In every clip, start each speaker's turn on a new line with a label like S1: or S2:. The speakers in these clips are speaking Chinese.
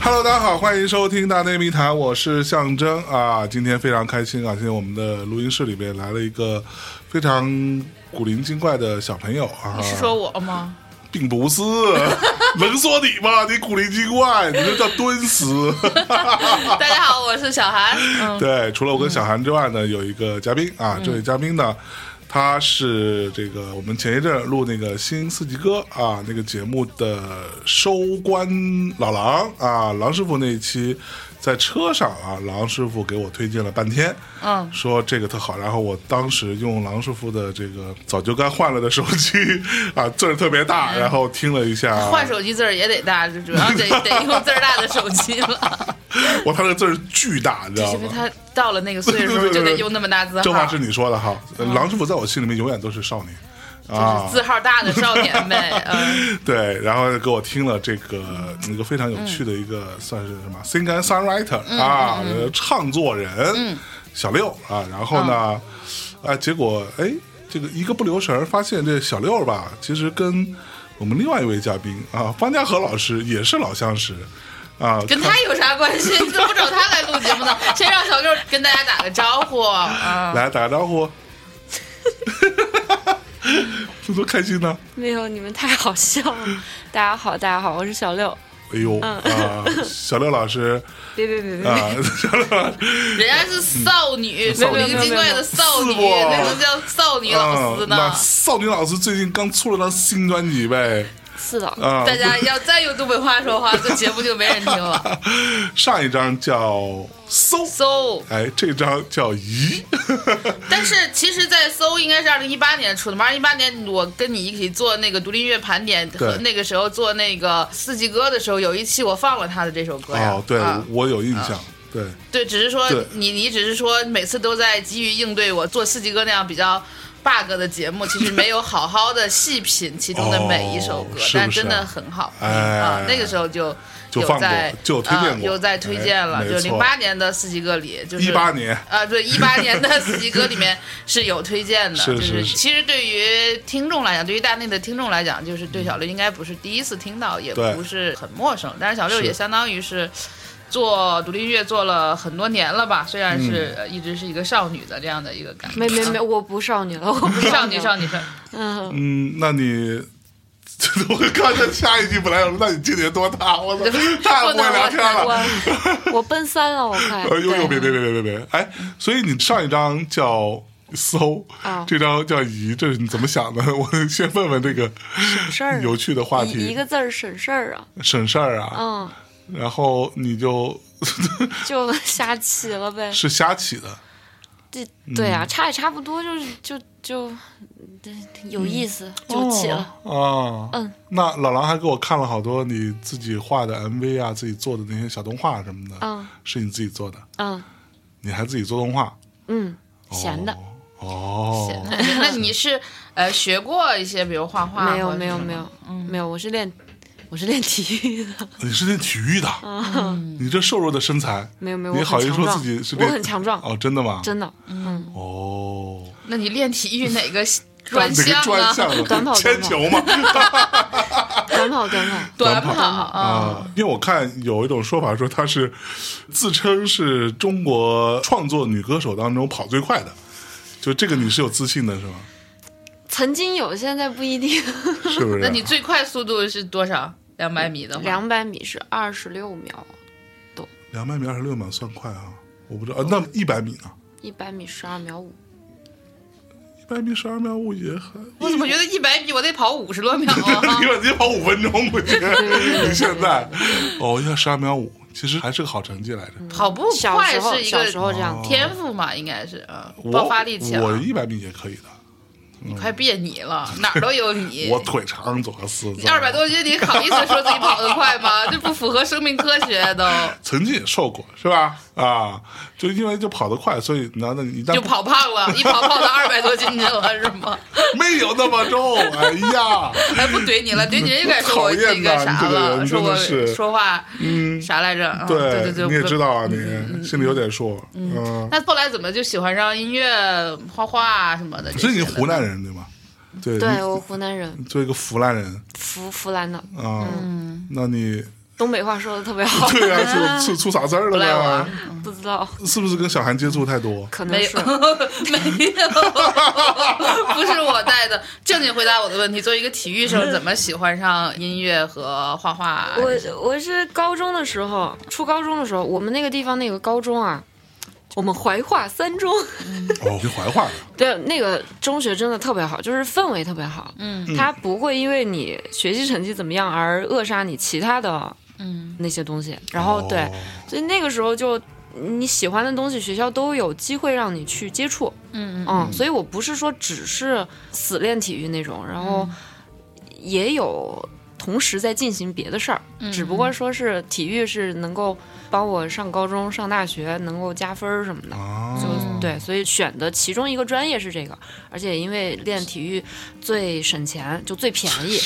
S1: Hello，大家好，欢迎收听《大内密谈》，我是象征啊。今天非常开心啊，今天我们的录音室里边来了一个非常古灵精怪的小朋友啊。
S2: 你是说我吗？
S1: 并不是， 能说你吗？你古灵精怪，你这叫蹲死。
S2: 大家好，我是小韩。嗯，
S1: 对，除了我跟小韩之外呢，有一个嘉宾啊，这位嘉宾呢，他是这个我们前一阵儿录那个《新四季歌》啊那个节目的收官老狼啊，狼师傅那一期。在车上啊，狼师傅给我推荐了半天，
S2: 嗯
S1: 说这个特好。然后我当时用狼师傅的这个早就该换了的手机 啊，字儿特别大，然后听了一下，
S2: 嗯换手机字儿也得大，就主 要得得用字儿大的手机了。
S1: 我他的字儿巨大，你知道
S2: 就是因
S1: 吗
S2: 为？他到了那个岁
S1: 对
S2: 数，
S1: 对对
S2: 就
S1: 对
S2: 得用那么大字
S1: 这话
S2: 号，
S1: 是你说的哈，呃
S2: 嗯
S1: 郎师傅在我心里面永远都是少年
S2: 就是
S1: 啊。
S2: 字号大的少年 呗。嗯，
S1: 对，然后给我听了这个一个非常有趣的一个、算是什么 singer songwriter、啊，呃唱作人、小六啊，然后呢，啊，结果哎，这个一个不留神儿发现这小六吧，其实跟我们另外一位嘉宾啊方家和老师也是老相识啊，
S2: 跟他有啥关系？你怎么不找他来录节目呢？先让小六跟大家打个招呼啊！
S1: 来打个招呼， 这多开心呢、
S3: 没有，你们太好笑了。大家好，大家好，我是小六。
S1: 哎呦啊、小六老师
S3: 别别别别别，
S1: 啊， 小六老师
S2: 人家是少女，
S1: 嗯少啊
S2: 古
S1: 女
S2: 灵精怪的少女，
S1: 是不
S2: 那能叫少女老师
S1: 啊那
S2: 呢？
S1: 少女老师最近刚出了张新专辑呗，
S3: 是的，
S1: 啊，
S2: 大家要再用东北话说话，这节目就没人听了。
S1: 上一张叫《搜》，
S2: 搜，
S1: 哎，这张叫《咦》，
S2: 但是其实，在搜应该是二零一八年出的嘛。二零一八年我跟你一起做那个独立音乐盘点，和那个时候做那个四季歌的时候，有一期我放了他的这首歌呀。
S1: 哦，对
S2: 啊，
S1: 我有印象，对，
S2: 对，只是说
S1: 对
S2: 你你只是说每次都在急于应对我做四季歌那样比较 bug 的节 目，其实没有好好的细品其中的每一首歌，
S1: 哦是不是啊
S2: 但真的很好、
S1: 哎
S2: 啊。那个时候就。
S1: 就
S2: 有
S1: 放过
S2: 在
S1: 就有推荐
S2: 啊
S1: 过
S2: 有在推荐了，
S1: 哎没
S2: 就
S1: 错
S2: 零八年的四季歌里，就是
S1: 一八年，
S2: 啊，对，一八 年的四季歌里面是有推荐的，
S1: 是
S2: 就是
S1: 是
S2: 其实对于听众来讲，对于大内的听众来讲，就是对小六应该不是第一次听到，也
S1: 对
S2: 不是很陌生，但是小六
S1: 是
S2: 也相当于是。做独立音乐做了很多年了吧，虽然是、
S1: 嗯
S2: 呃一直是一个少女的这样的一个感觉，
S3: 没没没，我不少女了，我不
S2: 少
S3: 少
S2: 女
S3: 女
S2: 少
S3: 女。
S2: 女少女，
S3: 嗯，
S1: 嗯，那你。我刚才下一句本来有，那你今年多大？我操，太不会聊天了。
S3: 我我奔三了，我快。
S1: 哎呦呦，别
S3: 对
S1: 别别别别别！哎，所以你上一张叫搜
S3: 啊，
S1: 这张叫移，这是你怎么想的？我先问问这个
S3: 省事儿啊，
S1: 有趣的话
S3: 一一
S1: 题，
S3: 个字儿省事儿啊。
S1: 省事儿啊。
S3: 嗯，
S1: 然后你就
S3: 就瞎起了呗。
S1: 是瞎起的，
S3: 这对啊，差也差不多，就是就就对有意思就起了。
S1: 哦。
S3: 嗯，
S1: 那老狼还给我看了好多你自己画的 MV 啊，自己做的那些小动画什么的，
S3: 嗯
S1: 是你自己做的，
S3: 嗯
S1: 你还自己做动画，
S3: 嗯，闲的。
S1: 哦。哦
S2: 那你是呃学过一些比如画画？
S3: 没有
S2: 或者
S3: 没有
S2: 什么
S3: 没有，没有，我是练我是练体育的。
S1: 你是练体育的，
S3: 嗯
S1: 你这瘦弱的身材，
S3: 没有没有
S1: 你
S3: 我
S1: 好
S3: 很
S1: 意思说
S3: 强
S1: 自己
S3: 壮
S1: 是
S3: 我
S1: 练
S3: 很强壮
S1: 哦，真的吗？
S3: 真的，
S1: 哦，
S2: 那你练体育哪个专
S1: 哪个
S2: 项
S1: 专
S2: 啊？
S1: 项
S3: 短跑
S1: 铅球吗？
S3: 短跑短跑，
S2: 短跑
S1: 短跑
S2: 啊，
S1: 啊，因为我看有一种说法说她是自称是中国创作女歌手当中跑最快的，就这个你是有自信的是吗？
S3: 曾经有，现在不一定。
S1: 是不是？
S2: 那你最快速度是多少？两百米的话，
S3: 两百米是二十六秒，
S1: 两百米二十六秒算快啊？我不知道，啊、那一百米呢？
S3: 一百米十二秒五。
S1: 一百米十二秒五也很。
S2: 我怎么觉得一百米我得跑五十多秒啊
S1: 你？把你跑五分钟，我 觉得
S3: 对对
S1: 你现在哦，要十二秒五，其实还是个好成绩来着。
S2: 跑步
S3: 小
S2: 快
S3: 时候
S2: 是一
S3: 小时
S2: 个
S3: 候这样，
S2: 天赋嘛，应该是啊，
S1: 我
S2: 爆发力
S1: 我
S2: 强。
S1: 一百米也可以的，
S2: 你快别你了，哪儿都有你
S1: 我。腿长，左个四字。
S2: 二百多斤，你好意思说自己跑得快吗？ 这不符合生命科学都，
S1: 曾经也瘦过，是吧？啊，就因为就跑得快，所以那那你一旦
S2: 就跑胖了，一跑胖到二百多斤去了是吗？
S1: 没有那么重， 哎呀，
S2: 哎，不怼你了，怼你人家该说
S1: 讨
S2: 我
S1: 厌呐
S2: 那个啥
S1: 你这个
S2: 了，
S1: 人
S2: 说我
S1: 真的是
S2: 说话
S1: 嗯，
S2: 啥来着？啊对对，
S1: 你也
S2: 不嗯
S1: 知道啊，你心里有点数，嗯，
S2: 那后来怎么就喜欢上音乐、画画什么的？
S1: 所以你湖南人对吗？对，
S3: 对我湖南人，
S1: 你作为一个湖南人
S3: 湖湖南的，
S1: 啊，那你
S3: 东北话说的特别好，
S1: 对 啊，就出出傻字儿
S2: 不
S1: 了
S2: 赖我
S1: 呗
S2: 啊。
S3: 不知道，
S1: 是不是跟小韩接触太多？
S3: 可能
S2: 没
S3: 是
S2: 有， 没有，不是我带的。正经回答我的问题，作为一个体育生，怎么喜欢上音乐和画画？
S3: 我我是高中的时候，初高中的时候，我们那个地方那个高中啊，我们怀化三中，
S1: 哦，跟怀化的，
S3: 对，那个中学真的特别好，就是氛围特别好，嗯，它不会因为你学习成绩怎么样而扼杀你其他的嗯那些东西。然后对，
S1: 哦
S3: 所以那个时候就你喜欢的东西，学校都有机会让你去接触。嗯嗯，所以我不是说只是死练体育那种，然后也有同时在进行别的事儿，只不过说是体育是能够帮我上高中、上大学，能够加分儿什么的。
S1: 啊，
S3: 就对，所以选的其中一个专业是这个，而且因为练体育最省钱，就最便宜。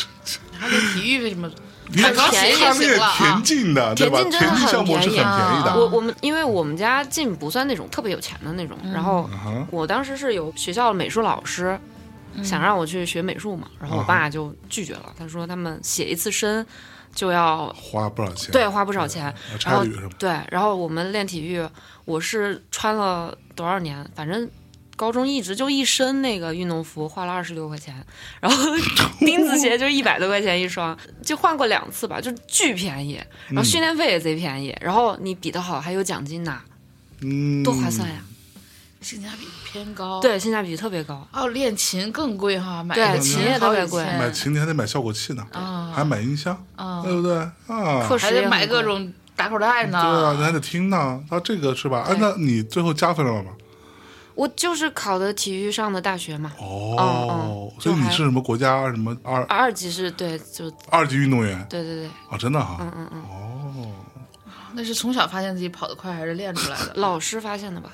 S2: 还是体育为什么？
S1: 你
S2: 看
S1: 看
S2: 高铁也
S1: 他
S2: 行
S1: 练
S2: 了啊
S1: 田径的，对
S3: 田
S1: 吧？
S3: 径真的
S1: 田径项
S3: 很
S1: 目是很
S3: 便宜
S1: 便
S2: 啊
S1: 宜的。
S3: 我我们因为我们家进不算那种特别有钱的那种，然后
S1: 哼
S3: 我当时是有学校的美术老师。
S2: 嗯
S3: 想让我去学美术嘛，然后我爸就拒绝了。他说他们写一次身就要
S1: 花不少钱，啊
S3: 对花不少钱，然
S1: 差
S3: 后
S1: 旅什么，
S3: 对，然后我们练体育，我是穿了多少年，反正高中一直就一身那个运动服，花了二十六块钱，然后 钉子鞋就一百多块钱一双，就换过两次吧，就巨便宜，然后训练费也贼便宜，然后你比得好还有奖金拿，
S1: 嗯，
S3: 多划算呀！
S2: 性价比偏高。，
S3: 对，性价比特别高，
S2: 哦，练琴更贵哈，买
S3: 对
S2: 个
S1: 琴
S3: 也
S2: 好
S3: 特别
S2: 几
S3: 贵
S2: 千
S1: 买琴你还得买效果器呢，
S3: 嗯
S2: 啊
S1: 还买音箱，对不对啊？
S3: 课时
S2: 嗯还
S3: 也
S2: 得
S3: 很
S2: 买各
S3: 贵。
S2: 种打口袋
S1: 对啊，你
S2: 呢。
S1: 还得听呢。那这个是吧？哎，
S3: 对
S1: 那你最后加分了吗？
S3: 我就是考的体育上的大学嘛，
S1: 哦
S3: 嗯，嗯
S1: 所以
S3: 就
S1: 你
S3: 还
S1: 是什么国家什么二
S3: 二级是对，就
S1: 二级运动员
S3: 对对对，
S1: 啊？哦真的哈？
S3: 嗯嗯嗯，
S2: 那是从小发现自己跑得快，还是练出来的？
S3: 老师发现的吧？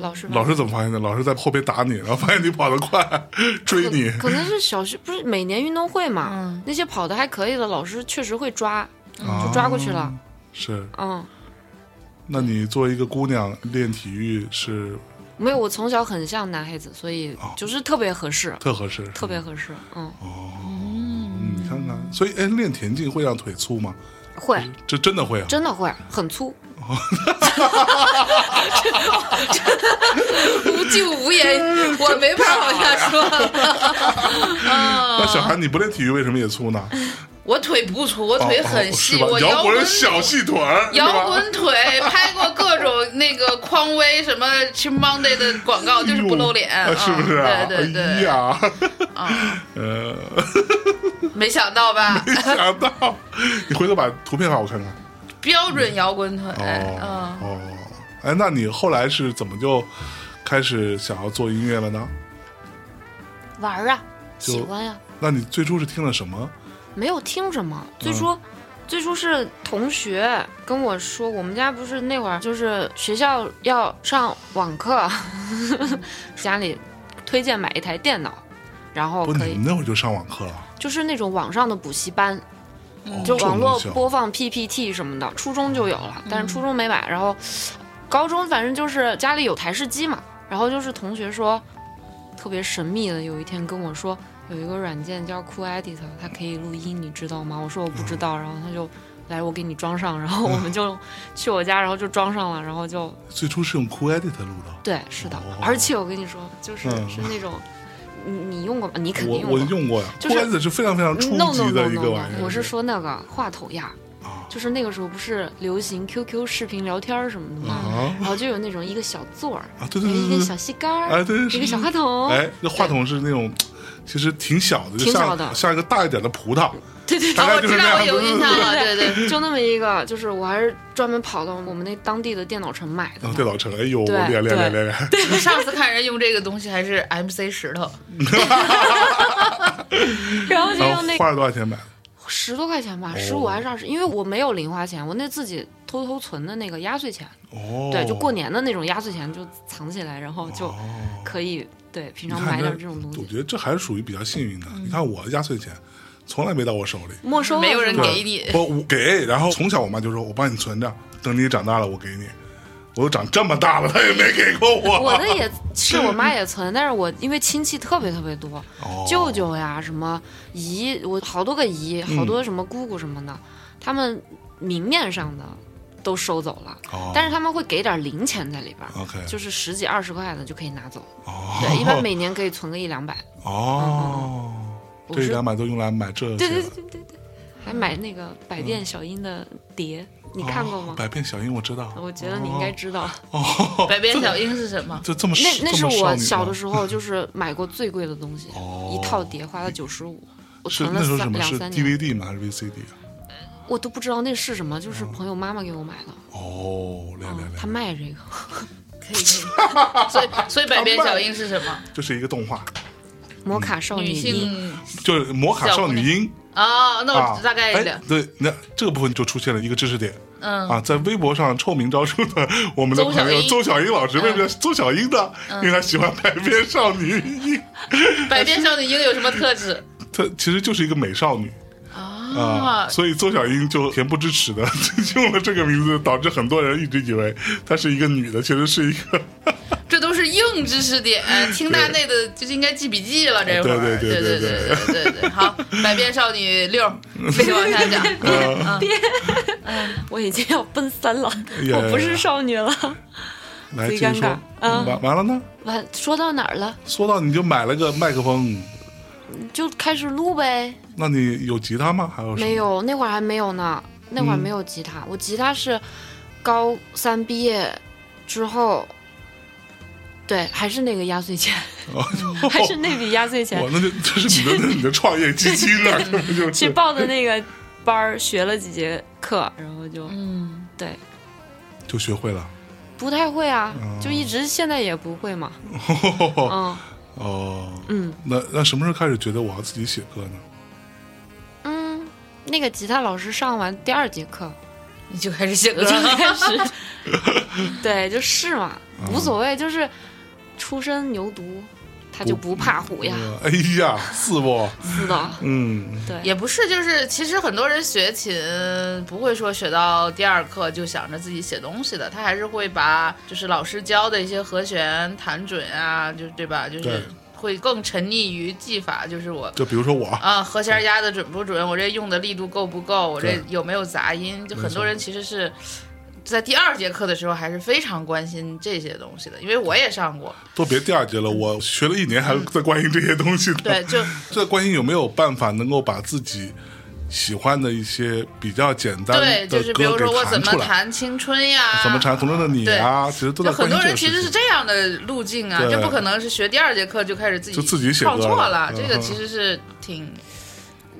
S3: 老师发
S1: 老
S3: 现
S1: 师怎么发现的？老师在后边打你，然后发现你跑得快，追 你。
S3: 可能是小学不是每年运动会嘛，那些跑的还可以的老师确实会抓，
S2: 嗯
S3: 就抓过去了。
S1: 啊是，
S3: 嗯，
S1: 那你作为一个姑娘练体育是
S3: 没有，我从小很像男孩子，所以
S1: 哦
S3: 就是特别合适，
S1: 特合适，
S3: 特别合适。嗯，
S1: 哦嗯。你看看，所以哎，练田径会让腿粗吗？
S3: 会
S1: 这真的会啊！
S3: 真的会很粗。
S2: 无就无 言，我没法往下说了。啊，
S1: 那小韩你不练体育为什么也粗呢？
S2: 我腿不粗，我腿
S1: 哦哦
S2: 很
S1: 是
S2: 细，
S1: 吧
S2: 我
S1: 摇
S2: 滚
S1: 滚小细腿儿，是吧
S2: 摇滚腿，拍过各种那个匡威什么 c h i m o n d a y 的广告，就是不露脸
S1: 哎，呦啊是不是啊？
S2: 嗯对对
S1: 哎
S2: 对，
S1: 呀， 呃，
S2: 没想到吧？
S1: 没想到，你回头把图片发我看看。
S2: 标准摇滚腿，
S1: 哦
S2: 嗯，
S1: 哦，哎，那你后来是怎么就开始想要做音乐了呢？
S3: 玩儿啊，
S1: 就
S3: 喜欢呀、
S1: 那你最初是听了什么？
S3: 没有听什么，最初。最初是同学跟我说，我们家不是那会儿就是学校要上网课， 家里推荐买一台电脑，然后
S1: 不，
S3: 哦可
S1: 你
S3: 以
S1: 们那会儿就上网课了，
S3: 就是那种网上的补习班，
S2: 嗯
S1: 哦
S3: 就
S1: 这种
S3: 网络
S1: 东西啊
S3: 播放 PPT 什么的，初中就有了，但是初中没买。然后高中反正就是家里有台式机嘛，然后就是同学说特别神秘的，有一天跟我说有一个软件叫酷 Edit，它可以录音，你知道吗？我说我不
S1: 嗯
S3: 知道，然后他就来我给你装上，然后我 们就去我家，然后就装上了，然后就
S1: 最初是用 Cool Edit 录的。
S3: 对，是的
S1: 哦，
S3: 而且我跟你说，就是
S1: 嗯
S3: 是那种你你用过吗？你肯
S1: 我
S3: 定
S1: 我
S3: 过。
S1: 用过呀
S3: 就是
S1: ，Cool Edit 是非常非常初
S3: no no
S1: 级
S3: no
S1: 的一
S3: no，,
S1: 个玩意
S3: no
S1: 儿。
S3: 我是说那个话筒呀，就是那个时候不是流行 QQ 视频聊天儿什么的吗？
S1: 啊
S3: 然后就有那种一个小座儿，
S1: 啊，对对
S3: 一
S1: 对
S3: 根
S1: 对
S3: 小
S1: 对，
S3: 细杆儿，
S1: 哎对，
S3: 嗯一个小话
S1: 筒，
S3: 筒，
S1: 哎，那话筒是那种。其实挺小的，就
S3: 挺小
S1: 像
S3: 的
S1: 像一个大一点的葡萄，
S3: 对对对
S1: 大
S2: 啊，
S1: 概
S2: 我
S1: 就是
S2: 知
S1: 那
S2: 道，
S1: 样
S2: 我有 印象了，对
S3: 对
S2: 对，
S3: 对，就那么一个，就是我还是专门跑到我们那当地的电脑城买的
S1: 然
S3: 嘛
S1: 后。电脑城，哎呦，
S3: 对
S1: 练练
S3: 对
S1: 练练练，
S2: 我上次看人用这个东西还是 MC 石头，
S3: 然后就
S1: 然后哦
S3: 用那
S1: 花了多少钱买的？
S3: 十多块钱吧，十五还是二十，因为我没有零花钱，我那自己偷偷存的那个压岁钱，
S1: 哦，哦
S3: 对，就过年的那种压岁钱就藏起来，然后就可以对平常
S1: 你
S3: 买
S1: 看
S3: 点这种东
S1: 我
S3: 西。
S1: 觉得这还是属于比较幸运的。
S3: 嗯
S1: 你看我压岁钱从来没到我手里，
S3: 没收了
S2: 没有人
S3: 是吗
S2: 给你，
S1: 我我给，然后从小我妈就说：“我帮你存着，等你长大了我给你。”我都长这么大了，他也没给过我。
S3: 我的也是我妈也存，但是我因为亲戚特别特别多，
S1: 哦
S3: 舅舅呀什么姨，我好多个姨，好多什么姑姑什么的，他们明面上的都收走了，
S1: 哦
S3: 但是他们会给点零钱在里边儿
S1: OK
S3: 就是十几二十块的就可以拿走，
S1: 哦，
S3: 对，一般每年可以存个一 两百，
S1: 哦，这一两百都用来买这些了，
S3: 对对对对对，还买那个百变小樱的碟，你看过
S1: 哦
S3: 吗？
S1: 百变小樱我知道，
S3: 我觉得你应该知道，
S1: 哦，
S2: 百变小樱是什么？
S1: 就这么
S3: 那那是我小的
S1: 候
S3: 时候就是买过最贵的东西，
S1: 哦
S3: 一套碟花了九十五，我
S1: 是
S3: 存了
S1: 那时候
S3: 三
S1: 什么
S3: 两
S1: 是
S3: 三年，
S1: DVD 吗？还是 VCD 啊？
S3: 我都不知道那是什么，就是朋友妈妈给我买的，
S1: 哦，来哦来
S3: 嗯，
S1: 来，
S3: 她卖这个，
S2: 可以，可以。所以所以百变小樱是什 么？
S1: 就是一个动画，
S3: 摩卡
S1: 哦
S3: 少
S2: 嗯
S3: 女
S2: 女
S3: 樱，
S2: 性
S1: 就是魔卡少女樱
S2: 哦，那
S1: 啊
S2: 我，大概了
S1: 哎，对，那这个部分就出现了一个知识点
S2: 嗯，
S1: 啊，在微博上臭名昭著的 我们的朋友邹
S2: 邹
S1: 小樱老师，为什么叫邹小樱呢？因
S2: 嗯
S1: 为他喜欢百变少女 樱，
S2: 百变少女樱有什么特质？
S1: 她其实就是一个美少女。啊，
S2: 啊，
S1: 所以邹小英就恬不知耻 的用了这个名字，导致很多人一直以为她是一个女的，其实是一个。
S2: 这都是硬知识点，听大内的就是应该记笔记了，这会儿，
S1: 对对对
S2: 对
S1: 对
S2: 对对对对对。好， 百变少女六，继续往下 讲。嗯嗯
S3: 我已经要奔三了，
S1: 呀
S3: 我不是少女了，
S1: 来，
S3: 贼
S1: 接着
S3: 尴
S1: 说
S3: 尬，啊
S1: 完完了呢，
S3: 完说到哪儿了？
S1: 说到你就买了个麦克风，
S3: 就开始录呗。
S1: 那你有吉他吗？还有什么
S3: 没？有，那会儿还没有呢，那会儿没有吉他，我吉他是高三毕业之后，对，还是那个压岁钱， 还是那笔压岁钱
S1: 哇，，那就 这是 你的你的创业基金啊，根本就
S3: 去
S1: 是。
S3: 报的那个班儿，学了几节课，然后就
S2: 嗯，
S3: 对。
S1: 就学会了。
S3: 不太会啊，就一直现在也不会嘛。嗯
S1: 哦，
S3: 嗯
S1: 那那什么时候开始觉得我要自己写歌呢？
S3: 嗯，那个吉他老师上完第二节 课，
S2: 你就开始写歌
S3: 我就
S2: 了。
S3: 开始， 对，就试嘛，无所谓，就是初生牛犊，他就不怕虎呀，
S1: 呃 哎呀，是 不？
S3: 是的，
S1: 嗯，
S3: 对，
S2: 也不是，就是其实很多人学琴不会说学到第二课就想着自己写东西的，他还是会把就是老师教的一些和弦弹准啊，就是对吧？就
S1: 对
S2: 是会更沉溺于技法，就是我。
S1: 就比如说我啊，
S2: 啊，和弦压的准不准？我这用的力度够不够？我这
S1: 对
S2: 有没有杂音？就
S1: 没
S2: 很多
S1: 错
S2: 人其实是在第二节课的时候还是非常关心这些东西的，因为我也上过。
S1: 都别第二节了，我学了一年还在关心这些东西呢。
S2: 对，就
S1: 这关心有没有办法能够把自己喜欢的一些比较简单
S2: 对，就
S1: 的
S2: 是比
S1: 歌
S2: 如
S1: 给
S2: 说我怎
S1: 弹
S2: 么
S1: 出来？
S2: 弹青春呀，
S1: 怎么弹？同桌的你啊，其实都
S2: 就
S1: 在
S2: 很
S1: 关心
S2: 多
S1: 这
S2: 人
S1: 个
S2: 其实
S1: 事
S2: 是
S1: 情。
S2: 这样的路径啊，
S1: 对
S2: 这不可能是学第二节课就开始自己
S1: 就自己写歌
S2: 创作
S1: 了
S2: 了，这个
S1: 嗯
S2: 其实是 挺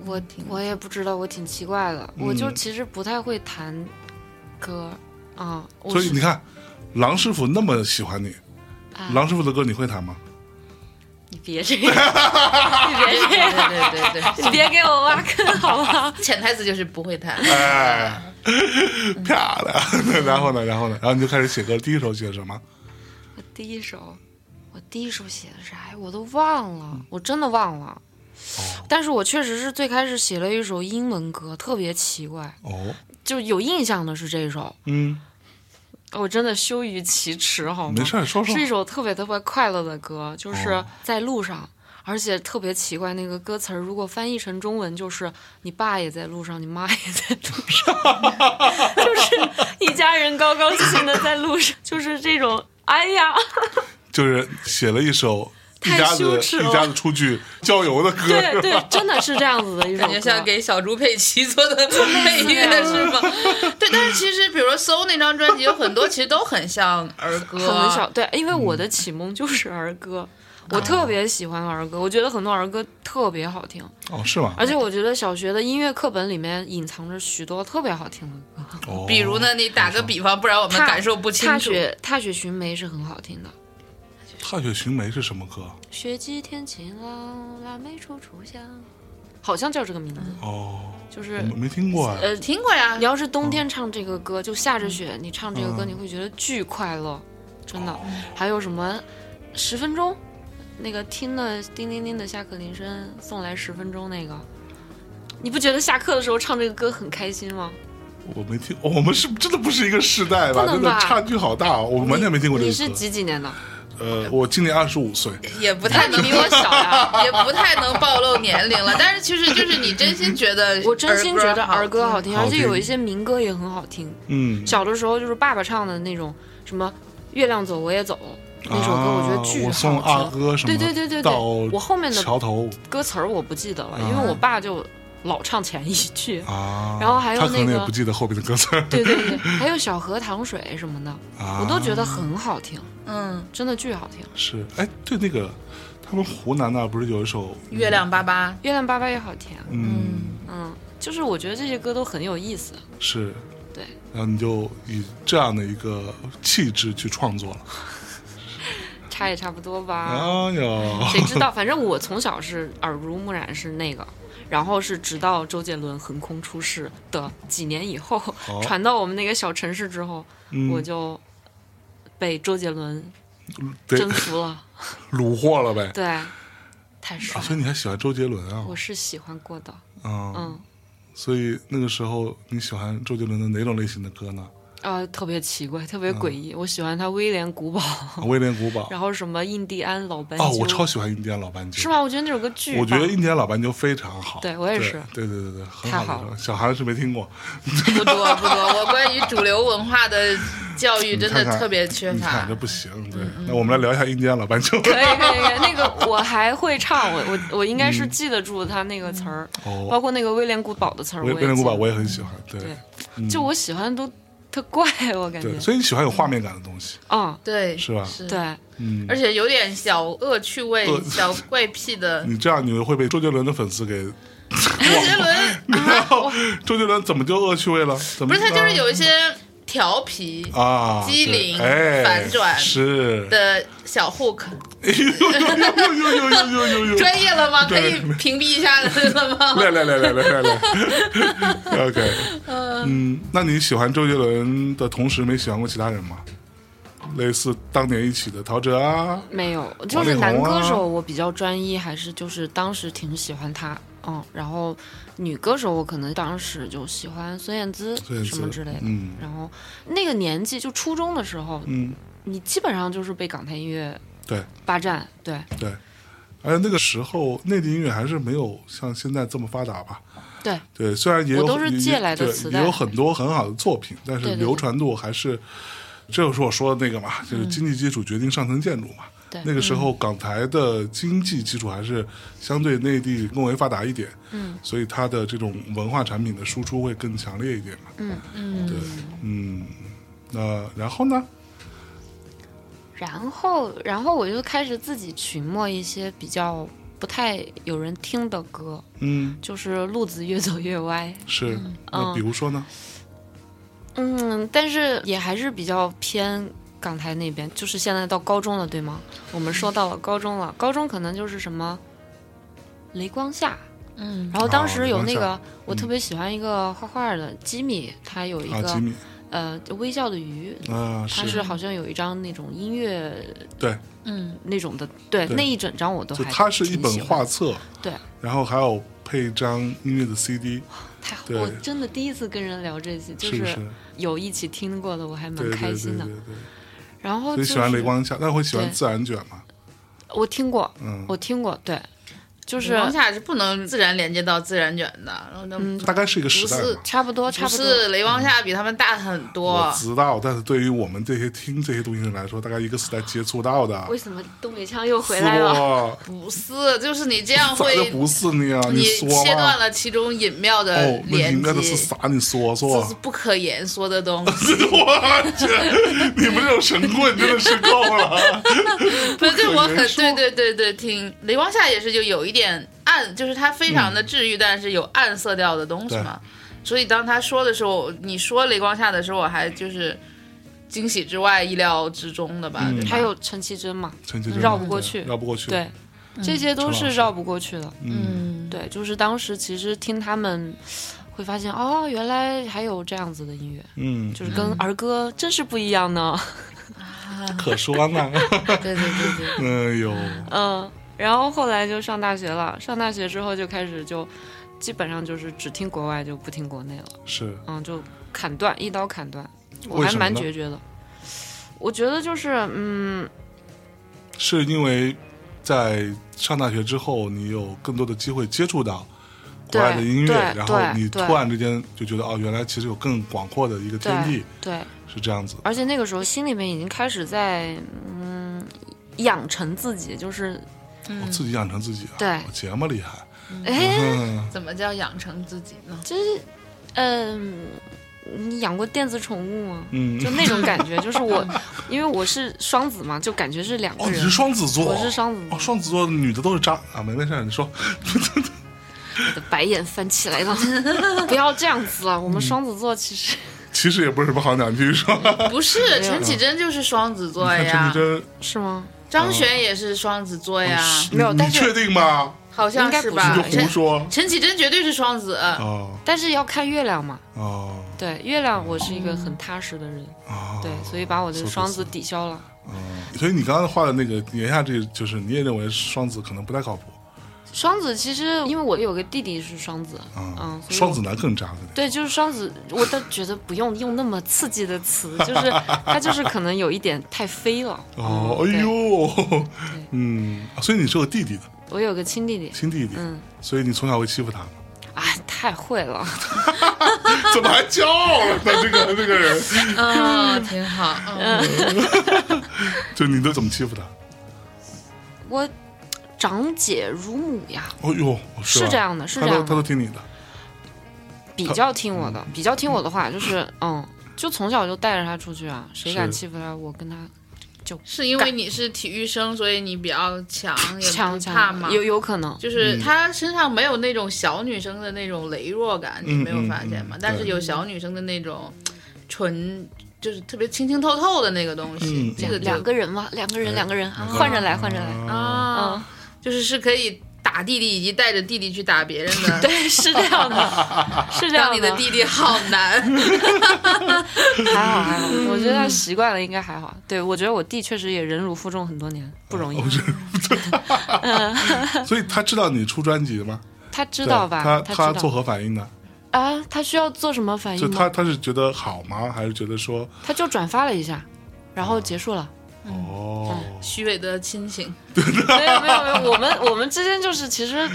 S3: 我我也不知道，我挺奇怪的，
S1: 嗯
S3: 我就其实不太会弹歌啊，我
S1: 所以
S3: 是
S1: 你看，郎师傅那么喜欢你，
S2: 啊
S3: 哎
S1: 郎师傅的歌你会弹吗？
S3: 你别这样，你别这
S2: 对
S3: 样，
S2: 对对对
S3: 你别给我挖坑好吗？
S2: 对，潜台词就是不会弹。
S1: 哎， 啪的， 然后呢，然后呢，然后你就开始写歌，第一首写什么？
S3: 我第一首，我第一首写的啥呀？我都忘了，
S1: 嗯
S3: 我真的忘了。
S1: 哦
S3: 但是我确实是最开始写了一首英文歌，特别奇怪，
S1: 哦，
S3: 就有印象的是这首，
S1: 嗯，
S3: 我真的羞于启齿，好吗？
S1: 没事儿，说说哦
S3: 是。一首特别特别快乐的歌，就是在路上，而且特别奇怪，那个歌词儿如果翻译成中文就是“你爸也在路上，你妈也在路 上”，就是一家人高高兴兴的在路上，就是这种。哎呀，
S1: 就是写了一首一
S3: 太
S1: 家
S3: 羞
S1: 子
S3: 耻
S1: 一
S3: 了
S1: 家子出去郊游的歌，
S3: 对对，真的是这样子的一首
S2: 感
S3: 歌，
S2: 觉
S3: 啊
S2: 像给小猪佩奇做 的配乐是吗？对，但是其实比如说《搜》那张专辑有很多其实都很像儿歌，
S3: 很小对，因为我的启蒙就是儿歌，我特别喜欢儿歌，我觉得很多儿歌特别好听，
S1: 哦，是吗？
S3: 而且我觉得小学的音乐课本里面隐藏着许多特别好听的歌。
S1: 哦
S2: 比如呢，你打个比方，不然我们
S3: 踏
S2: 感受不清
S3: 踏
S2: 楚。
S3: 雪踏雪寻梅是很好听的。
S1: 踏雪寻梅是什么歌？
S3: 雪霁天晴朗，腊梅处处香，好像叫这个名字，
S1: 哦，
S3: 就是
S1: 我没没听过哎。
S2: 呃，听过呀
S3: 你，要是冬天唱这个歌，就下
S1: 嗯
S3: 着雪，你唱这个歌，你会觉得巨快乐，真
S1: 哦
S3: 的。还有什么十分钟，那个听了叮叮叮的下课铃声送来十分钟那个，你不觉得下课的时候唱这个歌很开心吗？
S1: 我没听，哦我们是真的不是一个世代吧？
S3: 不能
S1: 真的
S3: 吧
S1: 差距好大，我完全没听过这
S3: 你
S1: 个
S3: 是
S1: 歌。
S3: 几几年的？
S1: 呃，我今年二十五岁，
S2: 也不
S3: 那
S2: 太
S3: 你
S2: 能
S3: 比我小呀。，
S2: 也不太能暴露年龄了，但是其实就是你真心觉得
S3: 我真心觉得儿歌好听，
S1: 好
S3: 而
S1: 听
S3: 且有一些民歌也很好听。
S1: 嗯，
S3: 小的时候就是爸爸唱的那种什么“月亮走我也走”那首歌，
S1: 啊
S3: 我觉得巨
S1: 我送阿
S3: 好听。
S1: 哥什么
S3: 对对对对对
S1: 到
S3: 我后面的
S1: 桥头
S3: 歌词儿我不记得了，因
S1: 啊
S3: 为我爸就老唱前一句。
S1: 啊，
S3: 然后还有
S1: 他可能
S3: 那
S1: 也
S3: 个
S1: 不记得后边的歌词儿
S3: 对对对，还有小河淌水什么的，
S1: 啊，
S3: 我都觉得很好听，
S2: 嗯，
S3: 真的巨好听。
S1: 是哎，对那个他们湖南那儿不是有一首
S2: 月亮巴巴，
S3: 月亮爸爸也好听，
S1: 嗯
S3: 嗯，就是我觉得这些歌都很有意思。
S1: 是
S3: 对，
S1: 然后你就以这样的一个气质去创作了，
S3: 差也差不多吧。
S1: 哎呦，
S3: 谁知道？反正我从小是耳濡目染是那个，然后是直到周杰伦横空出世的几年以后，
S1: 哦
S3: 传到我们那个小城市之后，
S1: 嗯
S3: 我就被周杰伦
S1: 对
S3: 征服了。
S1: 虏获了呗。
S3: 对，太帅
S1: 啊，所以你
S3: 了，
S1: 还喜欢周杰伦啊
S3: 我？是喜欢过的。
S1: 嗯，
S3: 嗯，
S1: 所以那个时候你喜欢周杰伦的哪种类型的歌呢？
S3: 呃，特别奇怪，特别
S1: 嗯
S3: 诡异。我喜欢他威廉古堡，
S1: 啊威廉古堡
S3: 然后什么印第安老斑鸠。
S1: 哦，我超喜欢印第安老斑鸠，
S3: 是吗？我觉得那首歌巨棒。
S1: 我觉得印第安老斑鸠非常好，
S3: 对我也是
S1: 对对对对，很
S3: 太
S1: 好
S3: 好
S1: 的歌，
S3: 了
S1: 小韩是没听过，
S2: 不多不多，我关于主流文化的教育
S1: 你
S2: 真的
S1: 看看
S2: 特别缺
S1: 你
S2: 乏
S1: 看这。不行，对，
S3: 嗯
S1: 那我们来聊一下印第安老斑 鸠，
S3: 可以可以可以，那个我还会唱，我我我应该
S1: 嗯
S3: 是记得住他那个词儿，
S1: 哦
S3: 包括那个威廉古堡的词儿，
S1: 威
S3: 我
S1: 威
S3: 也
S1: 廉古堡
S3: 记
S1: 我也很喜欢，对
S3: 对得就我喜欢的都特怪，我感觉
S1: 对，，所以你喜欢有画面感的东西，
S3: 嗯，
S2: 对，
S1: 是吧
S2: 是，
S3: 对，
S1: 嗯
S2: 而。且有点小恶趣味
S1: 恶、
S2: 小怪癖的。
S1: 你这样你会被周杰伦的粉丝给，
S2: 周杰伦
S1: 然后周杰伦怎么就恶趣味了？怎
S2: 啊不
S1: 么
S2: 是他，就是有一些调皮
S1: 啊，
S2: 机灵
S1: 对哎，
S2: 反转
S1: 是，
S2: 的小 hook，
S1: 哎呦呦呦呦呦呦呦呦呦，
S2: 专业了吗？可
S1: 对
S2: 以屏蔽一下子了吗？
S1: 来来来来来来来 ，OK，嗯，那你喜欢周杰伦的同时，没喜欢过其他人吗？类似当年一起的陶喆啊，
S3: 没有，就是男歌手我比较专一，还是就是当时挺喜欢他，嗯，然后女歌手我可能当时就喜欢孙燕姿
S1: 孙燕姿
S3: 什么之类的，
S1: 嗯
S3: 然后那个年纪就初中的时候，
S1: 嗯，
S3: 你基本上就是被港台音乐
S1: 对
S3: 霸占，对
S1: 对，而且那个时候内地音乐还是没有像现在这么发达吧？
S3: 对，
S1: 对，虽然也有
S3: 我都是
S1: 也
S3: 借来的
S1: 对
S3: 磁带
S1: 也有很多很好的作品，但
S3: 对
S1: 是
S3: 对对嗯
S1: 流传度还是，这就是我说的那个嘛，就是经济基础决定上层建筑嘛。
S3: 对
S1: 那个时候港台的经济基础还是相对内地更为发达一点，嗯，所以它的这种文化产品的输出会更强烈一点嘛。嗯嗯，对，嗯，那然后呢？
S3: 然后，然后我就开始自己群默一些比较不太有人听的歌，
S1: 嗯，
S3: 就是路子越走越歪。
S1: 是，那比如说呢？
S3: 嗯，但是也还是比较偏港台那边，就是现在到高中了，对吗？我们说到了高中了，高中可能就是什么雷光下。
S2: 嗯，
S3: 然后当时有那个，
S1: 哦
S3: 我特别喜欢一个画画的吉米，他有一
S1: 啊，
S3: 个、
S1: 吉米
S3: 呃微笑的鱼，
S1: 啊，
S3: 他是好像有一张那种音乐
S1: 对，
S3: 那种的，对
S1: 对
S3: 那一整张我都
S1: 就
S3: 还
S1: 它是一
S3: 挺
S1: 本
S3: 喜欢
S1: 画册，
S3: 对，
S1: 然后还有配一张音乐的 CD，
S3: 太好，
S1: 对
S3: 我真的第一次跟人聊这些，就是
S1: 不是？
S3: 有一起听过的，我还蛮
S1: 对对
S3: 开
S1: 对
S3: 心
S1: 对
S3: 的。
S1: 对对。
S3: 然后
S1: 所
S3: 就
S1: 以
S3: 是
S1: 喜欢雷光下，那会喜欢
S3: 对
S1: 自然卷吗？
S3: 我听过，
S1: 嗯，
S3: 我听过，对，就是
S2: 当下是不能自然连接到自然卷的，然后
S3: 嗯
S1: 大概是一个时代
S2: 不
S1: 嘛
S2: 是。
S3: 差不多，
S2: 不
S3: 差不多。
S2: 是雷光下比他们大很
S1: 我
S2: 多，
S1: 知道，但是对于我们这些听这些东西的人来说，大概一个时代接触到的，
S3: 为什么东北腔又回
S1: 是
S3: 来了？
S1: 不？
S2: 不是，就是你这样
S1: 咋
S2: 会
S1: 就不是你啊？
S2: 你
S1: 说
S2: 切断
S1: 嘛？
S2: 了其中隐妙的
S1: 哦，那
S2: 连
S1: 应
S2: 接，
S1: 该的是啥？你说说
S2: 这。是不可言说的东 西。
S1: 我去，你们这种神棍真的是够 了。
S2: 反正我很
S1: 言说
S2: 哦对对对对，听雷光下也是就有一点暗，就是它非常的治愈，但是有暗色调的东西嘛。所以当他说的时候，你说雷光下的时候，我还就是惊喜之外、意料之中的吧。
S1: 嗯
S2: 对吧
S3: 还有陈绮贞嘛，
S1: 陈绮贞
S3: 绕不过去
S1: 对绕不过去。
S3: 对，，这些都
S1: 陈老
S3: 是
S1: 师
S3: 绕不过去的。
S1: 嗯，
S2: 嗯，
S3: 对，就是当时其实听他们。会发现哦，原来还有这样子的音乐，
S1: 嗯，
S3: 就是跟儿歌真是不一样呢。
S1: 可说呢。
S2: 啊对对对对，
S1: 哎呦，
S3: 嗯，然后后来就上大学了，上大学之后就开始就基本上就是只听国外就不听国内了，
S1: 是
S3: 嗯，就砍断，一刀砍断，我
S1: 为
S3: 还
S1: 什么
S3: 蛮
S1: 呢
S3: 决绝的。我觉得就是，嗯，
S1: 是因为在上大学之后，你有更多的机会接触到国外的音乐
S3: 对，
S1: 然后
S3: 对
S1: 你突
S3: 对
S1: 然之间就觉得哦，原来其实有更广阔的一个天
S3: 对
S1: 地，
S3: 对，
S1: 是这样子。
S3: 而且那个时候心里面已经开始在，嗯，养成自己，就是，
S1: 我自己养成自己啊，
S3: 嗯对
S1: 我节目厉害，
S3: 哎，
S1: 嗯，
S2: 怎么叫养成自己呢？
S3: 就是，嗯，你养过电子宠物吗？
S1: 嗯
S3: 就那种感觉，就是我， 因为我是双子嘛，就感觉是两个
S1: 哦，
S3: 人。
S1: 你是双子座，
S3: 我是双子座
S1: 哦，双子座的女的都是渣啊，没没事儿，你说，
S3: 白眼翻起来了， 不要这样子啊！我们双子座其实
S1: 其实也不是什么好鸟，你继续说。
S2: 不是，陈绮贞就是双子座
S1: 看陈
S2: 呀
S1: 绮，贞，嗯哦
S3: 是吗？
S2: 张悬也是双子座呀，
S1: 你
S3: 没有但
S1: 你
S3: 是
S1: 确定吗？
S2: 好像
S3: 应该
S2: 是
S3: 不是
S1: 你
S2: 吧
S1: 就？
S3: 哎
S1: 胡
S2: 陈
S1: 说
S2: 陈绮贞绝对是双子，
S1: 哦
S3: 但是要看月亮嘛。
S1: 哦
S3: 对，月亮我是一个很踏实的人，
S1: 哦，
S3: 对，所以把我的
S1: 是
S3: 双
S1: 是
S3: 子抵消了。
S1: 所以你刚刚画的那个言下之意就是，你也认为双子可能不太靠谱
S3: 双子其实因为我有个弟弟是双子，
S1: 啊、
S3: 嗯，所以
S1: 双
S3: 我
S1: 子男更渣的。
S3: 对，就是双子，我倒觉得不用用那么刺激的 词，就是他就是可能有一点太飞了。
S1: 哦，
S3: 嗯
S1: 哎，
S3: 对
S1: 呦，嗯，所以你是有弟弟的
S3: 我有个亲弟弟，
S1: 亲弟弟，
S3: 嗯，
S1: 所以你从小会欺负他 吗？
S3: 哎，太会了，
S1: 怎么还骄傲了呢？这个这个人，
S2: 嗯，挺好，嗯，
S1: 就你都怎么欺负他？
S3: 我长姐如母呀，
S1: 哦呦，是吧
S3: 是这样的是
S1: 他
S3: 这
S1: 都
S3: 样的
S1: 他都听你的，
S3: 比较听我的，比较听我的话，就是 嗯，就从小就带着他出去啊，谁
S1: 是
S3: 敢欺负他，我跟他
S2: 是因为你是体育生，所以你比较强，也
S3: 抢
S2: 不怕
S3: 抢
S2: 嘛。，
S3: 有有可能。
S1: 嗯
S2: 就是她身上没有那种小女生的那种羸弱感，你
S1: 嗯
S2: 没有发现吗？
S1: 嗯嗯
S2: 但是
S1: 对
S2: 有小女生的那种纯，就是特别清清透透的那个东西
S1: 嗯，
S2: 这个就
S3: 两个人嘛，两个人，两个人，啊换着来，换着来。
S1: 啊，
S3: 嗯
S2: 啊，就是是可以打弟弟以及带着弟弟去打别人的，
S3: 对，是这样的，是这样
S2: 让你的弟弟好难。
S3: 还好还好，我觉得他习惯了，应该还好。对，我觉得我弟确实也忍辱负重很多年，不容易。
S1: 所以他知道你出专辑的吗？
S3: 他 知
S1: 知
S3: 道吧？
S1: 他他
S3: 他知道哎
S1: 作何反应呢？
S3: 啊，他需要做什么反
S1: 就
S3: 应
S1: 他
S3: 吗？
S1: 他是觉得好吗？还是觉得说
S3: 他就转发了一下，然后结束了。
S1: 哦？
S2: 虚伪的亲情，
S3: 没有没有没有，我们我们之间就是其实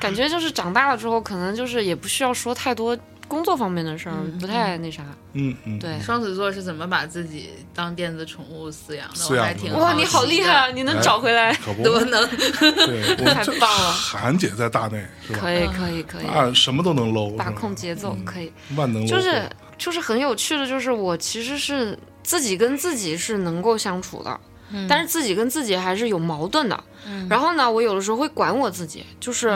S3: 感觉就是长大了之后，可能就是也不需要说太多工作方面的事儿，不太那啥。
S1: 嗯嗯，
S3: 对，
S2: 双子座是怎么把自己当电子宠物饲养的？
S1: 饲
S2: 我
S1: 养
S2: 还
S1: 的
S2: 挺
S1: 嗯
S3: 哇，
S2: 奇
S3: 你好厉害啊！
S2: 的，
S3: 你能找回来，
S1: 可 不，
S2: 多能。
S1: 对，我们
S3: 太
S1: 这
S3: 棒了
S1: 韩姐在大内是吧？
S3: 可以可以可以，
S1: 啊，什么都能搂，
S3: 把
S1: 是吧
S3: 控节奏可以。
S1: 万能搂
S3: 就是就是很有趣的，就是我其实是自己跟自己是能够相处的，但是自己跟自己还是有矛盾的。然后呢，我有的时候会管我自己，就是、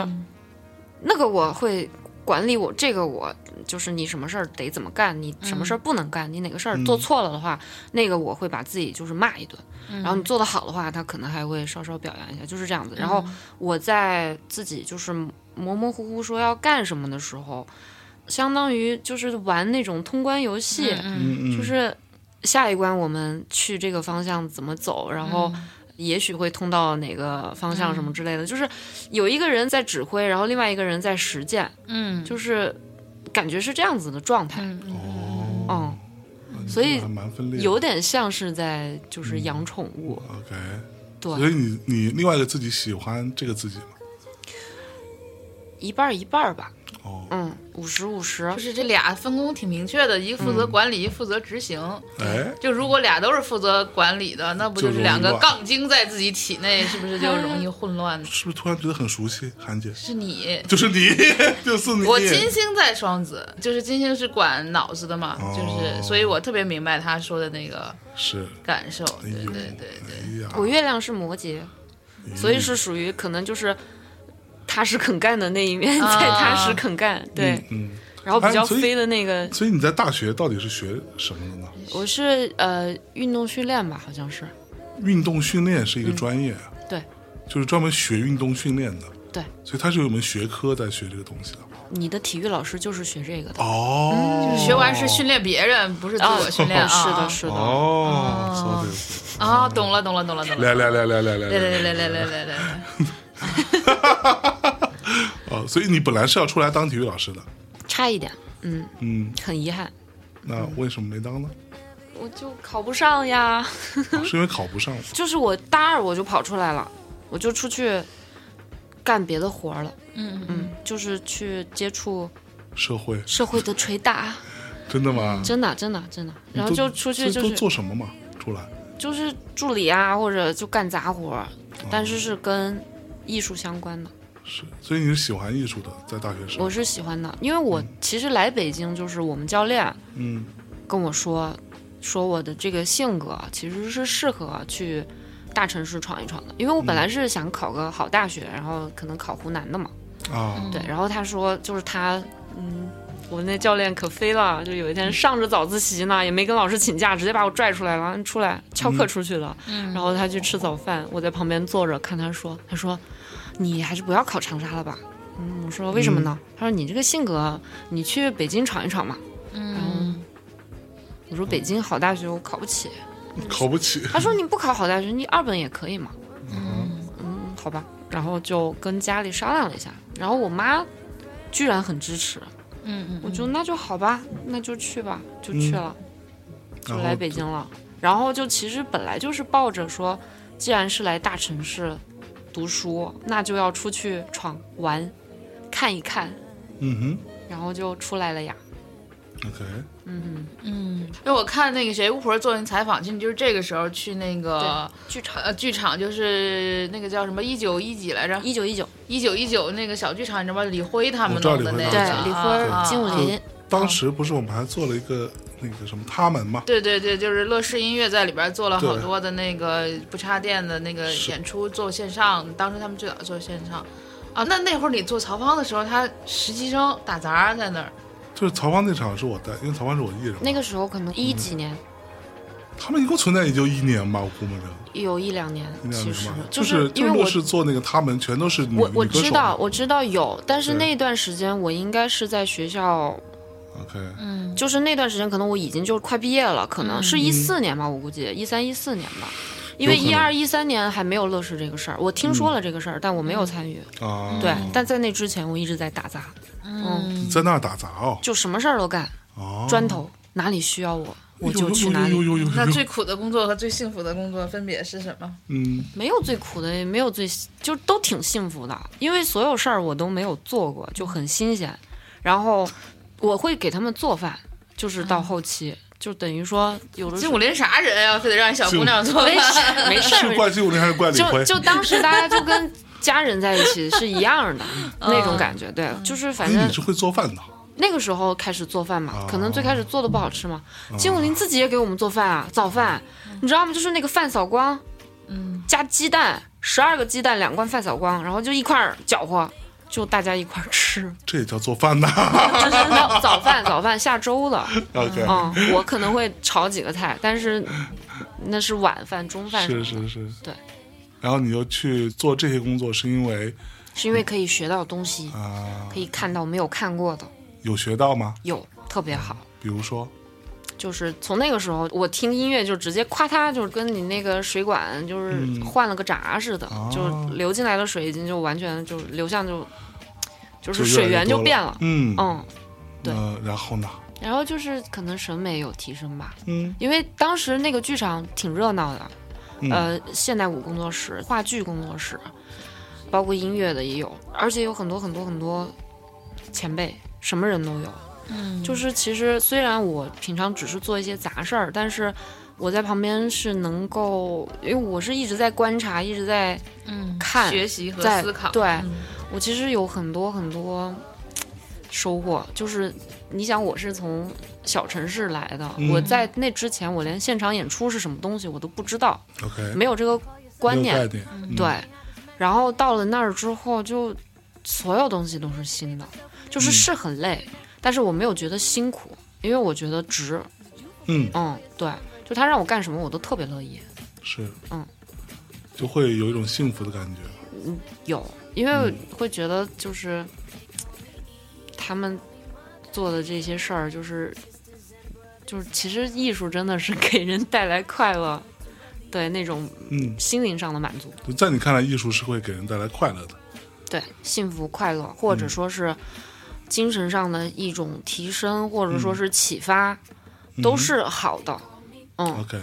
S3: 那个我会管理我，这个我就是你什么事儿得怎么干，你什么事儿不能干，你哪个事儿做错了的话，那个我会把自己就是骂一顿。然后你做得好的话，他可能还会稍稍表扬一下，就是这样子。然后我在自己就是模模糊糊说要干什么的时候，相当于就是玩那种通关游戏，
S1: 嗯嗯，
S3: 就是下一关我们去这个方向怎么走，然后也许会通到哪个方向什么之类的，就是有一个人在指挥，然后另外一个人在实践，
S2: 嗯，
S3: 就是感觉是这样子的状态，
S1: 哦，
S3: 嗯，所以
S1: 还蛮分裂的，
S3: 有点像是在就是养宠物，
S1: OK。
S3: 对
S1: 嗯所以你你另外一个自己喜欢这个自己吗？
S3: 一半儿一半儿吧，
S1: 哦，
S3: 嗯，五十五十
S2: 就，是这俩分工挺明确的，一个负
S1: 嗯
S2: 责管理，一个负责执行。
S1: 哎，
S2: 就如果俩都是负责管理的，那不
S1: 就
S2: 就是
S1: 容易
S2: 两个
S1: 乱
S2: 杠精在自己体内，是不是就容易混乱？
S1: 是不是突然觉得很熟悉？韩姐，
S2: 是你，
S1: 就是你， 就是你，
S2: 我金星在双子，就是金星是管脑子的嘛，
S1: 哦
S2: 就是，所以我特别明白他说的那个
S1: 是，
S2: 感受。
S1: 哎
S2: 对
S1: 呦，
S2: 对对对，
S1: 哎呀，
S3: 我月亮是摩羯，所以是属于可能就是。踏实肯干的那一面，在踏实肯干，对，
S1: 嗯，
S3: 然后比较
S1: 哎所以
S3: 飞的那个
S1: 所以你在大学到底是学什么的呢？
S3: 我是呃运动训练吧，好像是，
S1: 运动训练是一个专业，
S3: 嗯对，
S1: 就是专门学运动训练的，
S3: 对，
S1: 所以它是有一门学科在学这个东西的。
S3: 你的体育老师就是学这个的。
S1: 哦，
S2: 学完是训练别人，不是自
S3: 啊，
S2: 我训练啊。
S3: 是的，是的，
S1: 哦，说的是
S2: 啊，懂了懂了懂了懂了。
S1: 来来来来来来
S2: 来来来来来来来来，
S1: 哦，所以你本来是要出来当体育老师的，
S3: 差一点，嗯，
S1: 嗯，
S3: 很遗憾，
S1: 那为什么没当呢？
S3: 我就考不上呀。
S1: 啊是因为考不上吗？
S3: 就是我大二我就跑出来了，我就出去干别的活儿了，
S2: 嗯嗯，
S3: 嗯，就是去接触
S1: 社会
S3: 社会的捶打，
S1: 真的吗？
S3: 真的真的真的，然后
S1: 都
S3: 就出去
S1: 这
S3: 就
S1: 都
S3: 是
S1: 做什么嘛？出来，
S3: 就是助理啊，或者就干杂活儿，但是是跟艺术相关的，
S1: 是，所以你是喜欢艺术的，在大学时候
S3: 我，是喜欢的，因为我其实来北京就是我们教练
S1: 嗯
S3: 跟我说，说我的这个性格其实是适合去大城市闯一闯的，因为我本来是想考个好大学，然后可能考湖南的嘛，
S1: 啊，
S3: 对，然后他说就是他，嗯。我们那教练可飞了，就有一天上着早自习呢，也没跟老师请假，直接把我拽出来了，出来翘课出去的。然后他去吃早饭，我在旁边坐着看他说，他说你还是不要考长沙了吧。嗯，我说为什么呢？他说你这个性格，你去北京闯一闯嘛。嗯，然后我说北京好大学我考不起。
S1: 考不起，
S3: 他说你不考好大学，你二本也可以嘛。
S1: 嗯
S3: 嗯，好吧。然后就跟家里商量了一下，然后我妈居然很支持，
S2: 嗯嗯，
S3: 我就那就好吧，那就去吧，就去了，就
S1: 嗯然后
S3: 来北京了。然后就其实本来就是抱着说，既然是来大城市读书，那就要出去闯玩，看一看，
S1: 嗯
S3: 然后就出来了呀。
S1: 哼，OK，
S3: 嗯，
S2: 嗯，因为我看那个谁巫婆做那采访，其实就是这个时候去那个
S3: 剧场
S2: 呃剧场，就是那个叫什么一九一几来着，
S3: 一九一九，
S2: 一九一九那个小剧场，你知道吗？李辉他们
S1: 我知道
S2: 弄的
S1: 李
S2: 那
S1: 辉
S2: 个，
S1: 对
S3: 对
S1: 他们，
S3: 李
S2: 啊
S3: 辉、
S2: 啊
S3: 金武
S2: 啊
S3: 林，
S1: 当时不是我们还做了一个那个什么他们嘛，
S2: 对对对，就是乐视音乐在里边做了好
S1: 对
S2: 多的那个不插电的那个
S1: 是
S2: 演出，做线上。当时他们最早做线上，啊，那那会儿你做曹芳的时候，他实习生打杂在那儿，
S1: 就是曹芳那场是我带，因为曹芳是我艺人嘛，
S3: 那个时候可
S2: 嗯
S3: 能一几年，
S1: 他们一共存在也就一年吧，我估摸着
S3: 有一两年，
S1: 一两
S3: 其
S1: 年
S3: 实
S1: 吧，
S3: 就是因为
S1: 乐
S3: 我
S1: 视做那个他们全都是女
S3: 我我
S1: 女歌
S3: 知
S1: 手
S3: 道我知道有，但是
S1: 对
S3: 那段时间我应该是在学校，
S1: ，OK，
S2: 嗯，
S3: 就是那段时间可能我已经就快毕业了，可能是一四年吧，我估计一三一四年吧，因为
S1: 嗯有可
S3: 一
S1: 能
S3: 二一三年还没有乐视这个事儿，我听说了这个事儿，但我没有参与。
S1: 啊，
S3: 对，但在那之前我一直在打杂，
S2: 嗯
S3: 嗯
S1: 你在那儿打杂哦，
S3: 就什么事儿都干，
S1: 哦，
S3: 砖头哪里需要我
S1: 哎呦
S3: 我就去
S1: 呦
S3: 哪里，
S1: 呦呦呦呦
S2: 那最苦的工作和最幸福的工作分别是什么？
S1: 嗯，
S3: 没有最苦的，也没有最就都挺幸福的，因为所有事儿我都没有做过，就很新鲜。然后我会给他们做饭，就是到后期。就等于说，有的时
S2: 金
S3: 候哎
S2: 武林啥人啊？非得让小姑娘做
S3: 没
S2: 饭？
S3: 事没事儿，
S1: 是怪季武林还是怪李
S3: 就
S1: 逵？
S3: 就当时大家就跟家人在一起是一样的那种感觉，对，就是反
S1: 哎
S3: 正
S1: 你是会做饭的，
S3: 那个时候开始做饭嘛
S1: 哦，
S3: 可能最开始做的不好吃嘛，金武林自己也给我们做饭啊，早饭，你知道吗？就是那个饭扫光，嗯，加鸡蛋，十二个鸡蛋，两罐饭扫光，然后就一块儿搅和。就大家一块儿吃，
S1: 这也叫做饭呐
S3: 就是早早饭早饭下周了，
S1: ，OK，
S3: 嗯，我可能会炒几个菜，但是那是晚饭、中饭什么
S1: 是是
S3: 的，
S1: 是，
S3: 对。
S1: 然后你又去做这些工作，是因为
S3: 是因为可以学到东西，
S1: 啊、
S3: 可以看到没有看过的，
S1: 有学到吗？
S3: 有特别好。
S1: 比如说，
S3: 就是从那个时候，我听音乐就直接夸它，就是跟你那个水管就是
S1: 嗯
S3: 换了个闸似的，
S1: 哦
S3: 就是流进来的水已经就完全就流向就就是
S1: 就越来
S3: 水
S1: 越
S3: 源就
S1: 多
S3: 变
S1: 了
S3: 了，
S1: 嗯
S3: 嗯，对
S1: 呃然后呢？
S3: 然后就是可能审美有提升吧，
S1: 嗯
S3: 因为当时那个剧场挺热闹的，
S1: 嗯
S3: 呃，现代舞工作室、话剧工作室，包括音乐的也有，而且有很多很多很多前辈，什么人都有。嗯，就是其实虽然我平常只是做一些杂事儿，但是我在旁边是能够，因为我是一直在观察，一直在
S2: 嗯，
S3: 看
S2: 学习和
S3: 在
S2: 思考。
S3: 对、
S2: 嗯
S3: 我其实有很多很多收获，就是你想，我是从小城市来的，
S1: 嗯
S3: 我在那之前，我连现场演出是什么东西我都不知道，
S1: ，OK，
S3: 没有这个观
S1: 没有概
S3: 念。
S1: 念，嗯
S3: 对，然后到了那儿之后，就所有东西都是新的，就是
S1: 嗯
S3: 是很累，但是我没有觉得辛苦，因为我觉得值。
S1: 嗯，
S3: 嗯，对，就他让我干什么我都特别乐意。
S1: 是，
S3: 嗯，
S1: 就会有一种幸福的感觉。
S3: 有，因
S1: 嗯
S3: 为会觉得就是他们做的这些事儿，就是就是其实艺术真的是给人带来快乐，对那种
S1: 嗯，
S3: 心灵上的满足，
S1: 就在你看来，艺术是会给人带来快乐的。
S3: 对幸福快乐，
S1: 嗯嗯
S3: 或者说是精神上的一种提升，或者说是启发，都是好的。嗯，
S1: OK，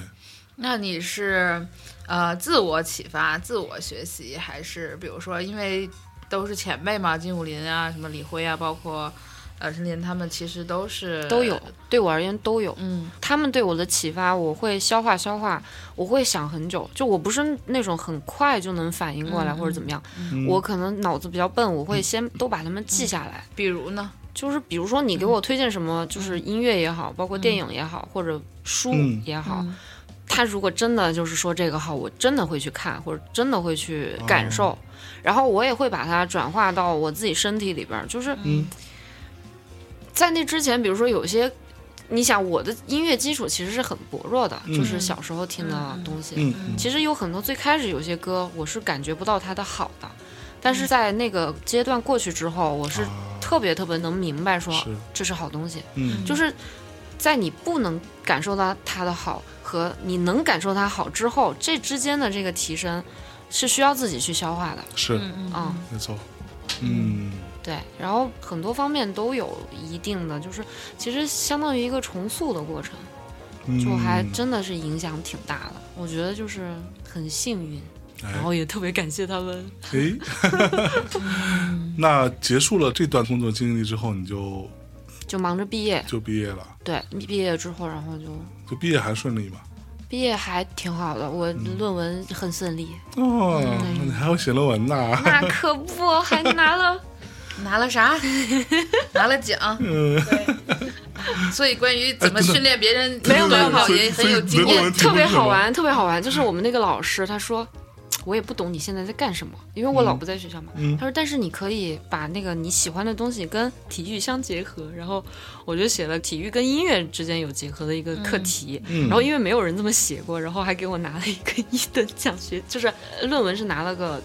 S2: 那你是呃自我启发、自我学习，还是比如说因为都是前辈嘛，金武林啊、什么李辉啊，包括呃陈林他们，其实都是
S3: 都有，对我而言都有。
S2: 嗯
S3: 他们对我的启发，我会消化消化，我会想很久。就我不是那种很快就能反应过来
S2: 嗯
S3: 或者怎么样，
S1: 嗯
S3: 我可能脑子比较笨，我会先都把它们记下来。
S2: 比如呢？
S3: 就是比如说你给
S1: 嗯
S3: 我推荐什么，就是音乐也好，包括电影也好，或者书
S1: 嗯
S3: 也好，
S2: 嗯
S3: 他如果真的就是说这个好，我真的会去看，或者真的会去感受，
S1: 哦
S3: 然后我也会把它转化到我自己身体里边儿。就是
S1: 嗯
S3: 在那之前，比如说有些，你想我的音乐基础其实是很薄弱的，
S1: 嗯
S3: 就是小时候听的东西。
S1: 嗯嗯
S3: 其实有很多最开始有些歌我是感觉不到它的好的，但是在那个阶段过去之后，我是
S1: 啊
S3: 特别特别能明白说
S1: 是
S3: 这是好东西。
S1: 嗯
S3: 就是在你不能感受到它的好和你能感受它好之后，这之间的这个提升是需要自己去消化的。
S1: 是
S2: 嗯
S3: 嗯
S2: 嗯
S1: 没错，嗯
S3: 对，然后很多方面都有一定的，就是其实相当于一个重塑的过程，
S1: 嗯
S3: 就还真的是影响挺大的。我觉得就是很幸运，
S1: 哎
S3: 然后也特别感谢他们。
S1: 诶，
S3: 嗯
S1: 那结束了这段工作经历之后，你就
S3: 就忙着毕业，
S1: 就毕业了，
S3: 对，毕业之后，然后就
S1: 就毕业还顺利吗？
S3: 毕业还挺好的，我
S1: 嗯
S3: 论文很顺 利，嗯
S1: 哦，你还要写论文呐？
S3: 那可不，还拿了。嗯
S2: 拿了啥？ 拿了奖。
S1: 嗯
S2: 所以关
S1: 哎
S2: 于怎么训练别人
S1: 没有
S2: 高考
S1: 没有
S2: 也
S1: 所以
S2: 很有经
S1: 所以
S2: 验
S1: 没。
S3: 特别好玩，特别好玩。就是我们那个老师，他说，我也不懂你现在在干什么，因为我老不在学校嘛。
S1: 嗯
S3: 他说，但是你可以把那个你喜欢的东西跟体育相结合。然后我就写了体育跟音乐之间有结合的一个课题。
S1: 嗯
S3: 然后因为没有人这么写过，然后还给我拿了一个一等奖学，就是呃论文是拿了个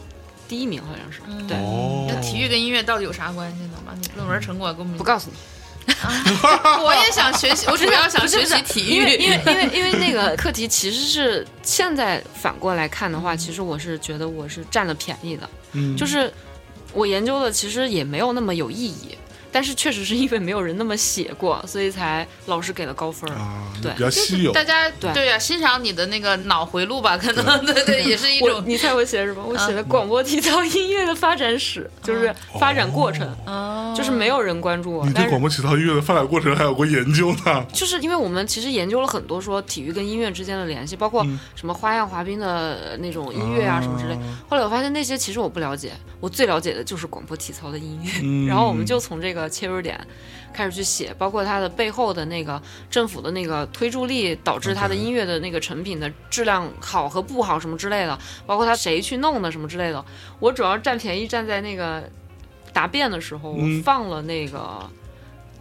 S3: 第一名，好像是。
S2: 嗯
S3: 对，
S1: 哦
S2: 那，体育跟音乐到底有啥关系呢？把你论文成果给我们
S3: 不。告诉你。
S2: 我也想学习，我主要想
S3: 不是
S2: 学
S3: 不是
S2: 习体
S3: 因为因
S2: 育。
S3: 为因为因为那个课题其实是现在反过来看的话，其实我是觉得我是占了便宜的。
S1: 嗯
S3: 就是我研究的其实也没有那么有意义，但是确实是因为没有人那么写过，所以才老师给了高分儿。
S1: 啊，
S3: 对
S1: 比较稀有，
S2: 大家
S3: 对
S2: 对呀，欣赏你的那个脑回路吧，可能对对，也是一
S3: 我
S2: 种嗯
S3: 你猜我写的什么？我写的广播体操音乐的发展史，就是发展过程，
S2: 哦
S3: 就是没有人关注我
S1: 你，
S3: 但
S1: 对
S3: 是
S1: 广播体操音乐的发展过程还有过研究呢？
S3: 就是因为我们其实研究了很多说体育跟音乐之间的联系，包
S1: 嗯
S3: 括什么花样滑冰的那种音乐啊什么之类。
S1: 哦
S3: 后来我发现那些其实我不了解，我最了解的就是广播体操的音乐。
S1: 嗯
S3: 然后我们就从这个切入点开始去写，包括它的背后的那个政府的那个推助力，导致它的
S1: OK
S3: 音乐的那个成品的质量好和不好什么之类的，包括它谁去弄的什么之类的。我主要占便宜站在那个答辩的时候，我
S1: 嗯
S3: 放了那个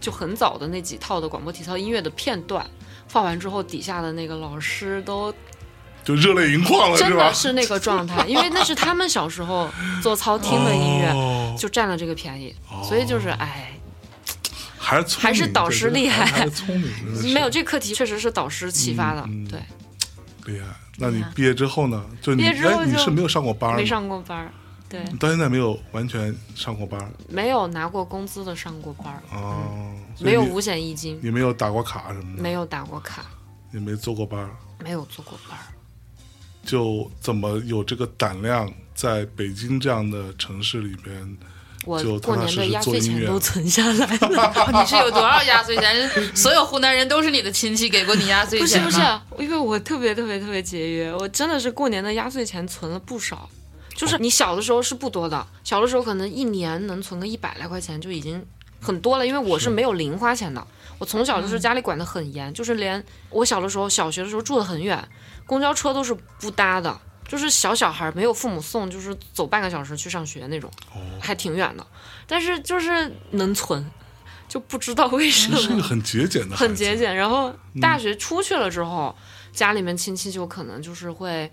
S3: 就很早的那几套的广播体操音乐的片段。放完之后，底下的那个老师都
S1: 嗯就热泪盈眶了，
S3: 真
S1: 吧
S3: 的？是那个状态，因为那是他们小时候 做操听的音乐，
S1: 哦
S3: 就占了这个便宜，所以就是哎，
S1: 还是聪明
S3: 还是导师厉害
S1: 还是聪明，真的是
S3: 没有这课题确实是导师启发的，
S1: 嗯嗯
S3: 对，
S1: 厉害。那你毕业之后呢？就你
S3: 毕业之后
S1: 哎你
S3: 就是
S1: 没有上过班儿吗
S3: 没，上过班儿，对，
S1: 你到现在没有完全上过班儿
S3: 没有拿过工资的上过班儿，
S1: 哦，所以
S3: 嗯没有
S1: 你嗯
S3: 五险一金，
S1: 也没有打过卡什么的，
S3: 没有打过卡，
S1: 也没做过班儿，
S3: 没有做过班儿，
S1: 就怎么有这个胆量在北京这样的城市里边？
S3: 我
S1: 就踏
S3: 过
S1: 踏
S3: 年的
S1: 实实
S3: 压
S1: 做
S3: 岁
S1: 音
S3: 钱
S1: 乐
S3: 都存下来了，
S2: 你是有多少压岁钱？所有湖南人都是你的亲戚，给过你压岁
S3: 不是
S2: 钱
S3: 不
S2: 吗
S3: 是，因为我特别特别特别节约，我真的是过年的压岁钱存了不少。就是你小的时候是不多的，小的时候可能一年能存个一百来块钱就已经很多了，因为我是没有零花钱的。我从小就是家里管得很严，就是连我小的时候小学的时候住得很远，公交车都是不搭的，就是小小孩儿没有父母送，就是走半个小时去上学那种，
S1: 哦
S3: 还挺远的。但是就是能存，就不知道为什么。
S1: 是一个很节俭的孩子，嗯
S3: 很节俭。然后大学出去了之后，家里面亲戚就可能就是会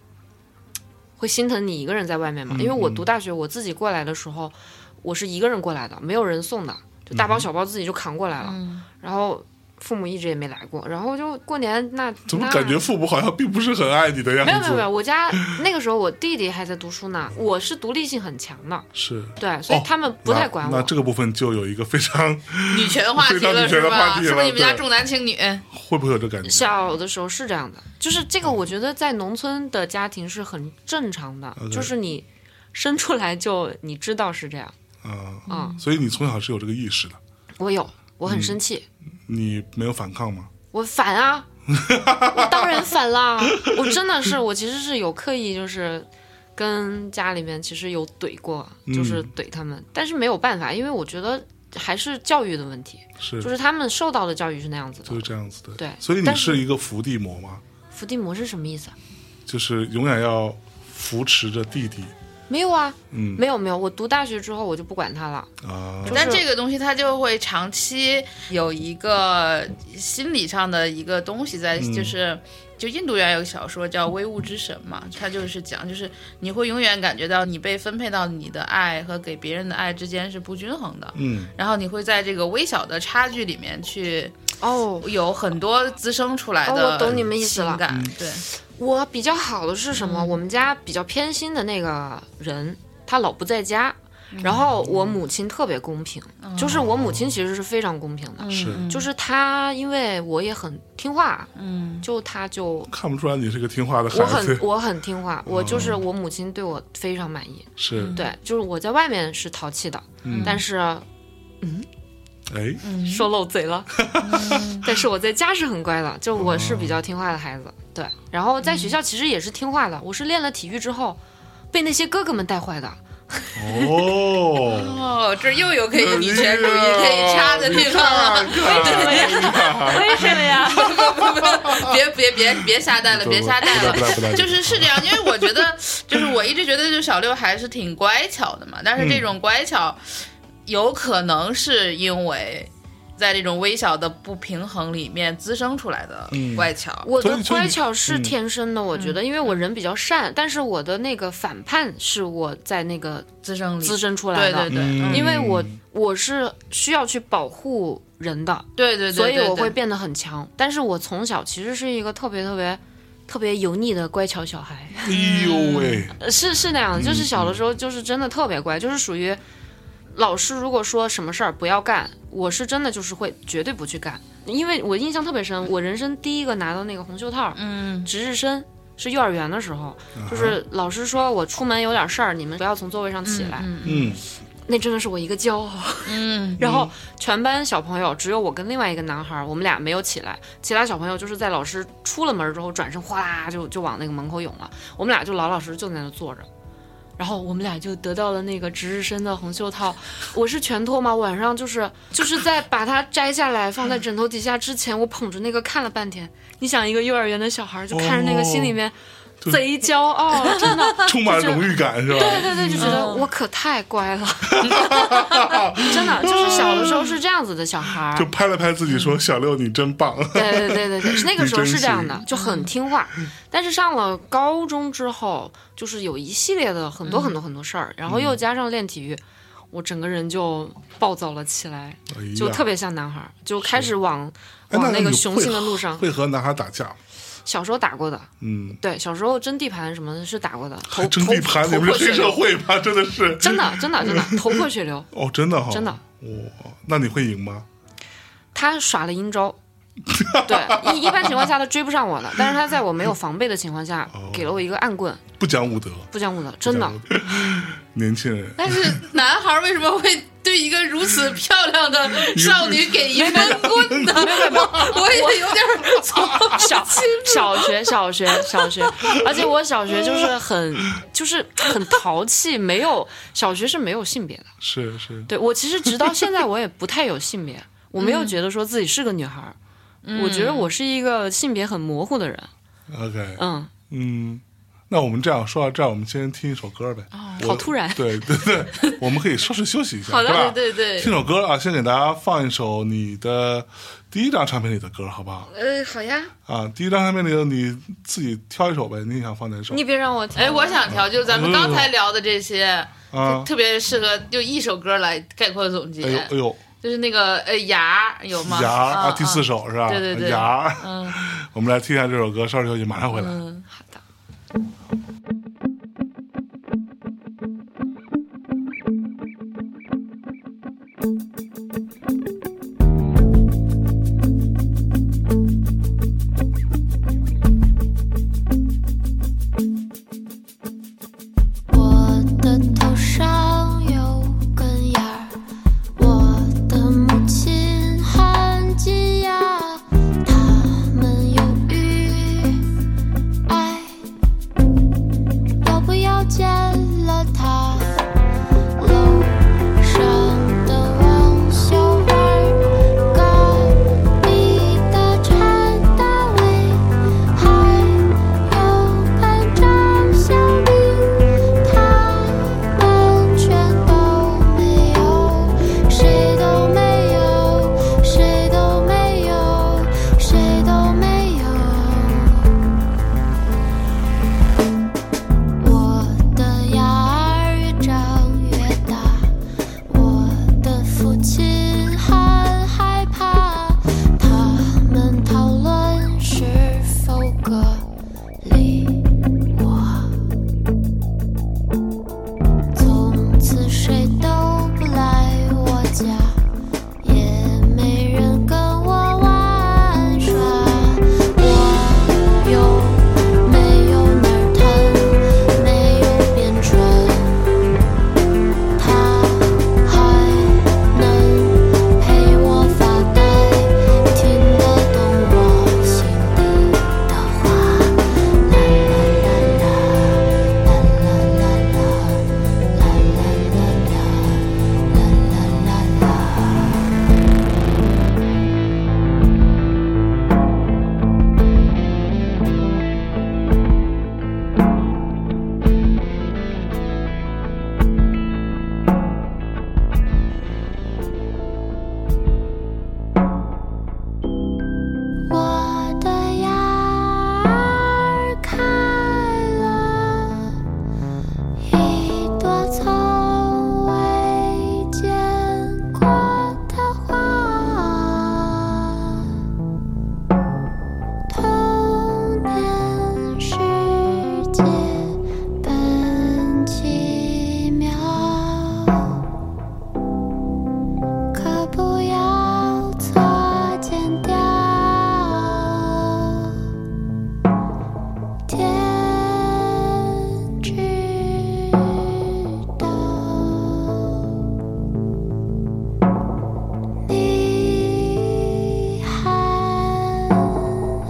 S3: 会心疼你一个人在外面
S1: 嗯
S3: 嘛。因为我读大学，我自己过来的时候，
S1: 嗯
S2: 嗯
S3: 嗯我是一个人过来的，没有人送的，就大包小包自己就扛过来了。然后父母一直也没来过，然后就过年那
S1: 怎么
S3: 那
S1: 感觉父母好像并不是很爱你的样
S3: 没有没有没
S1: 子？
S3: 有，我家那个时候我弟弟还在读书呢，我是独立性很强的，
S1: 是，
S3: 对，所以
S1: 哦
S3: 他们不太管我。
S1: 那。那这个部分就有一个非常
S2: 女权话题
S1: 非常
S2: 了
S1: 女权
S2: 是
S1: 的话
S2: 吧？
S1: 题
S2: 是不
S1: 了
S2: 是你们家
S1: 对
S2: 重男轻女？
S1: 会不会有这感觉？
S3: 小的时候是这样的，就是这个，我觉得在农村的家庭是很正常的，
S1: OK
S3: 就是你生出来就你知道是这样
S1: 啊、
S3: 啊、
S1: 所以你从小是有这个意识的，
S3: 我有，我很生气，
S1: 你没有反抗吗？
S3: 我反啊， 我当然反啦，我真的是，我其实是有刻意就是跟家里面其实有怼过，就是怼他们，但是没有办法，因为我觉得还是教育的问题，
S1: 是，
S3: 就是他们受到的教育是那样子
S1: 就
S3: 的
S1: 是。这样子的。
S3: 对
S1: 所以你
S3: 但是
S1: 是一个伏地魔吗？
S3: 伏地魔是什么意思啊？
S1: 就是永远要扶持着弟弟
S3: 没有啊，
S1: 嗯
S3: 没有没有，我读大学之后我就不管他了。
S1: 啊、
S3: 就是
S2: 但这个东西它就会长期有一个心理上的一个东西在，
S1: 嗯
S2: 就是就印度原有个小说叫《微物之神》嘛，它就是讲，就是你会永远感觉到你被分配到你的爱和给别人的爱之间是不均衡的，
S1: 嗯，
S2: 然后你会在这个微小的差距里面去
S3: 哦，
S2: 有很多滋生出来的、
S3: 哦我懂你们意思了
S2: 情感对，
S3: 我比较好的是什么？我们家比较偏心的那个人，他老不在家。然后我母亲特别公平，就是我母亲其实是非常公平的，
S1: 是
S3: 就是她因为我也很听话，
S2: 嗯
S3: 就她就
S1: 看不出来你是个听话的
S3: 我
S1: 孩
S3: 很
S1: 子，
S3: 我很听话，我就是我母亲对我非常满意。
S1: 是，
S3: 对，就是我在外面是淘气的，但是
S1: 哎，
S3: 说漏嘴了，但是我在家是很乖的，就我是比较听话的孩子，对。然后在学校其实也是听话的，我是练了体育之后，被那些哥哥们带坏的。
S1: 哦，
S2: 哦，这又有可 以女权主义可以插的地方了。
S1: 你看看
S3: 为什么呀？
S2: 别别别别瞎带了，别瞎带
S1: 不带不带不带
S2: 了，就是是这样，因为我觉得，就是我一直觉得，就小六还是挺乖巧的嘛，但是这种乖巧，有可能是因为。在这种微小的不平衡里面滋生出来的乖巧，
S3: 我
S1: 所以
S3: 的
S1: 就
S3: 乖
S1: 你
S3: 巧是
S1: 嗯
S3: 天生的，我觉得，因为我人比较善，但是我的那个反叛是我在那个
S2: 滋生里
S3: 滋生出来
S2: 对
S3: 的
S2: 对，对，嗯
S3: 因为我我是需要去保护人的，
S2: 对对对，
S3: 所以
S2: 对
S3: 我
S2: 对
S3: 会变得很强。但是我从小其实是一个特别特别特别油腻的乖巧小孩。
S1: 哎呦喂，
S3: 呃是是那样的，就是小的时候就是真的特别乖，就是属于老师如果说什么事儿不要干，我是真的就是会绝对不去干，因为我印象特别深，我人生第一个拿到那个红袖套，嗯，值日生。是幼儿园的时候，就是老师说我出门有点事儿，你们不要从座位上起来。
S1: 嗯，
S3: 那真的是我一个骄傲。嗯，然后全班小朋友只有我跟另外一个男孩儿，我们俩没有起来，其他小朋友就是在老师出了门儿之后，转身哗啦就就往那个门口涌了，我们俩就老老实实就在那坐着。然后我们俩就得到了那个值日生的红袖套，我是全脱吗？晚上就是就是在把它摘下来放在枕头底下之前，我捧着那个看了半天。你想，一个幼儿园的小孩儿就看着那个，心里面贼骄傲，真的。
S1: 充满荣誉感是吧？
S3: 对对对，就觉得我可太乖了， 真的就是小的时候是这样子的小孩
S1: 就
S3: 儿。
S1: 拍了拍自己说：“小六，你真棒。
S3: 对对对对对，是那个时候是这样的，就很听话。但是上了高中之后，就是有一系列的很
S1: 嗯
S3: 多很多很多事儿，然后又加上练体育，我整个人就暴躁了起来，”
S1: 哎呀
S3: 就特别像男孩儿，就开始往
S1: 哎
S3: 往
S1: 那
S3: 那个
S1: 你
S3: 雄
S1: 会
S3: 性的路上。
S1: 会和男孩打架吗，
S3: 小时候打过的，
S1: 嗯，
S3: 对，小时候争地盘什么的是打过的，头
S1: 还争地盘，你
S3: 头头
S1: 们
S3: 破
S1: 是
S3: 血
S1: 黑社
S3: 流，
S1: 会吧？真的是，
S3: 真的真的真的头破血流。
S1: 哦，真的哈，
S3: 真的
S1: 哇，那你会赢吗？
S3: 他耍了阴招。对，一一般情况下他追不上我的，但是他在我没有防备的情况下，
S1: 哦
S3: 给了我一个暗棍，
S1: 不讲武德，
S3: 不讲武德，真的。哎
S1: 年轻人，
S2: 但是男孩为什么会对一个如此漂亮的少女给 一闷棍呢？我也有点儿从
S3: 小小学，小学，小学， 而且我小学就是很，就是很淘气，没有小学是没有性别的。
S1: 是是，
S3: 对我其实直到现在我也不太有性别，我没有觉得说自己是个女孩儿，我觉得我是一个性别很模糊的人。
S1: OK，
S3: 嗯，
S1: 嗯，那我们这样说到这儿，我们先听一首歌呗。我
S3: 啊好突然
S1: 对对对，我们可以稍事休息一下，
S2: 好的
S1: 是吧
S2: 对对对
S1: 听首歌啊，先给大家放一首你的第一张唱片里的歌，好不好？
S3: 呃，好呀，
S1: 啊，第一张唱片里的你自己挑一首呗，你想放哪首？
S3: 你别让我，
S2: 哎，我想调，就是咱们刚才聊的这些，
S1: 啊
S2: 特别适合就一首歌来概括总
S1: 哎呦
S2: 结
S1: 哎。呦，
S2: 就是那个呃牙有吗？
S1: 牙
S2: 啊
S1: 啊，第四，首是吧？
S2: 对对对
S1: 牙，
S2: 嗯
S1: 我们来听一下这首歌，稍事休息，马上回来。
S2: 嗯，好的。
S4: 我的头上有根芽儿，我的母亲含金牙，他们有鱼爱，要不要见了他？路上的王小花儿，高丽的陈大卫，还有班长小林。他们全都没有，谁都没有，谁都没有，谁都没有。我的牙儿越长越大，我的父亲很害怕。他们讨论是否隔离我。从此谁都不来我家，也没人跟我玩耍。我又没有哪儿疼，没有变蠢，他还能陪我发呆，听得懂我心里的话。啦啦啦啦，啦啦啦啦。我的牙儿开了。一朵从未见过的花，童年世界本奇妙，可不要错剪掉。天知道，你还好。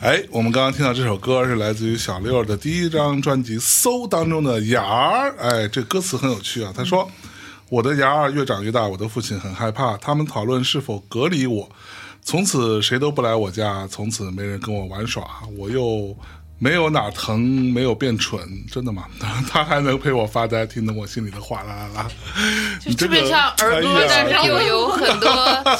S1: 哎，我们刚刚听到这首歌是来自于小六的第一张专辑《搜》当中的《牙儿》。哎，这歌词很有趣啊。他说：“我的牙儿越长越大，我的父亲很害怕。他们讨论是否隔离我，从此谁都不来我家，从此没人跟我玩耍。我又没有哪疼，没有变蠢，真的吗？ 他还能陪我发呆，听懂我心里的话啦啦啦。
S2: 就特别像儿歌，但是又
S1: 有
S2: 哎有很多 嗯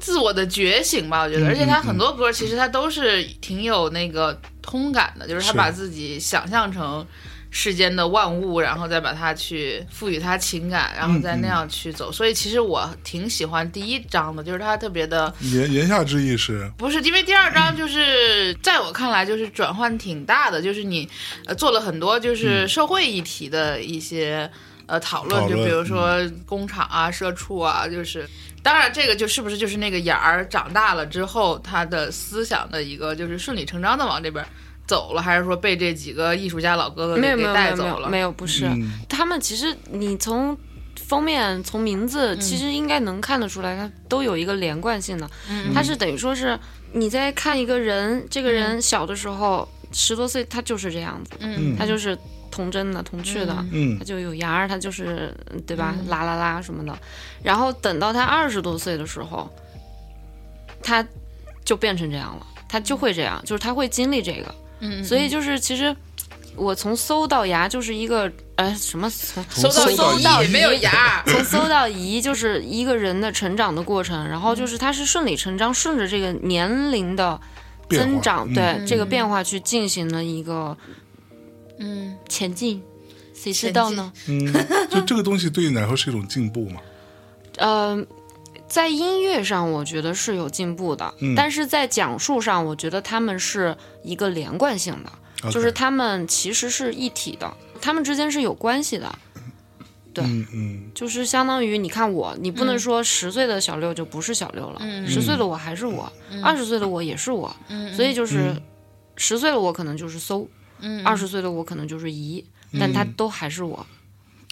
S2: 自我的觉醒吧，我觉得，而且他很多歌其实他都是挺有那个通感的，就是他
S1: 是
S2: 把自己想象成世间的万物，然后再把它去赋予它情感，然后再那样去走。所以其实我挺喜欢第一章的，就是他特别的，
S1: 言言下之意是，
S2: 不是因为第二
S1: 嗯
S2: 章就是在我看来就是转换挺大的，就是你呃做了很多就是社会议题的一些呃讨
S1: 嗯
S2: 论，
S1: 讨论嗯
S2: 就比如说工厂啊、社畜啊，就是当然这个就是不是就是那个眼儿长大了之后他的思想的一个就是顺理成章的往这边走了，还是说被这几个艺术家老哥哥
S3: 没
S2: 给
S3: 有
S2: 给
S3: 没有没
S2: 带
S3: 有没
S2: 走
S3: 有
S2: 了？
S3: 没有不是，
S1: 嗯
S3: 他们其实你从封面从名字其实应该能看得出来，它都有一个连贯性的。
S2: 嗯
S3: 它是等于说是你在看一个人，这个人小的时候十多岁，他就是这样子，
S2: 嗯
S3: 他就是童真的、童趣的。
S1: 嗯
S3: 他就有牙儿，他就是嗯对吧，啦啦啦什么的。然后等到他二十多岁的时候，他就变成这样了，他就会这样，就是他会经历这个。
S2: 嗯，
S3: 所以就是其实我从搜到牙就是一个呃什么从
S1: 从
S2: 到
S1: 搜到
S2: 一
S1: 一
S2: 没有牙，
S3: 从搜到移就是一个人的成长的过程，然后就是他是顺理成章顺着这个年龄的
S1: 变化
S3: 增长，
S1: 嗯
S3: 对、这个变化去进行了一个
S2: 嗯，
S3: 前进，谁知道呢？
S1: 嗯，就这个东西对你来说是一种进步嘛？
S3: 呃，在音乐上我觉得是有进步的，
S1: 嗯
S3: 但是在讲述上，我觉得他们是一个连贯性的
S1: OK
S3: 就是他们其实是一体的，他们之间是有关系的。对
S1: 嗯嗯
S3: 就是相当于你看我，你不能说十岁的小六就不是小六了，十、岁的我还是我，二十、岁的我也是我，所以就是
S1: 嗯嗯
S3: 十、岁的我可能就是搜，二十、岁的我可能就是移，
S1: 嗯
S3: 但他都还是我，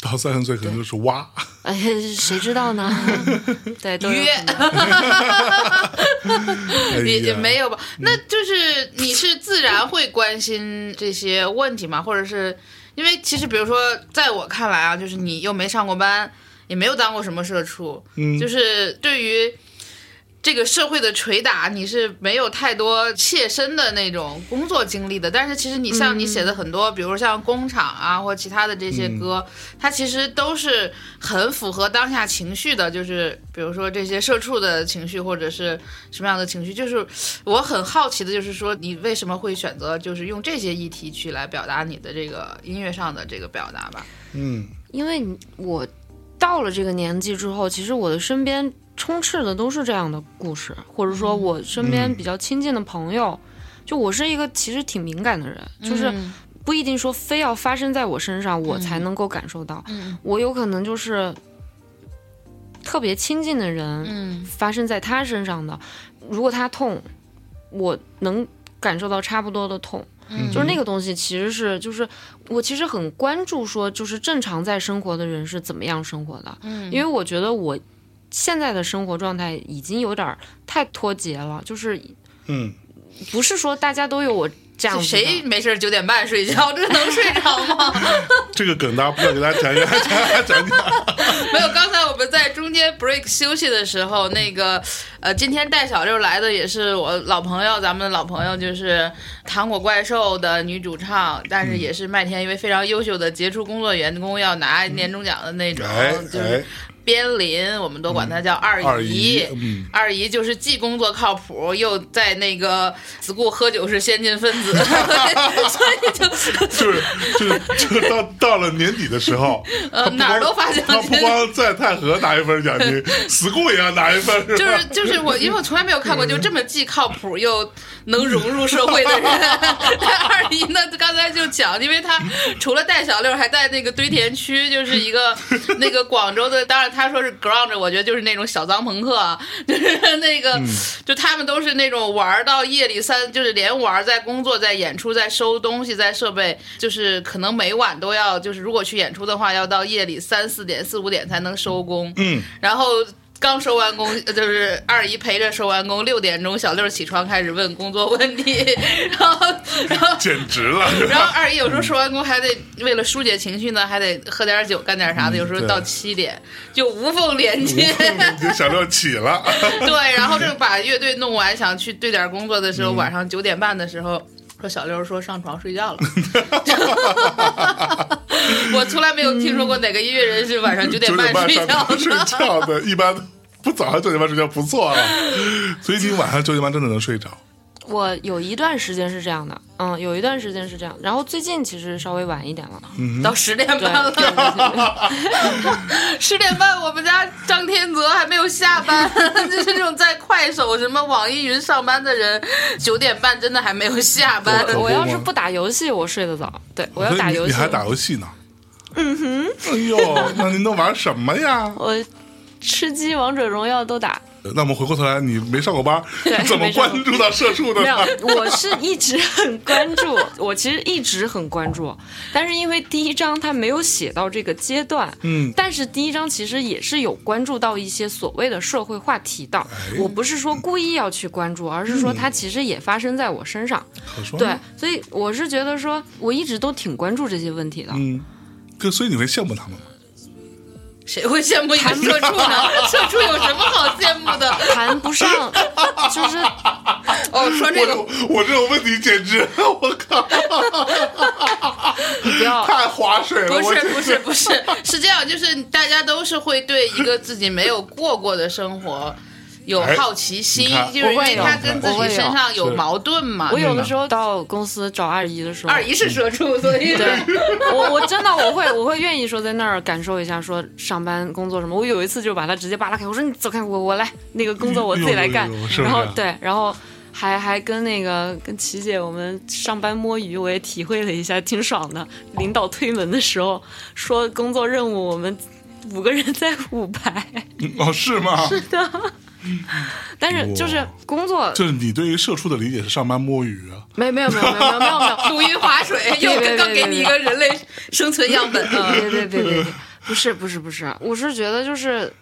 S1: 到三十岁可能就是哇，
S3: 哎，
S1: 嗯
S3: 谁知道呢？对，都有
S2: 约
S3: 可能
S1: 哎呀
S2: 也也没有吧？那就是你是自然会关心这些问题吗？或者是因为其实比如说，在我看来啊，就是你又没上过班，也没有当过什么社畜，
S1: 嗯
S2: 就是对于。这个社会的捶打，你是没有太多切身的那种工作经历的。但是其实你像你写的很多，比如像工厂啊或其他的这些歌，它其实都是很符合当下情绪的，就是比如说这些社畜的情绪或者是什么样的情绪。就是 我很好奇的，就是说你为什么会选择就是用这些议题去来表达你的这个音乐上的这个表达吧？
S1: 嗯
S3: 因为你我到了这个年纪之后，其实我的身边充斥的都是这样的故事，或者说我身边比较亲近的朋友，就我是一个其实挺敏感的人，就是不一定说非要发生在我身上，我才能够感受到，我有可能就是特别亲近的人
S2: 嗯
S3: 发生在他身上的，如果他痛，我能感受到差不多的痛。
S1: 嗯，
S3: 就是那个东西，其实是就是我其实很关注说，就是正常在生活的人是怎么样生活的，
S2: 嗯
S3: 因为我觉得我现在的生活状态已经有点儿太脱节了，就是
S1: 嗯，
S3: 不是说大家都有我这样
S2: 就
S3: 子的
S2: 谁没事九点半睡觉，这能睡着吗？
S1: 这个梗大家不要给大家讲，给 大家讲讲。
S2: 没有，刚才我们在中间 break 休息的时候，那个呃，今天带小六来的也是我老朋友，咱们的老朋友就是《糖果怪兽》的女主唱，但是也是麦田一位非常优秀的杰出工作员工，要拿年终奖的那种，
S1: 哎
S2: 就是边林，我们都管她叫二
S1: 哎，二
S2: 姨
S1: 姨，。嗯，
S2: 二姨就是既工作靠谱，又在那个 school 喝酒是先进分子， 所以就
S1: 就是就是就是到到了年底的时候，
S2: 呃
S1: 他不光
S2: 哪儿都发奖
S1: 他不
S2: 金
S1: 光在太和拿一份奖金，school 也要拿一份， 吧
S2: 就是就是我，因为我从来没有看过就这么既靠谱又能融入社会的人。 二姨呢，刚才就讲，因为她除了带小六，还带那个堆填区，就是一个那个广州的，当然他说是 ground，我觉得就是那种小脏朋克，啊，就是那个、就他们都是那种玩到夜里三，就是连玩在工作在演出在收东西在设备，就是可能每晚都要就是如果去演出的话，要到夜里三四点四五点才能收工。
S1: 嗯，
S2: 然后刚收完工，呃就是二姨陪着收完工，六点钟小六起床开始问工作问题，然后然后
S1: 简直了，是
S2: 然
S1: 吧
S2: 后二姨有时候收完工还得为了疏解情绪呢，还得喝点酒干点啥的，有时候
S1: 嗯对
S2: 到七点就无缝 连接。
S1: 你 就想到起了，
S2: 对，然后正把乐队弄完，想去对点工作的
S1: 嗯
S2: 时候，晚上九点半的时候。说小六说上床 睡觉了， 我从来没有听说过哪个音乐人是晚上九点
S1: 九点
S2: 半
S1: 半
S2: 睡
S1: 上
S2: 觉
S1: 床
S2: 的。
S1: 睡觉的，一般不早上九点半睡觉不错了，所以你晚上九点半真的能睡着。
S3: 我有一段时间是这样的，嗯，有一段时间是这样，然后最近其实稍微晚一点了，
S2: 到十点
S3: 对
S2: 半了，
S3: 对对对
S2: 十点半，我们家张天泽还没有下班， 就是那种在快手、什么网易云上班的人，九点半真的还没有下班。
S1: 对
S3: 对，我要
S1: 可
S3: 是
S1: 不嘛
S3: 不打游戏，我睡得早，对 我要
S1: 所以
S3: 打
S1: 你
S3: 游
S1: 你
S3: 戏，
S1: 还打游戏呢？嗯哼，哎呦，那您都玩什么呀？
S3: 我吃鸡、王者荣耀都打，
S1: 那我们回过头来，你没上过班
S3: 对，
S1: 怎么
S3: 没上过
S1: 关注到社畜的
S3: 没有
S1: 呢？，
S3: 我是一直很关注， 我其实一直很关注，但是因为第一章它没有写到这个阶段，
S1: 嗯
S3: 但是第一章其实也是有关注到一些所谓的社会话题的。
S1: 哎
S3: 我不是说故意要去关注，而是
S1: 嗯
S3: 说它其实也发生在我身上。
S1: 可说
S3: 对
S1: 呢，，
S3: 所以我是觉得说，我一直都挺关注这些问题的。
S1: 嗯，就所以你会羡慕他们吗？
S2: 谁会羡慕一个社畜 呢？社畜有什么好羡慕的？
S3: 谈不上，就是
S2: 哦，说这个
S1: 我我这种问题简直，我靠！下水了。
S2: 不
S1: 我
S2: 是
S1: 这
S2: 不是不是，是这样，就是大家都是会对一个自己没有过过的生活有
S1: 哎
S2: 好奇心
S1: 你，看嗯
S2: 就是因
S3: 我会
S2: 为
S3: 有
S2: 他跟自
S3: 我会
S2: 己
S3: 有
S2: 身上有
S1: 是
S2: 矛盾嘛
S3: 我。有的时候到公司找二姨的时候，
S2: 二姨是社畜，所以
S3: 对 我我真的我会我会愿意说在那儿感受一下，说上班工作什么。我有一次就把他直接扒拉开，我说你走开，我我来那个工作我自己来干
S1: 哎呦哎呦哎呦。是不是
S3: 然后对，然后还还跟那个跟琪姐我们上班摸鱼，我也体会了一下，挺爽的。领导推门的时候说工作任务我们。五个人在五排，
S1: 哦，是吗？
S3: 但是就是
S1: 哇
S3: 工作
S1: 就是你对于社畜的理解是上班摸鱼啊？
S3: 没有没有没有没有没有没有没 有，
S2: 捕鱼划水，又
S3: 别别
S2: 刚给
S3: 别
S2: 你一
S3: 别
S2: 个人类生存样 本啊。
S3: 别别 别别别，不是不是不是，我是觉得就是。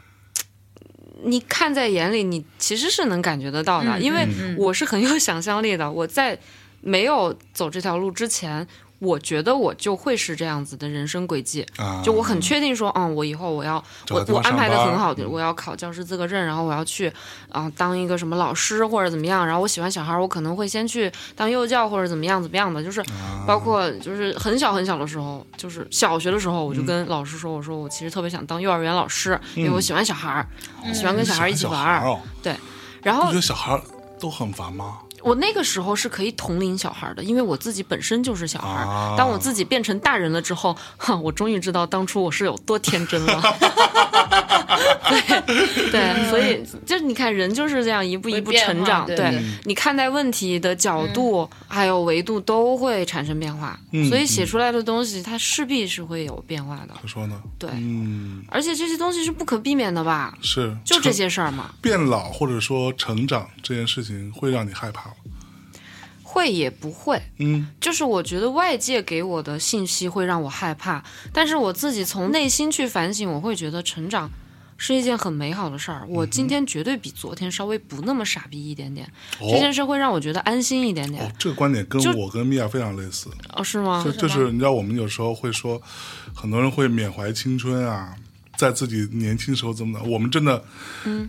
S3: 你看在眼里，你其实是能感觉得到的，
S2: 嗯
S3: 因为
S2: 嗯
S3: 我是很有想象力的。我在没有走这条路之前，我觉得我就会是这样子的人生轨迹。
S1: 啊，
S3: 就我很确定说，嗯，我以后我要
S1: 找
S3: 我
S1: 个地
S3: 我
S1: 方
S3: 安排的
S1: 上班嗯
S3: 很好的，我要考教师资格证，然后我要去啊、当一个什么老师或者怎么样，然后我喜欢小孩儿，我可能会先去当幼教或者怎么样怎么样的，就是
S1: 啊
S3: 包括就是很小很小的时候，就是小学的时候，我
S1: 嗯
S3: 就跟老师说，我说我其实特别想当幼儿园老师，因为我喜欢小孩儿，我喜欢跟小孩儿一起
S1: 哦小
S3: 玩
S1: 孩
S3: 儿，哦
S1: 儿哦，
S3: 对。然
S1: 你
S3: 后
S1: 觉得小孩儿都很烦吗？
S3: 我那个时候是可以同龄小孩的，因为我自己本身就是小孩。
S1: 啊
S3: 当我自己变成大人了之后， 哼，我终于知道当初我是有多天真了。 对对，所以就是你看，人就是这样一步一步
S2: 嗯会变化
S3: 成长。
S2: 对嗯
S3: 对
S2: 对
S1: 嗯
S3: 你看待问题的角度、还有维度都会产生变化，
S1: 嗯
S3: 所以写出来的东西它势必是会有变化的。
S1: 他说呢？
S3: 对，
S1: 嗯，
S3: 而且这些东西是不可避免的吧？
S1: 是
S3: 就这
S1: 成
S3: 些事儿嘛，
S1: 变老或者说成长这件事情会让你害怕吗？
S3: 会也不会。
S1: 嗯，
S3: 就是我觉得外界给我的信息会让我害怕，但是我自己从内心去反省，我会觉得成长是一件很美好的事儿。我
S2: 嗯
S3: 今天绝对比昨天稍微不那么傻逼一点点，这件
S1: 哦
S3: 事会让我觉得安心一点点
S1: 哦。，这个观点跟
S3: 就
S1: 我跟米娅非常类似，
S3: 哦，是吗
S1: 就？就是你知道我们有时候会说，很多人会缅怀青春啊。在自己年轻时候怎么的？我们真的，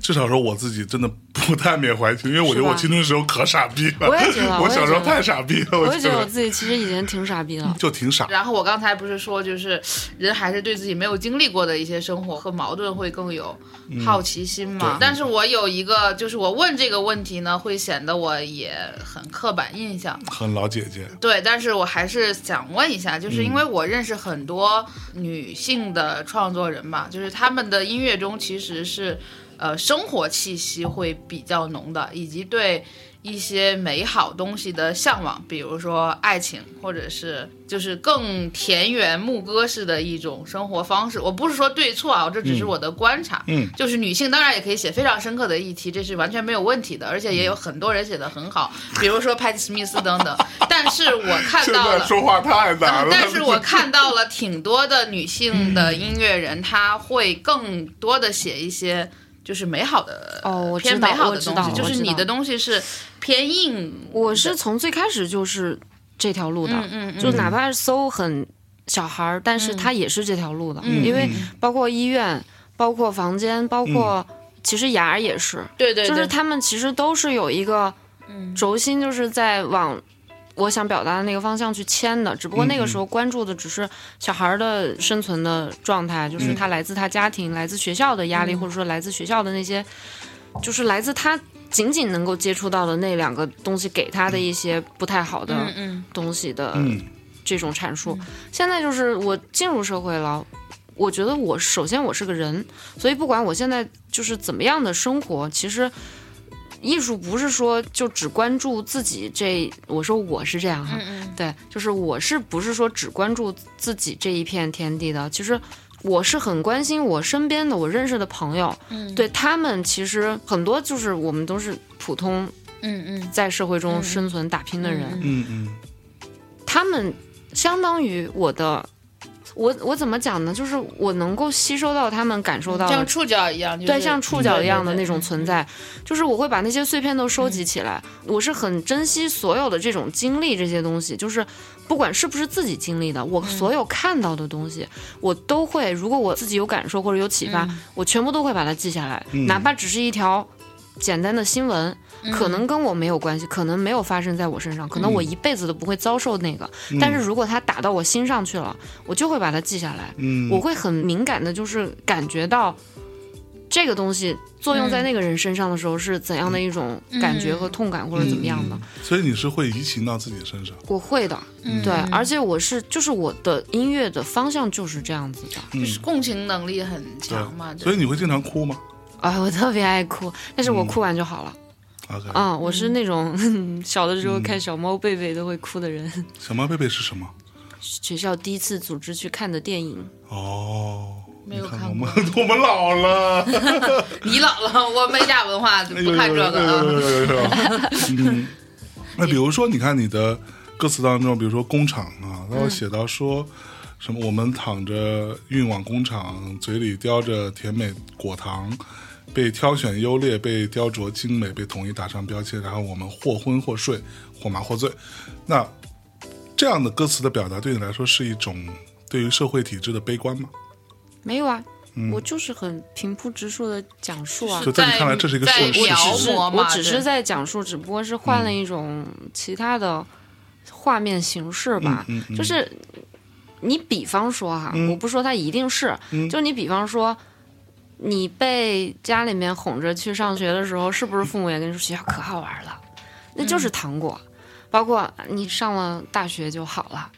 S1: 至少说我自己真的不太缅怀青春，因为我觉得
S3: 是吧
S1: 我青春时候可傻逼了。
S3: 我也觉得
S1: 我小时候
S3: 我也觉得
S1: 太傻逼了，
S3: 我
S1: 我
S3: 也觉得我自己其实以前挺傻逼的。
S1: 就挺傻。
S2: 然后我刚才不是说，就是人还是对自己没有经历过的一些生活和矛盾会更有好奇心嘛。
S1: 对
S2: 但是我有一个，就是我问这个问题呢，会显得我也很刻板印象。
S1: 很老姐姐，
S2: 对，但是我还是想问一下，
S3: 嗯
S2: 就是因为我认识很多女性的创作人嘛，就是她们的音乐中其实是，呃，生活气息会比较浓的，以及对一些美好东西的向往，比如说爱情，或者是就是更田园牧歌式的一种生活方式。我不是说对错啊，这只是我的观察。
S1: 嗯嗯
S2: 就是女性当然也可以写非常深刻的议题，这是完全没有问题的，而且也有很多人写的很好，比如说 Patti Smith 等等。但是我看
S1: 现
S2: 到
S1: 在
S2: 了。
S1: 说话太难了。
S2: 但是我看到了挺多的女性的音乐人，她会更多的写一些就是美好的
S3: 哦我
S2: 嗯偏
S3: 知道
S2: 美好的
S3: 我知
S2: 东
S3: 道
S2: 西，就
S3: 我
S2: 是
S3: 知
S2: 你
S3: 道
S2: 的东西是偏硬。
S3: 我是从最开始就是这条路的，
S2: 嗯嗯嗯嗯
S3: 就哪怕是搜很小孩儿，但是他也是这条路的，因为包括医院，包括房间，包括、其实牙也是，
S2: 对对对，嗯
S3: 就是他们其实都是有一个轴心，就是在往我想表达的那个方向去牵的。只不过那个时候关注的只是小孩儿的生存的状态，就是他来自他家庭、来自学校的压力，或者说来自学校的那些，就是来自他。仅仅能够接触到的那两个东西，给他的一些不太好的
S2: 嗯嗯
S3: 东西的
S1: 嗯
S3: 这种阐述。现在就是我进入社会了，我觉得我首先我是个人，所以不管我现在就是怎么样的生活，其实。艺术不是说就只关注自己这，我说我是这样哈，
S2: 嗯
S3: 对，就是我是不是说只关注自己这一片天地的？其实我是很关心我身边的我认识的朋友，
S2: 嗯
S3: 对他们其实很多就是我们都是普通
S2: 嗯嗯
S3: 在社会中生存打拼的人，
S2: 嗯
S1: 嗯嗯
S3: 他们相当于我的，我我怎么讲呢？就是我能够吸收到他们感受
S2: 嗯，
S3: 到
S2: 像
S3: 的，
S2: 触角一样，就是
S3: 对，像触角一样的
S2: 对对
S3: 那种
S2: 对
S3: 存在，就是我会把那些碎片都收集起来。
S2: 嗯
S3: 我是很珍惜所有的这种经历，这些东西，就是不管是不是自己经历的，
S2: 嗯
S3: 我所有看到的东西，我都
S2: 嗯
S3: 会，如果我自己有感受或者有启发，我全部都会把它记下来，哪怕只是一条。简单的新闻，
S2: 嗯
S3: 可能跟我没有关系，可能没有发生在我身上，可能我一辈子都不会遭受那个。
S1: 嗯
S3: 但是如果它打到我心上去了，我就会把它记下来，
S1: 嗯，
S3: 我会很敏感的，就是感觉到这个东西作用在那个人身上的时候是怎样的一种感觉和痛感，或者怎么样的。
S1: 所以你是会移情到自己身上，
S3: 我会的，对，而且我是就是我的音乐的方向就是这样子的。
S2: 就是共情能力很强嘛，
S1: 对，
S2: 就
S1: 所以你会经常哭吗
S3: 哎，我特别爱哭，但是我哭完就好了。
S1: ？OK，
S3: 啊，我是那种 小的时候看小猫贝贝都会哭的人。
S1: 小猫贝贝是什么？
S3: 学校第一次组织去看的电影，
S1: 哦，
S2: 没有
S1: 你看
S2: 看
S1: 我们我们老 了，哎
S2: 你老了，我没啥文化，就不看这个啊。
S1: 个啊。嗯，那比如说，你看你的歌词当中，比如说工厂
S2: 嗯
S1: 啊，然后写到说。什么？我们躺着运往工厂，嘴里叼着甜美果糖，被挑选优劣，被雕琢精美，被统一打上标签，然后我们或昏或睡，或麻或醉。那这样的歌词的表达，对你来说是一种对于社会体制的悲观吗？
S3: 没有啊，我就是很平铺直述的讲述啊。
S1: 就在你看来这是一个
S2: 在
S1: 事实
S2: 描
S3: 只是
S2: 摹嘛
S3: 我只是
S2: 对
S3: 在讲述，只不过是换了一种其他的画面形式吧。
S1: 嗯嗯嗯
S3: 就是你比方说哈，我不说它一定是，
S1: 嗯
S3: 就你比方说。你被家里面哄着去上学的时候，是不是父母也跟你说学校可好玩了？那就是
S1: 嗯
S3: 糖果，包括你上了大学就好了，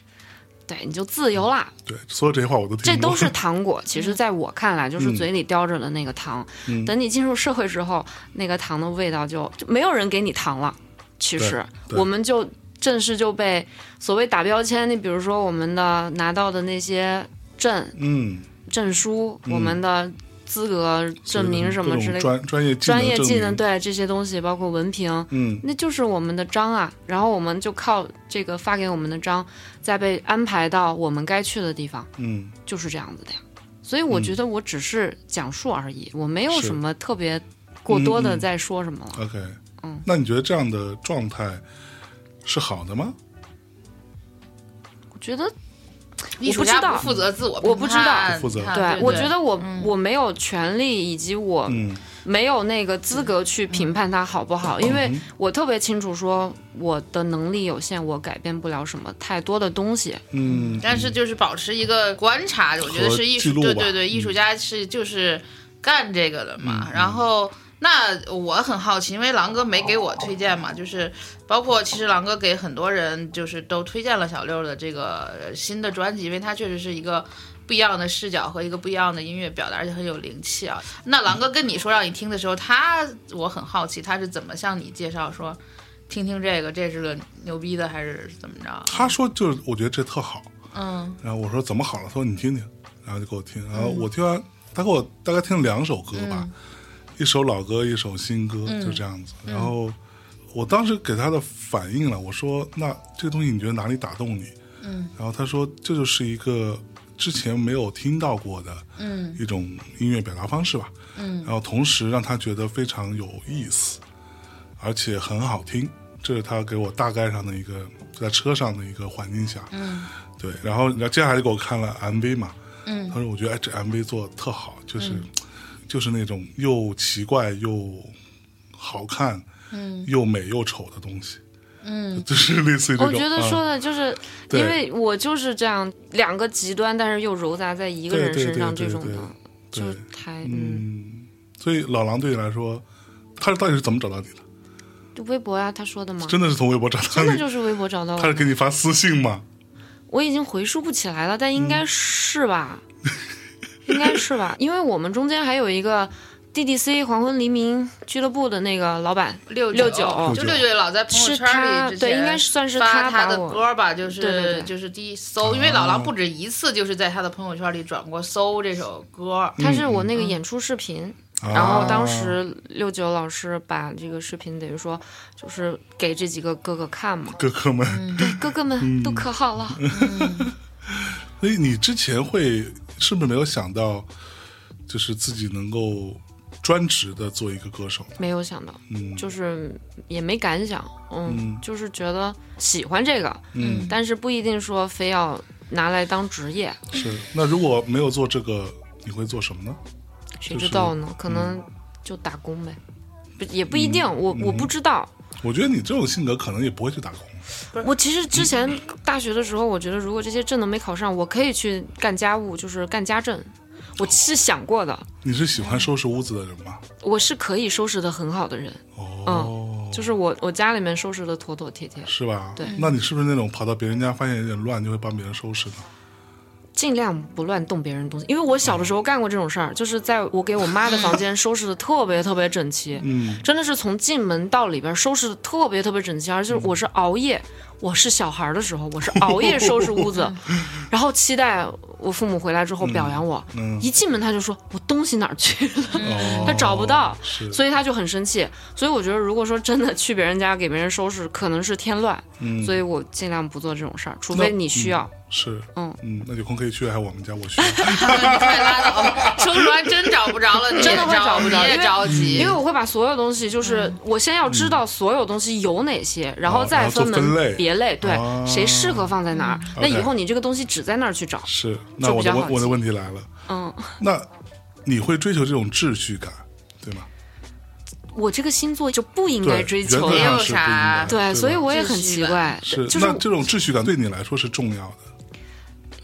S3: 对，你就自由啦。
S1: 对，所有这些话我都听
S3: 这
S1: 过。
S3: 都是糖果。其
S1: 嗯
S3: 实，在我看来，就是嘴里叼着的那个糖。等你进入社会之后，那个糖的味道就就没有人给你糖了。其实，
S1: 对对
S3: 我们就正式就被所谓打标签。你比如说，我们的拿到的那些证、
S1: 嗯，
S3: 证书，我们的资格证明什么之
S1: 各
S3: 类
S1: 种
S3: 的，
S1: 专专业技
S3: 专业
S1: 证
S3: 技
S1: 明
S3: 能，对这些东西，包括文凭。
S1: 嗯
S3: 那就是我们的章啊，然后我们就靠这个发给我们的章，再被安排到我们该去的地方。
S1: 嗯
S3: 就是这样子的呀。所以我觉得我只是讲述而已，我没有
S1: 是嗯
S3: 什么特别过多的在说什么了。
S1: ，OK，
S3: 嗯
S1: 那你觉得这样的状态是好的吗？
S3: 我觉得
S2: 艺术
S3: 我
S2: 家
S3: 不知道
S2: 不负责自我评判，
S3: 我不知道
S1: 不负责
S2: 你看
S3: 对，
S2: 啊对，
S3: 我觉得我、
S2: 嗯
S3: 我没有权利，以及我
S1: 嗯
S3: 没有那个资格去评判它好不好，因为我特别清楚，说我的能力有限，我改变不了什么太多的东西。
S1: 嗯，
S2: 但是就是保持一个观察，我觉得是艺术
S1: 记，录
S2: 对
S1: 吧嗯
S2: 对对，艺术家是就是干这个的嘛。然后那我很好奇，因为狼哥没给我推荐嘛，就是包括其实狼哥给很多人就是都推荐了小六的这个呃新的专辑，因为他确实是一个。不一样的视角和一个不一样的音乐表达，而且很有灵气啊。那狼哥跟你说让你听的时候，他我很好奇他是怎么向你介绍说，听听这个，这是个牛逼的还是怎么着？
S1: 他说就是我觉得这特好，
S2: 嗯
S1: 然后我说怎么好了？他说你听听，然后就给我听，然后
S3: 嗯
S1: 我听完，他给我大概听了两首歌吧，一首老歌，一首新歌，
S3: 嗯
S1: 就这样子。然后我当时给他的反应了，我说那这个东西你觉得哪里打动你？
S2: 嗯，
S1: 然后他说这就是一个之前没有听到过的，
S2: 嗯，
S1: 一种音乐表达方式吧，嗯，然后同时让他觉得非常有意思，而且很好听，这是他给我大概上的一个在车上的一个环境下，嗯，对，然后然后接下来就给我看了 MV 嘛，嗯，他说我觉得哎这 MV 做的特好，就是、就是那种又奇怪又好看，嗯，又美又丑的东西，嗯，就是类似于这
S3: 我
S1: 种，
S3: 觉得
S1: 嗯
S3: 说的就是，
S1: 对
S3: 因为我就是这样两个极端，但是又糅杂在一个人身上
S1: 对对对
S3: 这种
S1: 对
S3: 的，
S1: 对
S3: 就是太嗯，
S1: 嗯，所以老狼对你来说，他到底是怎么找到你的？
S3: 就微博呀、他说的嘛，
S1: 真的是从微博找到
S3: 嗯真的
S1: 你？
S3: 就是微博找到我
S1: 他是
S3: 的。
S1: 给你发私信吗？
S3: 我已经回溯不起来了，但应
S2: 嗯
S3: 该是吧， 应该是吧，因为我们中间还有一个 DDC 黄昏黎明俱乐部的那个老板，
S2: 六
S3: 六
S2: 九
S3: 九，
S2: 就六九也老在朋友
S3: 是
S2: 圈里
S3: 他
S2: 之前
S3: 对，应该是算是
S2: 发
S3: 把
S2: 的
S3: 我
S2: 歌吧，就是
S3: 对对对
S2: 就是第一搜，因为老狼不止一次就是在他的朋友圈里转过搜这首歌，
S3: 他是我
S2: 嗯
S3: 那个演出视频，
S1: 啊
S3: 然
S2: 哦
S3: 后当时六九老师把这个视频等于说就是给这几个哥哥看嘛，哎
S1: 哥哥们，
S3: 哥哥
S2: 嗯
S3: 们都可好了，
S1: 所以哎你之前会是不是没有想到，就是自己能够专职的做一个歌手？
S3: 没有想到，
S1: 嗯，
S3: 就是也没敢想，嗯，
S1: 嗯
S3: 就是觉得喜欢这个，
S1: 嗯，
S3: 但是不一定说非要拿来当职业，
S1: 是。那如果没有做这个，你会做什么呢？
S3: 谁知道呢？可能就打工呗。不也不一定，我我不知道。
S1: 我觉得你这种性格可能也不会去打工，
S3: 我其实之前大学的时候，我觉得如果这些证都没考上，我可以去干家务，就是干家政，我是想过的，
S1: 你是喜欢收拾屋子的人吗？
S3: 我是可以收拾的很好的人，嗯
S1: 哦，
S3: 就是我我家里面收拾的妥妥帖帖，
S1: 是吧？
S3: 对
S1: 那你是不是那种跑到别人家发现有点乱就会帮别人收拾呢？
S3: 尽量不乱动别人的东西，因为我小的时候干过这种事儿，就是在我给我妈的房间收拾的特别特别整齐，
S1: 嗯，
S3: 真的是从进门到里边收拾的特别特别整齐，而
S1: 嗯
S3: 且我是熬夜，我是小孩儿的时候，我是 熬夜收拾屋子，然后期待我父母回来之后表扬我，
S1: 嗯
S3: 一进门他就说我东西哪儿去了，
S1: 哦
S3: 嗯他找不到，
S1: 是，
S3: 所以他就很生气。所以我觉得，如果说真的去别人家给别人收拾，可能是添乱，
S1: 嗯，
S3: 所以我尽量不做这种事儿，除
S1: 那
S3: 非你需要。
S1: 是，
S3: 嗯
S1: 嗯，那有空可以去，还我们家 我去，
S2: 快拉倒吧！ 说实话，真找不 着了，你也
S3: 真的会
S2: 着
S3: 找不着
S2: 你也
S3: 因为
S2: 着急，
S1: 嗯
S3: 因为我会把所有东西，就是
S2: 嗯
S3: 我先要知道所有东西有哪些，然后再分
S1: 哦然后做分类
S3: 门别类，对
S1: 啊，
S3: 谁适合放在哪儿。那
S1: OK
S3: 以后你这个东西只在那儿去找，
S1: 是。那
S3: 就
S1: 我
S3: 比
S1: 的
S3: 较
S1: 问
S3: 好
S1: 我的
S3: 记
S1: 问题来了，
S3: 嗯，
S1: 那你会追求这种秩序感，对吗？
S3: 我这个星座就不应
S1: 对，
S3: 该追
S1: 原
S3: 求
S1: 则
S2: 也
S1: 上
S2: 有
S3: 了。
S1: 是不应
S2: 啥
S1: 该
S3: 对，
S1: 吧
S3: 所以我也很奇怪，
S1: 是
S3: 就是
S1: 那这种秩序感对你来说是重要的。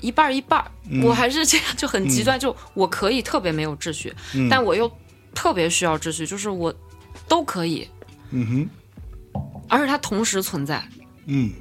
S3: 一半儿一半儿
S1: 嗯，
S3: 我还是这样就很极端，就我可以特别没有秩序，
S1: 嗯
S3: 但我又特别需要秩序，就是我都可以，
S1: 嗯哼，
S3: 而且它同时存在，
S1: 嗯，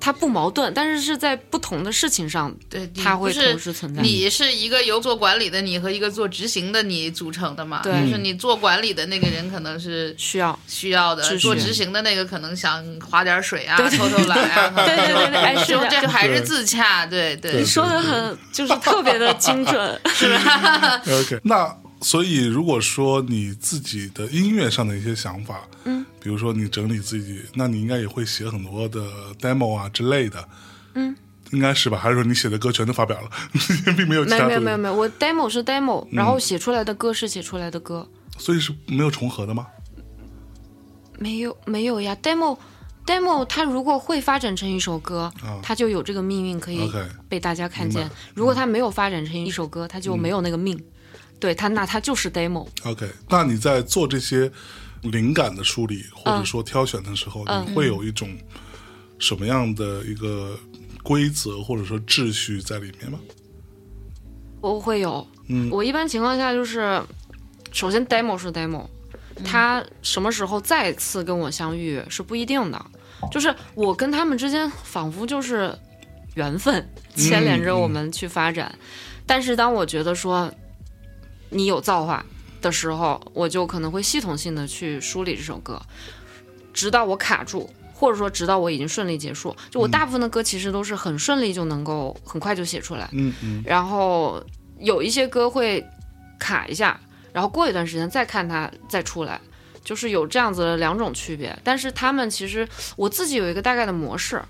S3: 它不矛盾，但是是在不同的事情上，
S2: 对，你
S3: 它
S2: 不
S3: 会
S2: 嗯是
S3: 同时存在。
S2: 你是一个由做管理的你和一个做执行的你组成的嘛？
S3: 对
S2: 就是你做管理的那个人可能是
S3: 需要，
S2: 需要的
S3: 秩，序
S2: 做执行的那个可能想划点水啊，
S3: 对对
S2: 偷偷懒啊。
S3: 对对对对，哎，是
S2: 就
S3: 的，
S2: 这还是自洽，对对
S3: 你，说的很就是特别的精 准，呃
S1: OK，那所以如果说你自己的音乐上的一些想法，嗯，比如说你整理自己，那你应该也会写很多的 demo 啊之类的，嗯，应该是吧？还是说你写的歌全都发表了， 并没有其
S3: 没
S1: 他嗯的
S3: 有没有没有没有，我 demo 是 demo，然后写出来的歌是写出来的歌，
S1: 所以是没有重合的吗？
S3: 没有没有呀，demo demo 它如果会发展成一首歌，它就有这个命运可以
S1: 啊 OK
S3: 被大家看
S1: 明
S3: 见
S1: 白；嗯
S3: 如果它没有发展成一首歌，它就没有那个命。对它，那它就是 demo。
S1: OK，那你在做这些灵感的梳理或
S3: 嗯
S1: 者说挑选的时候，你会有一种什么样的一个规则或者说秩序在里面吗？
S3: 我会有，
S1: 嗯
S3: 我一般情况下就是，首先 demo 是 demo，他什么时候再次跟我相遇是不一定的，就是我跟他们之间仿佛就是缘分牵连着我们去发展，但是当我觉得说你有造化的时候，我就可能会系统性的去梳理这首歌，直到我卡住。或者说，直到我已经顺利结束，就我大部分的歌其实都是很顺利就能够很快就写出来，
S1: 嗯嗯
S3: 然后有一些歌会卡一下，然后过一段时间再看它再出来，就是有这样子的两种区别。但是他们其实我自己有一个大概的模式，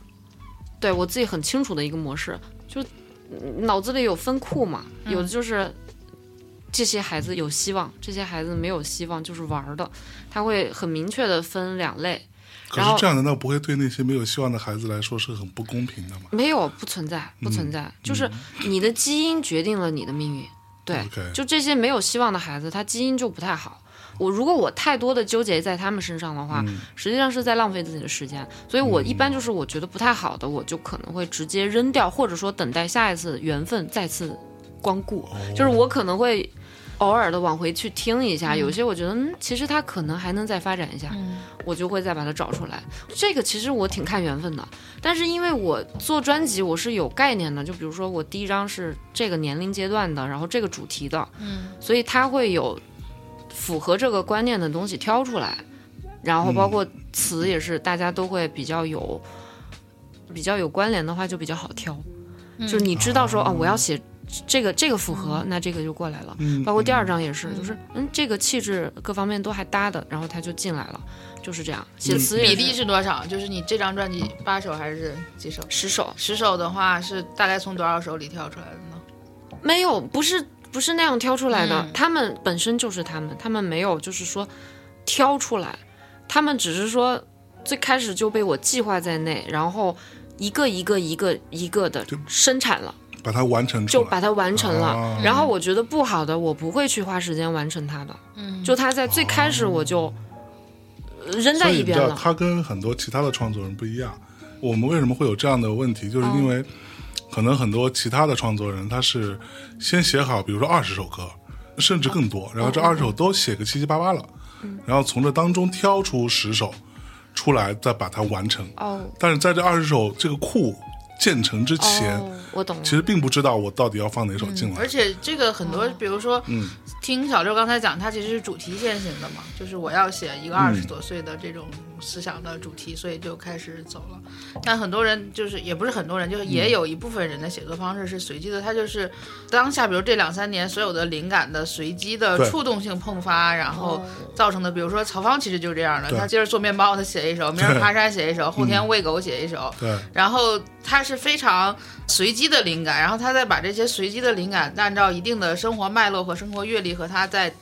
S3: 对我自己很清楚的一个模式，就嗯脑子里有分库嘛，有的就是。这些孩子有希望，这些孩子没有希望，就是玩儿的，他会很明确的分两类，
S1: 可
S3: 然
S1: 是
S3: 后
S1: 这样难道不会对那些没有希望的孩子来说是很不公平的吗嗯
S3: 没有不存在，不存在，就是你的基因决定了你的命运，对，
S1: ？OK，
S3: 就这些没有希望的孩子，他基因就不太好。我如果我太多的纠结在他们身上的
S1: 嗯
S3: 话，实际上是在浪费自己的时间。所以我一般就是我觉得不太好的，我就可能会直接扔掉，或者说等待下一次缘分再次光顾。
S1: 哦
S3: 就是我可能会偶尔的往回去听一下，有些我觉得嗯，其实他可能还能再发展一下，我就会再把它找出来。这个其实我挺看缘分的，但是因为我做专辑我是有概念的，就比如说我第一张是这个年龄阶段的，然后这个主题的，嗯，所以它会有符合这个观念的东西挑出来，然后包括词也是大家都会比较有、比较有关联的话就比较好挑，就是你知道说啊、我要写这个这个符合，那这个就过来了。
S1: 嗯，
S3: 包括第二张也是，就是嗯，这个气质各方面都还搭的，然后他就进来了，就是这样。写词也
S2: 比
S3: 是
S2: 例是多少？就是你这张专辑八首还是几首？
S3: 十首，
S2: 十首的话是大概从多少首里挑出来的呢？
S3: 没有，不是不是那样挑出来的，
S1: 嗯
S3: 他们本身就是他们，他们没有就是说挑出来，他们只是说最开始就被我计划在内，然后一个一个一个一个的
S1: 就
S3: 生产了。
S1: 嗯把它完成出
S3: 就
S1: 来，
S3: 把它完成了。
S1: 哦
S3: 然后我觉得不好的，我不会去花时间完成它的。嗯，就它在最开始我就扔
S1: 所
S3: 在
S1: 以
S3: 一
S1: 你知
S3: 边
S1: 道，
S3: 了。
S1: 他跟很多其他的创作人不一样。我们为什么会有这样的问题，就是
S3: 哦
S1: 因为可能很多其他的创作人，他是先写好，比如说二十首歌，甚至更多，然后这二十
S3: 哦
S1: 首都写个七七八八了，
S3: 嗯
S1: 然后从这当中挑出十首出来，再把它完成。
S3: 哦
S1: 但是在这二十首这个库建成之前，
S3: 哦，嗯我懂了
S1: 其。实并不知道我到底要放哪首进来
S2: 嗯而。且这个很多，比如说，
S1: 嗯
S2: 听小六刚才讲，他其实是主题线型的嘛，就是我要写一个二十多岁的这种思想的主题，所以就开始走了。但很多人就是也不是很多人，就是
S1: 嗯
S2: 也有一部分人的写作方式是随机的，他就是当下，比如这两三年所有的灵感的随机的
S1: 对
S2: 触动性迸发，然后造成的。比如说曹芳其实就是这样的，
S1: 对嗯
S2: 他今儿做面包，他写一首；明儿
S1: 对
S2: 爬山写一首，后天喂狗写一首。
S1: 对，
S2: 然后他是非常随机的灵感，然后他再把这些随机的灵感按照一定的生活脉络和生活阅历和他在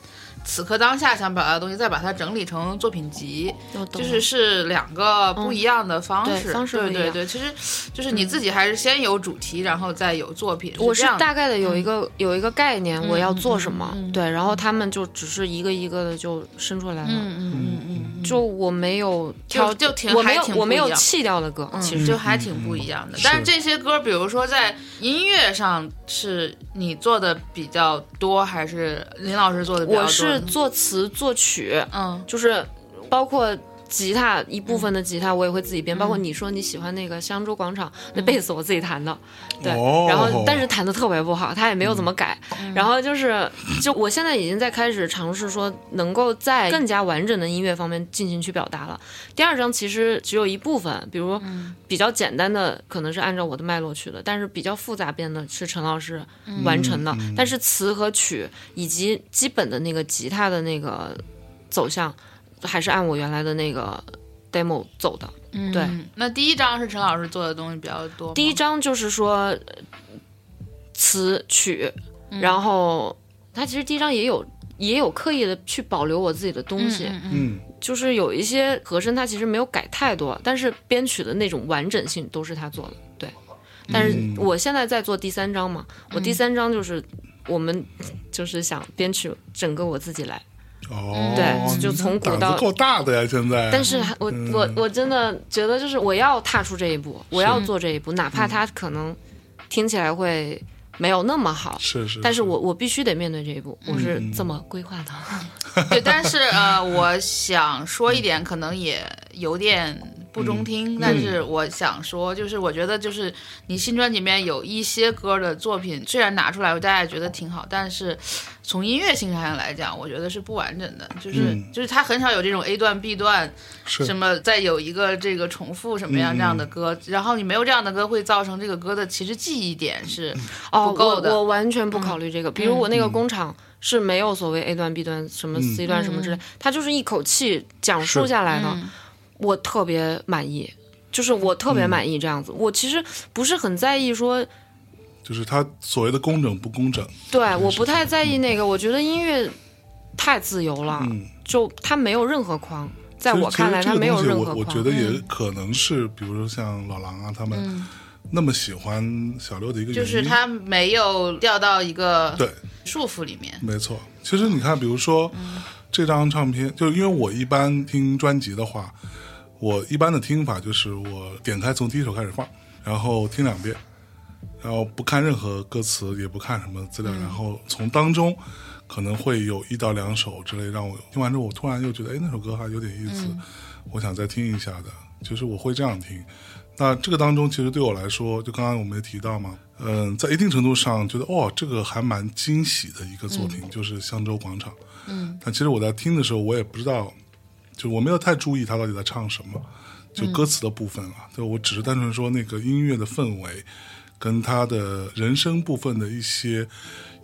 S2: 此刻当下想表达的东西，再把它整理成作品集，
S3: 我懂
S2: 就
S3: 了
S2: 是是两个不一样的方式。
S3: 对方式不
S2: 对
S3: 一样
S2: 对对，其实就是你自己还是先有主题，然后再有作品。
S3: 我
S2: 是
S3: 是
S2: 这样的
S3: 大概的嗯有一个、有一个概念，我要做什么、对，然后他们就只是一个一个的就生出来了，
S2: 嗯嗯嗯嗯嗯，
S3: 就我没有挑，
S2: 就挺
S3: 我没有
S2: 还挺不一样
S3: 我没有弃掉的歌，其实
S2: 就还挺不一样的。但是这些歌，比如说在音乐上，是你做的比较多，还是林老师做的比较多
S3: 我
S2: 呢？
S3: 是作词作曲，
S2: 嗯
S3: 就是包括。吉他一部分的吉他我也会自己编，包括你说你喜欢那个香洲广场、那贝斯我自己弹的，对，
S1: 哦
S3: 然后但是弹的特别不好，他也没有怎么改。然后就是，就我现在已经在开始尝试说能够在更加完整的音乐方面进行去表达了。第二张其实只有一部分，比如比较简单的可能是按照我的脉络去的，但是比较复杂编的是陈老师完
S1: 嗯
S3: 成的，但是词和曲以及基本的那个吉他的那个走向还是按我原来的那个 demo 走的。对，
S2: 嗯，那第一章是陈老师做的东西比较多吗。
S3: 第一章就是说呃词曲，
S1: 嗯
S3: 然后它其实第一章也有也有刻意的去保留我自己的东西，
S1: 嗯，
S3: 就是有一些和声它其实没有改太多，但是编曲的那种完整性都是他做的，对。但是我现在在做第三章嘛，我
S1: 嗯
S3: 第三章就是我们就是想编曲整个我自己来，
S1: 哦，
S3: 嗯对就
S1: 你
S3: 从古
S1: 胆
S3: 到
S1: 子够大的呀，现在。
S3: 但是还我我我真的觉得就是我要踏出这一步，我要做这一步，哪怕它可能听起来会没有那么好，
S1: 是是，
S3: 但是我我必须得面对这一步，我是
S1: 嗯
S3: 这么规划 的。
S2: 对，但是呃，我想说一点，可能也有点不
S1: 嗯
S2: 中听，但是我想说，就是我觉得就是你新专辑里面有一些歌的作品，虽然拿出来大家也觉得挺好，但是从音乐性上来讲，我觉得是不完整的，就是、
S1: 嗯
S2: 就是它很少有这种 A 段 B 段，
S1: 是嗯
S2: 什么再有一个这个重复什么样这样的歌，然后你没有这样的歌，会造成这个歌的其实记忆点是
S3: 哦
S2: 不，够
S3: 我
S2: 的。
S3: 我完全不考虑这个。比如我那
S1: 嗯
S3: 个工厂是没有所谓 A 段、B 段、什么 C 段什么之类，它就是一口气讲述下来的，我特别满意。就是我特
S1: 嗯
S3: 别满意这样子，我其实不是很在意说，
S1: 就是它所谓的工整不工整，
S3: 对，我不太在意那个，我觉得音乐太自由了，
S1: 嗯，
S3: 就它没有任何框，啊在
S1: 其实
S3: 我看来
S1: 其实
S3: 它
S1: 这
S3: 没
S1: 个
S3: 有
S1: 东西
S3: 任
S1: 我
S3: 何框。嗯
S1: 我觉得也可能是，比如说像老狼啊他们那么喜欢小六的一个原
S2: 就
S1: 因，
S2: 是它没有掉到一个
S1: 嗯对，嗯
S2: 束缚里面。
S1: 没错。其实你看，比如说这张唱片，就是因为我一般听专辑的话，我一般的听法就是我点开从第一首开始放，然后听两遍，然后不看任何歌词，也不看什么资料，然后从当中可能会有一到两首之类，让我听完之后，我突然又觉得，哎，那首歌还有点意思，我想再听一下的，就是我会这样听。那这个当中，其实对我来说，就刚刚我们也提到嘛，嗯，在一定程度上觉得，哦，这个还蛮惊喜的一个作
S3: 嗯
S1: 品，就是《香洲广场》。嗯，但其实我在听的时候，我也不知道，就我没有太注意他到底在唱什么，
S3: 嗯
S1: 就歌词的部分啊，对我只是单纯说那个音乐的氛围，跟他的人声部分的一些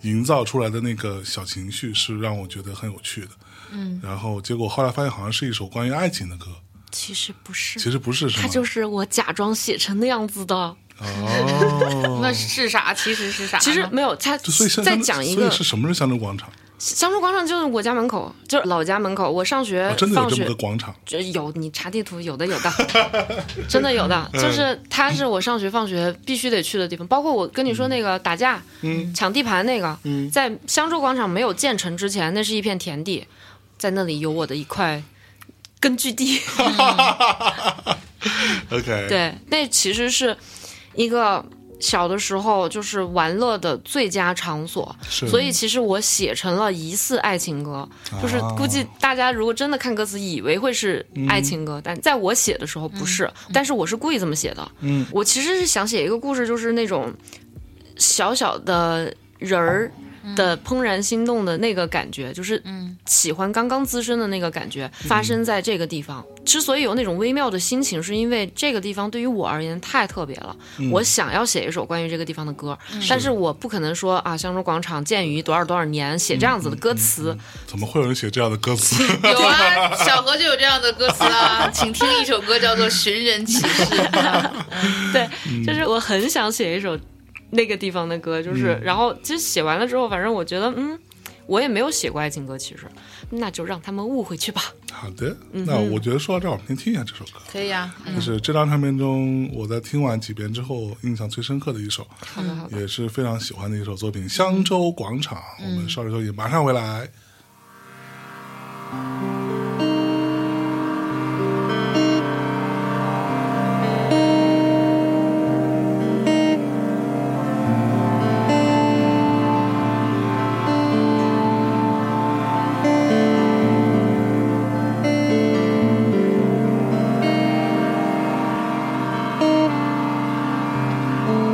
S1: 营造出来的那个小情绪，是让我觉得很有趣的。嗯，然后结果后来发现好像是一首关于爱情的歌，
S3: 其实不是，
S1: 其实不是，是吗？
S3: 它就是我假装写成那样子的。
S1: 哦，
S2: 那是啥？其实是啥呢？啊
S3: 其实没有，他
S1: 就所以像
S3: 再讲一
S1: 所
S3: 个
S1: 以是什么是香洲广场？
S3: 香洲广场，就是我家门口，就是老家门口。我上学、
S1: 哦真的有
S3: 呃放
S1: 这么
S3: 学
S1: 个广场？
S3: 就有，你查地图有的有的， 真的有
S1: 嗯
S3: 的，就是它是我上学放学必须得去的地方。包括我跟你说那个打架、
S1: 嗯
S3: 抢地盘那个，
S1: 嗯
S3: 在香洲广场没有建成之前，那是一片田地，在那里有我的一块根据地。
S1: OK，，
S3: 对，那其实是一个小的时候就是玩乐的最佳场所，
S1: 是啊
S3: 所以其实我写成了疑似爱情歌，就是
S1: 哦
S3: 估计大家如果真的看歌词，以为会是爱情歌，但在我写的时候不是，但是我是故意这么写的。
S1: 嗯，
S3: 我其实是想写一个故事，就是那种小小的人儿。的怦然心动的那个感觉，就是喜欢刚刚滋生的那个感觉，发生在这个地方。之所以有那种微妙的心情，是因为这个地方对于我而言太特别了。我想要写一首关于这个地方的歌，但是我不可能说啊，香洲广场建于多少多少年，写这样子的歌词。
S1: 怎么会有人写这样的歌词？
S2: 有啊，小何就有这样的歌词啊，请听一首歌叫做《寻人启事》啊。
S3: 对，就是我很想写一首那个地方的歌，就是、然后其实写完了之后，反正我觉得嗯。我也没有写过爱情歌，其实，那就让他们误会去吧。
S1: 好的，
S3: 嗯
S1: 那我觉得说到这儿，我们先听一下这首歌。
S2: 可以啊， 嗯
S1: 就是这张唱片中，我在听完几遍之后，印象最深刻的一首，
S3: 好的，好的。嗯
S1: 也是非常喜欢的一首作品《香洲广场》。我们稍事休息，马上回来。
S5: 啊，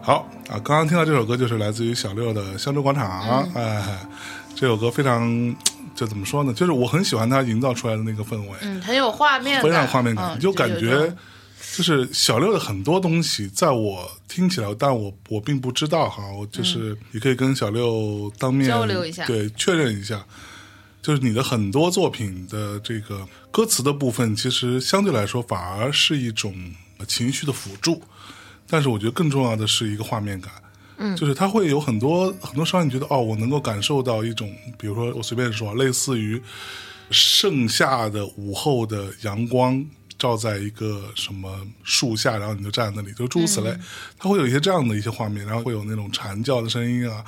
S1: 好啊，刚刚听到这首歌就是来自于小六的《香洲广场》，
S3: 嗯
S1: 哎，这首歌非常，就怎么说呢？就是我很喜欢他营造出来的那个氛围，
S2: 嗯，很有画面感，
S1: 非常有画面感，
S2: 嗯、
S1: 就感
S2: 有一
S1: 觉
S2: 种
S1: 就是小六的很多东西，在我听起来，但我我并不知道哈，我就是你可以跟小六当面
S2: 嗯交流一下
S1: 对，确认一下。就是你的很多作品的这个歌词的部分，其实相对来说反而是一种情绪的辅助，但是我觉得更重要的是一个画面感。嗯，就是它会有很多很多时候，你觉得哦，我能够感受到一种，比如说我随便说，类似于盛夏的午后的阳光照在一个什么树下，然后你就站在那里，就诸如此类，它会有一些这样的一些画面，然后会有那种蝉叫的声音啊。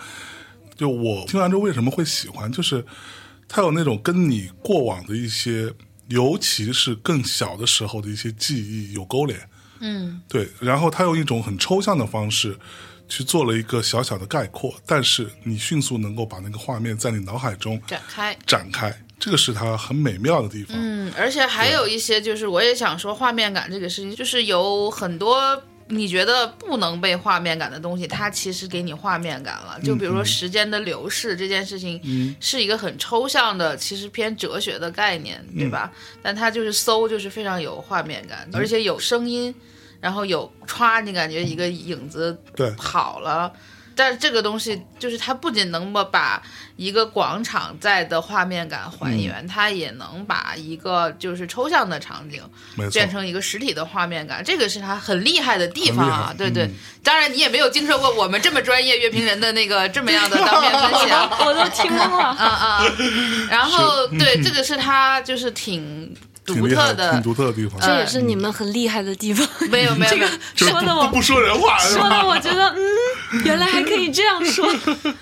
S1: 就我听完之后为什么会喜欢，就是它有那种跟你过往的一些，尤其是更小的时候的一些记忆有勾连。
S2: 嗯，
S1: 对，然后他用一种很抽象的方式去做了一个小小的概括，但是你迅速能够把那个画面在你脑海中
S2: 展开。
S1: 展开，这个是他很美妙的地方。
S2: 嗯，而且还有一些，就是我也想说画面感这个事情，就是有很多你觉得不能被画面感的东西，它其实给你画面感了。就比如说时间的流逝这件事情，是一个很抽象的，其实偏哲学的概念，对吧？但它就是搜，就是非常有画面感，而且有声音，然后有歘，你感觉一个影子
S1: 对，
S2: 跑了。但是这个东西就是它不仅能够把一个广场在的画面感还原，它也能把一个就是抽象的场景
S1: 没错
S2: 变，成一个实体的画面感，这个是它很厉害的地方啊
S1: 很厉害，
S2: 对对。
S1: 嗯
S2: 当然你也没有经受过我们这么专业乐评人的那个这么样的当面分析 啊，
S3: 我都听了。
S2: 啊啊。然后对，这个是它就是挺
S1: 挺
S2: 独
S1: 厉害
S2: 特
S1: 的，挺
S2: 的，呃
S1: 独特的地方。
S3: 这也是你们很厉害的地方，
S2: 没有没有 没有，
S1: 就是
S3: 说的
S1: 不
S3: 我
S1: 不说人话，是
S3: 说
S1: 吧？
S3: 的我觉得，嗯，原来还可以这样说。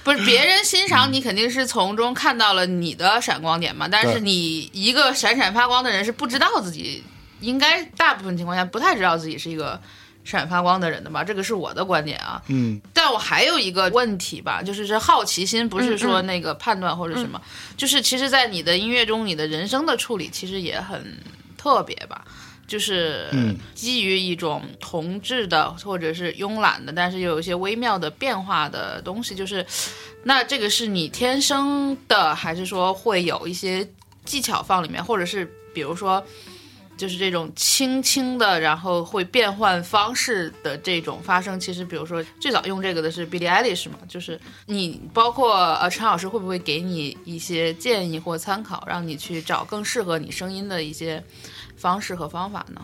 S2: 不是别人欣赏你，肯定是从中看到了你的闪光点嘛。但
S1: 对
S2: 是你一个闪闪发光的人是不知道自己，应该大部分情况下不太知道自己是一个闪发光的人的吧？这个是我的观点啊。
S1: 嗯，
S2: 但我还有一个问题吧，就是这好奇心，不是说那个判断或者什么，就是其实，在你的音乐中，你的人生的处理其实也很特别吧。就是
S1: 嗯
S2: 基于一种同质的，或者是慵懒的，但是又有一些微妙的变化的东西。就是，那这个是你天生的，还是说会有一些技巧放里面，或者是比如说，就是这种轻轻的，然后会变换方式的这种发声，其实比如说最早用这个的是 Billie Eilish 嘛，就是你包括呃陈老师会不会给你一些建议或参考，让你去找更适合你声音的一些方式和方法呢？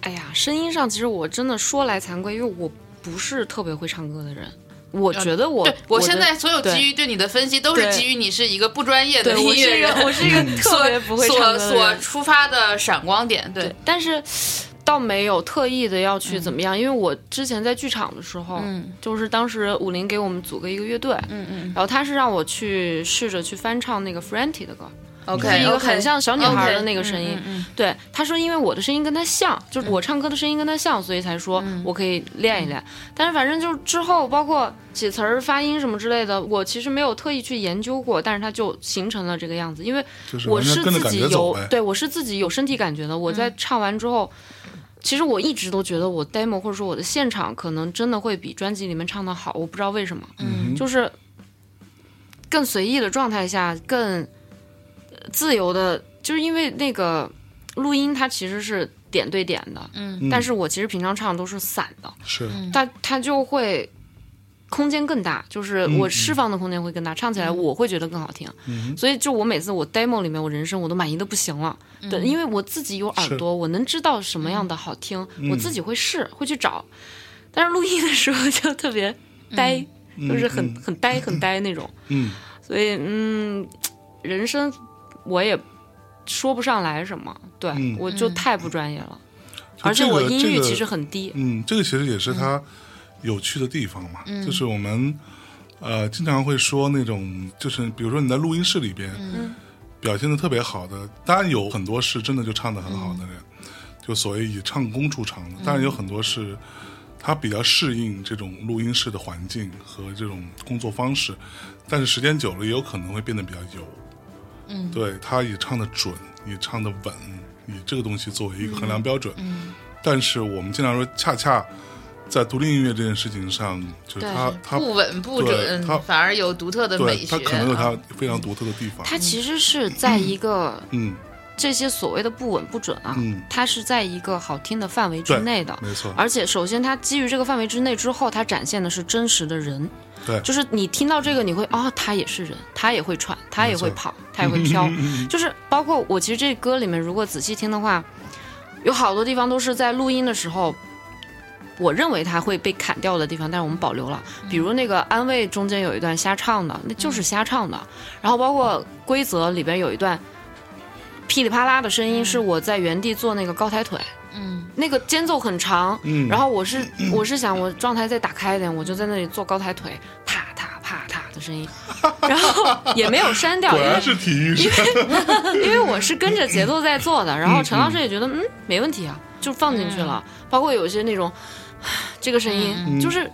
S3: 哎呀，声音上其实我真的说来惭愧，因为我不是特别会唱歌的人。我觉得我
S2: 对我现在所有
S3: 对
S2: 基于对你的分析，都是
S3: 对
S2: 基于你是一个不专业
S3: 对
S2: 的
S3: 我
S2: 音乐
S3: 是一个
S2: 人，
S3: 我是一个特别不会唱歌
S2: 所
S3: 的
S2: 所
S3: 人，
S2: 出发的闪光点，对，
S3: 对，但是倒没有特意的要去怎么样，因为我之前在剧场的时候，
S2: 嗯
S3: 就是当时武林给我们组个一个乐队，
S2: 嗯嗯
S3: 然后他是让我去试着去翻唱那个 Franti 的歌，
S2: ，OK，
S3: 是一个很像小女孩
S2: OK，
S3: 的那个声音。
S2: 嗯嗯嗯
S3: 对，他说因为我的声音跟他像，就是我唱歌的声音跟他像，所以才说
S2: 嗯
S3: 我可以练一练。但是反正就是之后包括写词儿、发音什么之类的，我其实没有特意去研究过，但是它就形成了这个样子。因为
S1: 就是
S3: 我
S1: 完
S3: 是
S1: 全跟着
S3: 自
S1: 感
S3: 己
S1: 觉走
S3: 有
S1: 呗。
S3: 对我是自己有身体感觉的。我在唱完之后，其实我一直都觉得我 demo 或者说我的现场可能真的会比专辑里面唱的好，我不知道为什么，
S1: 嗯
S3: 就是更随意的状态下，更呃自由的，就是因为那个录音它其实是点对点的，
S2: 嗯
S3: 但是我其实平常唱都是散的，
S1: 是
S3: 它它就会空间更大，就是
S1: 嗯
S3: 我
S1: 嗯
S3: 释放的空间会更大，唱起来我会觉得更好听。
S1: 嗯
S3: 所以就我每次我 demo 里面，我人声我都满意的不行了。对，因为我自己有耳朵，我能知道什么样的好听，
S1: 嗯
S3: 我自己会试，会去找。但是录音的时候就特别呆，就是很、
S1: 嗯
S3: 很呆很呆那 种。
S1: 嗯
S3: 所以嗯，人声我也说不上来什么，对、
S1: 嗯
S3: 我就
S2: 嗯
S3: 太不专业了。
S1: 就
S3: 而且
S1: 这个
S3: 我音
S1: 这
S3: 域
S1: 个
S3: 其实很低，
S1: 嗯，这个其实也是它有趣的地方嘛，就是我们呃经常会说那种，就是比如说你在录音室里边，表现的特别好的，当然有很多是真的就唱的很好的人，就所谓以唱功出场的，当然有很多是。他比较适应这种录音室的环境和这种工作方式，但是时间久了也有可能会变得比较油。嗯，对，他也唱的准，也唱的稳，
S3: 嗯
S1: 以这个东西作为一个衡量标准。但是我们经常说，恰恰在独立音乐这件事情上，就是他
S3: 对
S1: 他
S2: 不稳不
S1: 对
S2: 准
S1: 他，
S2: 反而有独特的
S1: 对
S2: 美学
S1: 他
S2: 啊。
S1: 可能有他非常独特的地方。
S3: 它其实是在一个
S1: 嗯，
S3: 这些所谓的不稳不准啊
S1: 嗯，
S3: 它是在一个好听的范围之
S1: 对，
S3: 内的。
S1: 没错，
S3: 而且，首先，它基于这个范围之内之后，它展现的是真实的人，
S1: 对
S3: 就是你听到这个，你会哦，他也是人，他也会喘，他也会
S1: 没错
S3: 跑，他也会飘，
S1: 嗯
S3: 就是包括我其实这歌里面，如果仔细听的话，有好多地方都是在录音的时候，我认为它会被砍掉的地方，但是我们保留了。
S1: 嗯
S3: 比如那个安慰中间有一段瞎唱的，那就是瞎唱
S1: 嗯
S3: 的。然后包括规则里边有一段噼里啪啦的声
S1: 嗯
S3: 音，是我在原地做那个高抬腿，
S2: 嗯
S3: 那个间奏很长，
S1: 嗯
S3: 然后我是我是想我状态再打开一点，我就在那里做高抬腿，啪嗒啪嗒的声 音，然后也没有删掉，
S1: 果
S3: 因为
S1: 然是体育生，
S3: 因为我是跟着节奏在做 的，然后陈老师也觉得嗯没问题啊，就放进去了。包括有一些那种 唉这个声音，就是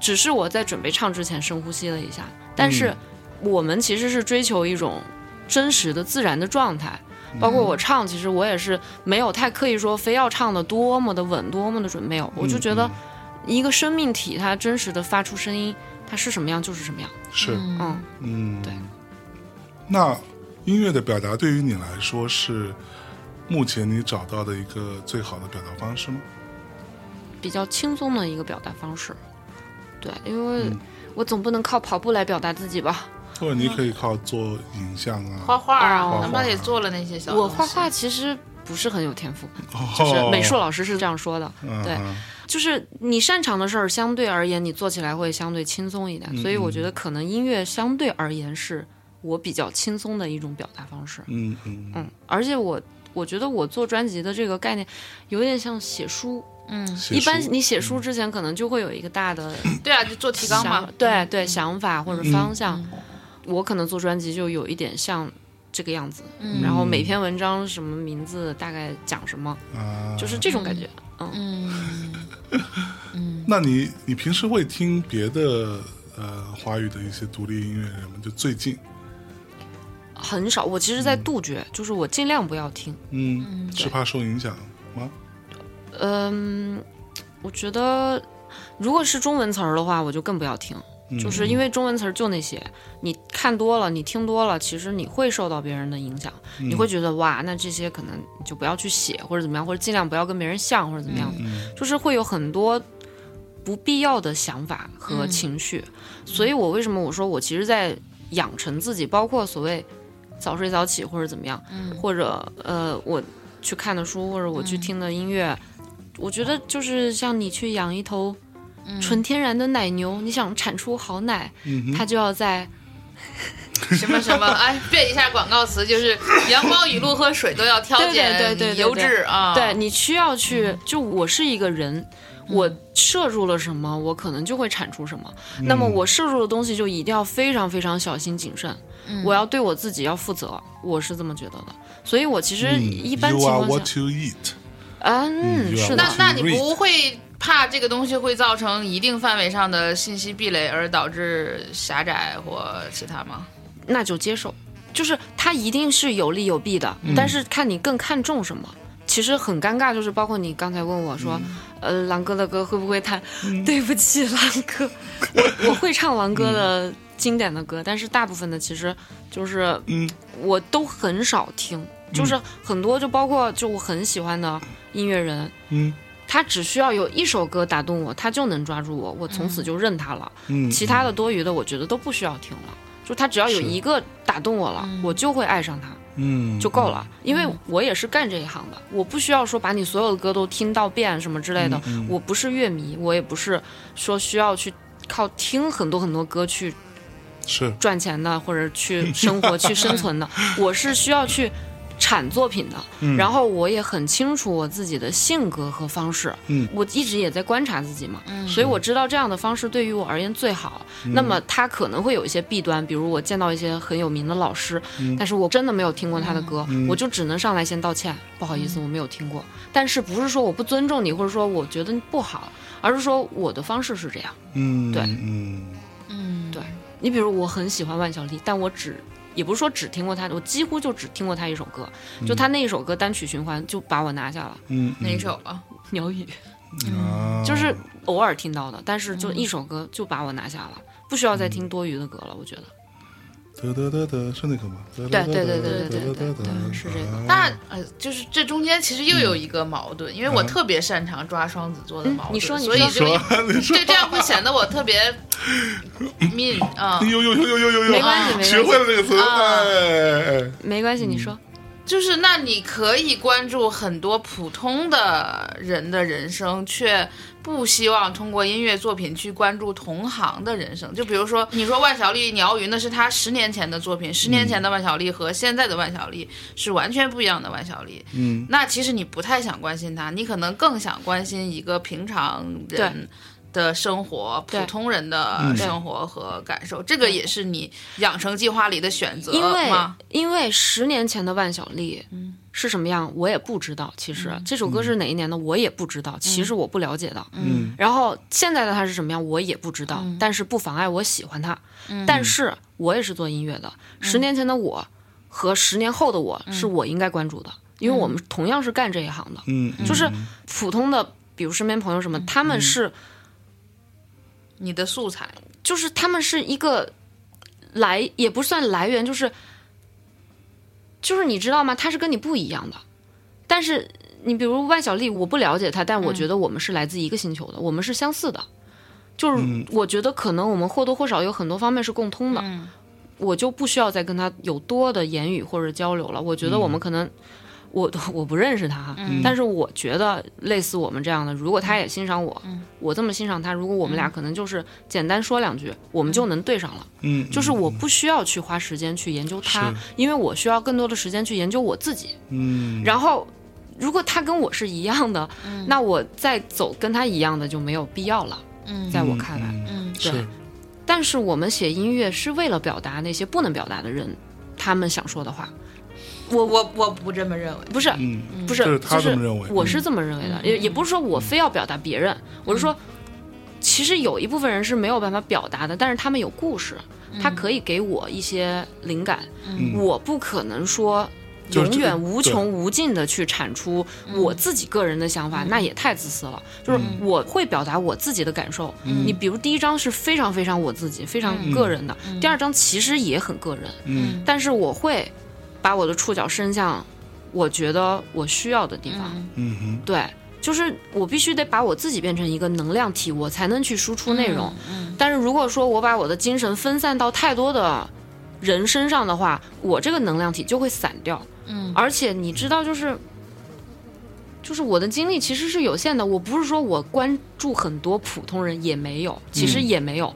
S3: 只是我在准备唱之前深呼吸了一下，但是我们其实是追求一种真实的自然的状态。包括我唱，其实我也是没有太刻意说非要唱的多么的稳，多么的准，没有，我就觉得
S1: 嗯
S3: 一个生命体它真实的发出声音，它是什么样就是什么样，
S1: 是
S3: 嗯。
S1: 嗯，
S3: 对。
S1: 那音乐的表达对于你来说是目前你找到的一个最好的表达方式吗？
S3: 比较轻松的一个表达方式。对，因为我总不能靠跑步来表达自己吧。
S1: 或者你可以靠做影像啊，
S2: 画画啊，
S3: 哦
S2: 他妈也做了那些小东西。
S3: 我画画其实不是很有天赋，
S1: 哦
S3: 就是美术老师是这样说的。对
S1: 嗯
S3: 就是你擅长的事儿，相对而言你做起来会相对轻松一点。所以我觉得可能音乐相对而言是我比较轻松的一种表达方式。
S1: 嗯嗯嗯，
S3: 嗯，而且我我觉得我做专辑的这个概念有点像写书。
S2: 嗯，
S1: 写
S3: 一般
S1: 书
S3: 你写书之前，可能就会有一个大的
S2: 对啊，就做提纲
S3: 想
S2: 嘛嗯
S3: 法。对对，想法或者方向，我可能做专辑就有一点像这个样子，
S2: 嗯
S3: 然后每篇文章什么名字，大概讲什么，
S1: 啊，
S3: 就是这种感觉。
S2: 嗯，
S1: 那你你平时会听别的呃华语的一些独立音乐人吗？就最近，
S3: 很少，我其实
S2: 嗯
S3: 在杜绝，就是我尽量不要听。
S1: 嗯，是
S3: 对
S1: 怕受影响吗？
S3: 嗯，我觉得如果是中文词儿的话，我就更不要听，
S1: 嗯
S3: 就是因为中文词儿就那些，你看多了，你听多了，其实你会受到别人的影响，
S1: 嗯
S3: 你会觉得哇，那这些可能你就不要去写或者怎么样，或者尽量不要跟别人像或者怎么样，
S1: 嗯
S3: 就是会有很多。不必要的想法
S1: 嗯
S3: 和情绪，所以我为什么我说我其实，在养成自己，包括所谓早睡早起或者怎么样，
S1: 嗯
S3: 或者呃，我去看的书或者我去听的音乐，我觉得就是像你去养一头
S1: 嗯
S3: 纯天然的奶牛，你想产出好奶，它就要在
S2: 什么什么，哎，变一下广告词，就是羊毛雨露和水都要挑
S3: 对对
S2: 拣
S3: 对对对
S2: 油
S3: 对
S2: 脂啊。
S3: 对你需要
S1: 嗯
S3: 去，就我是一个人。我摄入了什么，我可能就会产出什么。
S1: 嗯
S3: 那么我摄入的东西就一定要非常非常小心谨慎，
S1: 嗯
S3: 我要对我自己要负责，我是这么觉得的。所以我其实一
S1: 嗯
S3: 般
S1: You
S3: 情
S1: are
S3: 况
S1: what
S3: 下，
S1: you eat，嗯
S3: 嗯，
S1: ，you are
S3: 是的
S2: 那，那你
S1: Read
S2: 不会怕这个东西会造成一定范围上的信息壁垒，而导致狭窄或其他吗？
S3: 那就接受，就是它一定是有利有弊的，但是看你更看重什么。其实很尴尬，就是包括你刚才问我说，呃，狼哥的歌会不会弹？对不起，狼哥，我我会唱狼哥的经典的歌，但是大部分的其实就是，
S1: 嗯，
S3: 我都很少听，就是很多就包括就我很喜欢的音乐人，
S1: 嗯
S3: 他只需要有一首歌打动我，他就能抓住我，我从此就认他了。
S1: 嗯，
S3: 其他的多余的我觉得都不需要听了，就他只要有一个打动我了，我就会爱上他
S1: 嗯
S3: 就够了，因为我也是干这一行的，我不需要说把你所有的歌都听到遍什么之
S1: 嗯
S3: 类的，我不是乐迷，我也不是说需要去靠听很多很多歌去
S1: 是
S3: 赚钱的，或者去生活、去生存的，我是需要去产作品的。然后我也很清楚我自己的性格和方式，
S1: 嗯
S3: 我一直也在观察自己嘛，所以我知道这样的方式对于我而言最好。那么它可能会有一些弊端，比如我见到一些很有名的老师，但是我真的没有听过他的歌，我就只能上来先道歉，不好意思，我没有听过。但是不是说我不尊重你，或者说我觉得你不好，而是说我的方式是这样。
S1: 嗯
S3: 对
S1: 嗯
S2: 嗯，
S3: 对你比如我很喜欢万晓利，但我只也不是说只听过他，我几乎就只听过他一首歌，就他那一首歌单曲循环就把我拿下了。
S1: 嗯嗯
S2: 哪首啊？
S3: 鸟语，
S1: 啊
S3: 就是偶尔听到的，但是就一首歌就把我拿下了，不需要再听多余的歌了，我觉得。
S1: 得得得得，是那个吗？对
S3: 对对对对对对对嗯是这
S1: 啊
S3: 个
S2: 那呃，就是这中间其实又有一个矛盾，因为我
S1: 嗯
S2: 特别擅长抓双子座的
S3: 嗯
S2: 矛盾，
S3: 你说你
S2: 所以
S1: 说
S2: 就
S1: 你说
S2: 对这样会显得我特别敏啊，
S1: 哎呦呦呦呦呦呦呦，
S3: 嗯没关系没关系
S1: 啊学会了这个词，
S2: 啊
S1: 哎哎哎，
S3: 没关系，你说。
S2: 就是那你可以关注很多普通的人的人生，却不希望通过音乐作品去关注同行的人生。就比如说，你说万晓利《鸟语》，那是他十年前的作品，十年前的万晓利和现在的万晓利是完全不一样的万晓利。
S1: 嗯，
S2: 那其实你不太想关心他，你可能更想关心一个平常
S3: 对
S2: 人的生活，
S3: 对
S2: 普通人
S3: 嗯
S2: 的生活和感受。这个也是你养成计划里的选择
S3: 因为
S2: 呃吗？
S3: 因为十年前的万晓利是什么样，我也不知道。其实、这首歌是哪一年的，我也不知道。其实我不了解的。
S1: 嗯
S3: 然后现在的他是什么样，我也不知道。但是不妨碍我喜欢他。但是我也是做音乐的，十年前的我和十年后的我是我应该关注的，因为我们同样是干这一行的。
S1: 嗯，嗯
S3: 就是普通的，比如身边朋友什么，他们是
S2: 你的素材。
S3: 就是他们是一个来也不算来源，就是就是你知道吗？他是跟你不一样的。但是你比如万晓利，我不了解他，但我觉得我们是来自一个星球的，我们是相似的。就是我觉得可能我们或多或少有很多方面是共通的，
S2: 嗯
S3: 我就不需要再跟他有多的言语或者交流了。我觉得我们可能。我我不认识他哈，但是我觉得类似我们这样的，如果他也欣赏我，我这么欣赏他，如果我们俩可能就是简单说两句，我们就能对上了。
S1: 嗯，
S3: 就是我不需要去花时间去研究他
S1: 是，
S3: 因为我需要更多的时间去研究我自己。
S1: 嗯，
S3: 然后，如果他跟我是一样的，那我再走跟他一样的就没有必要了。
S2: 嗯
S3: 在我看来，
S1: 嗯，
S2: 嗯
S1: 是
S3: 对但是我们写音乐是为了表达那些不能表达的人他们想说的话，
S2: 我我我不这么认为。
S3: 不是
S1: 嗯，
S3: 不是，
S1: 这是他
S3: 就是
S1: 这么认为嗯
S3: 我是这么认为的，也也不是说我非要表达别人，我是说，其实有一部分人是没有办法表达的，但是他们有故事，他可以给我一些灵感，
S1: 嗯
S3: 我不可能说。
S1: 就是
S3: 永
S1: 这
S3: 远无穷无尽的去产出我自己个人的想法，那也太自私了。就是我会表达我自己的感受。你比如第一章是非常非常我自己、非常个人的，第二章其实也很个人，
S1: 嗯
S3: 但是我会把我的触角伸向我觉得我需要的地方。
S1: 嗯哼，
S3: 对，就是我必须得把我自己变成一个能量体，我才能去输出内
S2: 嗯
S3: 容。但是如果说我把我的精神分散到太多的人身上的话，我这个能量体就会散掉。嗯，而且你知道，就是就是我的精力其实是有限的。我不是说我关注很多普通人也没有，其实也没有。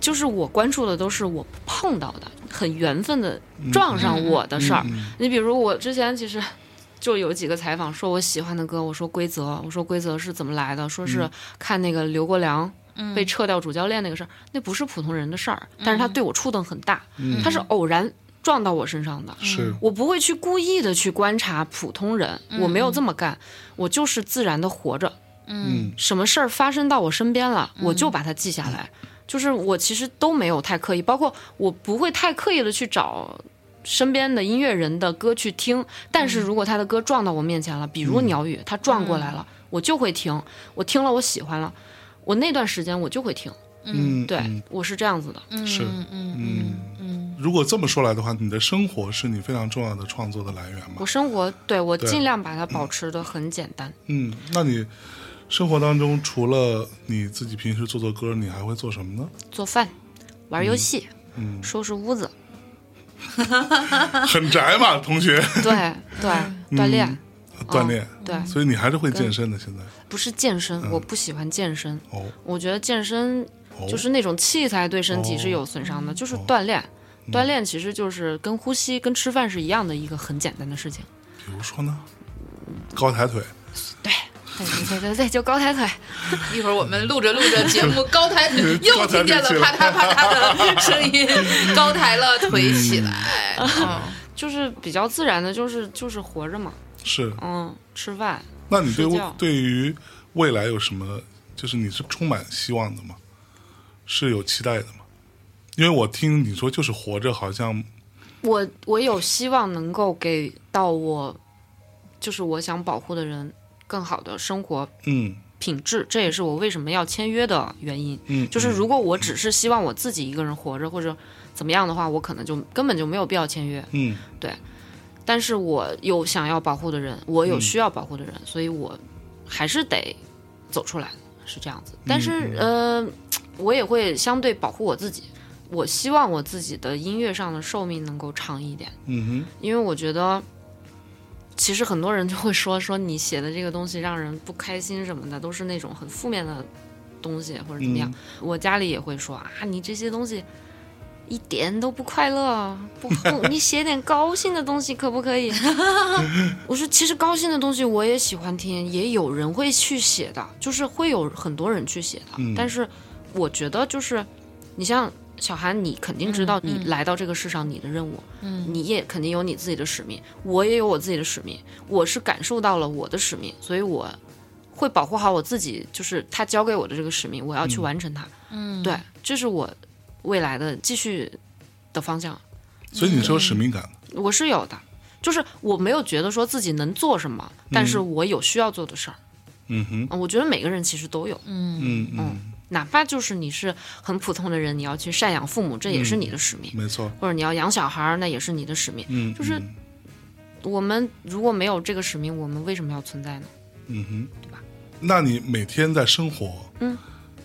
S3: 就是我关注的都是我碰到的，很缘分的
S1: 嗯
S3: 撞上我的事儿。你比如我之前其实就有几个采访说我喜欢的歌，我说规则，我说规则是怎么来的，说是看那个刘国梁。被撤掉主教练那个事儿，那不是普通人的事儿，但是他对我触动很大，嗯他是偶然撞到我身上的，
S1: 嗯是
S3: 我不会去故意的去观察普通人，我没有这么干，我就是自然的活着，
S1: 嗯
S3: 什么事儿发生到我身边了，我就把它记下来。就是我其实都没有太刻意，包括我不会太刻意的去找身边的音乐人的歌去听。但是如果他的歌撞到我面前了，比如鸟语，他撞过来了，我就会听。我听了，我喜欢了，我那段时间我就会听。
S1: 嗯，
S3: 对，
S1: 嗯
S3: 我是这样子的。
S1: 是嗯嗯，如果这么说来的话，你的生活是你非常重要的创作的来源嘛
S3: 我？生活对我
S1: 对
S3: 尽量把它保持的很简单。
S1: 嗯，那你生活当中除了你自己平时做做歌，你还会做什 么呢？
S3: 做饭、玩游戏、
S1: 嗯
S3: 收拾屋子，
S1: 很宅嘛，同学，
S3: 对对，
S1: 嗯
S3: 锻炼，
S1: 锻炼，
S3: 哦对，
S1: 所以你还是会健身的。现在
S3: 不是健身，
S1: 嗯
S3: 我不喜欢健身。
S1: 哦，
S3: 我觉得健身
S1: 哦
S3: 就是那种器材对身体是有损伤的，就是锻炼。
S1: 哦
S3: 锻炼其实就是跟呼吸、跟吃饭是一样的一个很简单的事情。
S1: 比如说呢，高抬腿，
S3: 对，对对对对对，就高抬腿。
S2: 嗯一会儿我们录着录着节目，高抬腿又听见了啪嗒啪嗒的声 音，高抬了腿起来。嗯，
S3: 就是比较自然的，就是就是活着嘛，
S1: 是
S3: 嗯，吃饭，
S1: 那你对
S3: 睡觉
S1: 对于未来有什么？就是你是充满希望的吗？是有期待的吗？因为我听你说，就是活着，好像
S3: 我我有希望能够给到我，就是我想保护的人更好的生活
S1: 嗯
S3: 品质，这也是我为什么要签约的原因。
S1: 嗯，
S3: 就是如果我只是希望我自己一个人活着或者怎么样的话，我可能就根本就没有必要签约。
S1: 嗯
S3: 但是我有想要保护的人，我有
S1: 嗯
S3: 需要保护的人，所以我还是得走出来，是这样子。但是、呃，我也会相对保护我自己。我希望我自己的音乐上的寿命能够长一点，
S1: 嗯
S3: 因为我觉得，其实很多人就会说 说你写的这个东西让人不开心什么的，都是那种很负面的东西或者怎
S1: 嗯
S3: 么样。我家里也会说啊，你这些东西一点都不快乐，不，不 你写点高兴的东西可不可以？ 我说其实高兴的东西我也喜欢听，也有人会去写的，就是会有很多人去写的。
S1: 嗯
S3: 但是我觉得就是，你像小韩，你肯定知道你来到这个世上你的任务，
S2: 嗯
S3: 你也肯定有你自己的使命，我也有我自己的使命，我是感受到了我的使命，所以我会保护好我自己，就是他交给我的这个使命，我要去完成它。
S2: 嗯，
S3: 对，这是我未来的继续的方向，
S1: 哼，所以你是有使
S3: 嗯
S1: 命感的，
S3: 我是有的。就是我没有觉得说自己能做什么，但是我有需要做的事儿、
S1: 嗯哼，
S3: 嗯我觉得每个人其实都有，
S1: 嗯嗯，
S3: 哪怕就是你是很普通的人，你要去赡养父母，这也是你的使命；
S1: 没错，
S3: 或者你要养小孩儿，那也是你的使命。
S1: 嗯，
S3: 嗯就是
S1: 嗯
S3: 我们如果没有这个使命，我们为什么要存在呢？
S1: 嗯哼，
S3: 对吧？
S1: 那你每天在生活，
S3: 嗯，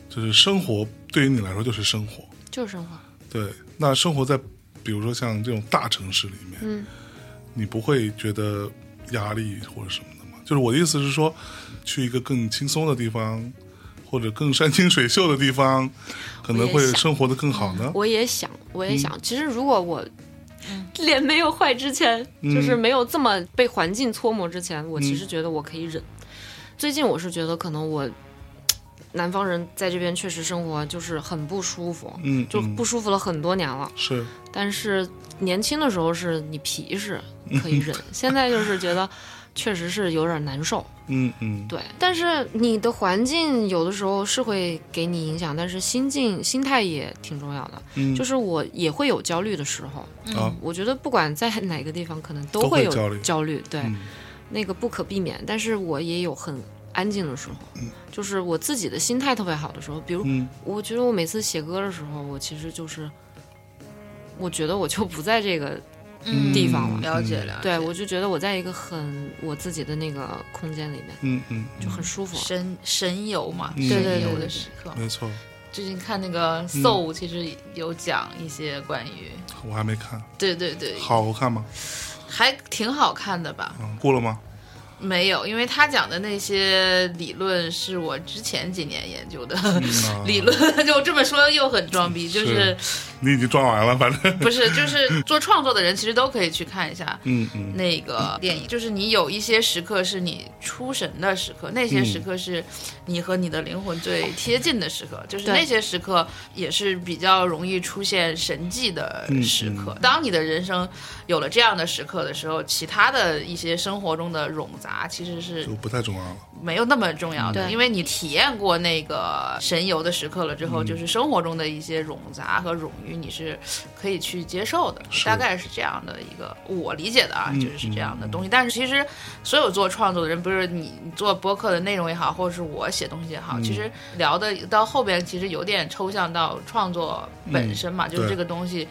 S1: 就是生活对于你来说就是生活，
S3: 就是生活。
S1: 对。那生活在比如说像这种大城市里面，
S3: 嗯，
S1: 你不会觉得压力或者什么的吗？就是我的意思是说，去一个更轻松的地方，或者更山清水秀的地方， 可能
S3: 我
S1: 会
S3: 也想
S1: 生活的更好呢。
S3: 我也想，我
S1: 嗯
S3: 也想。其实如果我脸没有坏之前，
S1: 嗯
S3: 就是没有这么被环境搓磨之前，我其实觉得我可以忍。最近我是觉得可能我南方人在这边确实生活就是很不舒服，
S1: 嗯，
S3: 就
S1: 嗯
S3: 不舒服了很多年了。
S1: 是，
S3: 但是年轻的时候是你皮实
S1: 嗯
S3: 可 以忍，现在就是觉得确实是有点难受。
S1: 嗯嗯，
S3: 对，但是你的环境有的时候是会给你影响，但是心境、心态也挺重要的。
S1: 嗯，
S3: 就是是我也会有焦虑的时候，
S1: 啊，
S3: 我觉得不管在哪个地方，可能
S1: 都
S3: 都
S1: 会
S3: 有
S1: 焦虑
S3: 对，
S1: 嗯
S3: 那个不可避免。但是我也有很安静的时候，就是我自己的心态特别好的时候，比如
S1: 嗯
S3: 我觉得我每次写歌的时候，我其实就是，我觉得我就不在这个
S2: 嗯
S3: 地方了嗯
S2: 了解了解，
S3: 对，我就觉得我在一个很我自己的那个空间里面
S1: 嗯嗯，
S3: 就很舒服。
S2: 神神游嘛，
S1: 嗯
S2: 神
S3: 对对
S2: 游
S3: 对
S2: 的
S3: 对
S2: 时刻。
S1: 没错，
S2: 最近看那个《Soul》，其实有讲一些关于，
S1: 我还没看，
S2: 对对对，
S1: 好看吗？
S2: 还挺好看的吧？
S1: 嗯，过了吗？
S2: 没有，因为他讲的那些理论是我之前几年研究的。
S1: 啊
S2: 理论就这么说又很装逼，就是
S1: 你已经装完了，反正，
S2: 不是就是做创作的人其实都可以去看一下
S1: 嗯嗯
S2: 那个电影，就是你有一些时刻是你出神的时刻，那些时刻是你和你的灵魂最贴近的时刻，就是
S3: 对
S2: 那些时刻也是比较容易出现神迹的时刻。当你的人生有了这样的时刻的时候，其他的一些生活中的冗杂其实 是
S1: 就不太重要了。
S2: 没有那么重要的，
S3: 对
S2: 因为你体验过那个神游的时刻了之
S1: 嗯
S2: 后，就是生活中的一些冗杂和冗余，你是可以去接受的，
S1: 是
S2: 大概是这样的一个我理解的啊，
S1: 嗯
S2: 就是是这样的东西。但是其实所有做创作的人，不是你你做播客的内容也好，或者是我写东西也好，
S1: 嗯
S2: 其实聊的到后边其实有点抽象到创作
S1: 嗯
S2: 本身嘛，就是
S1: 对
S2: 这个东西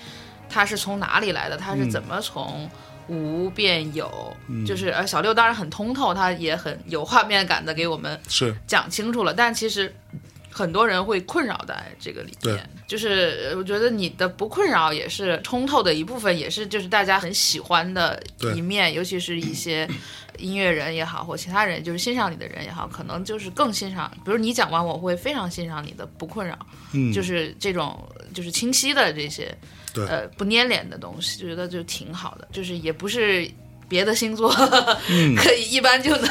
S2: 它是从哪里来的，它是
S1: 嗯
S2: 怎么从。无变有，
S1: 嗯
S2: 就是呃，小六当然很通透，他也很有画面感的给我们
S1: 是，
S2: 讲清楚了，但其实很多人会困扰在这个里
S1: 对
S2: 面。就是呃我觉得你的不困扰也是通透的一部分，也是就是大家很喜欢的
S1: 对
S2: 一面，尤其是一些音乐人也好，或其他人就是欣赏你的人也好，可能就是更欣赏。比如你讲完，我会非常欣赏你的不困扰，
S1: 嗯，
S2: 就是这种就是清晰的这些，
S1: 对
S2: 呃，不粘脸的东西，就觉得就挺好的，就是也不是。别的星座
S1: 嗯
S2: 可以一般就 能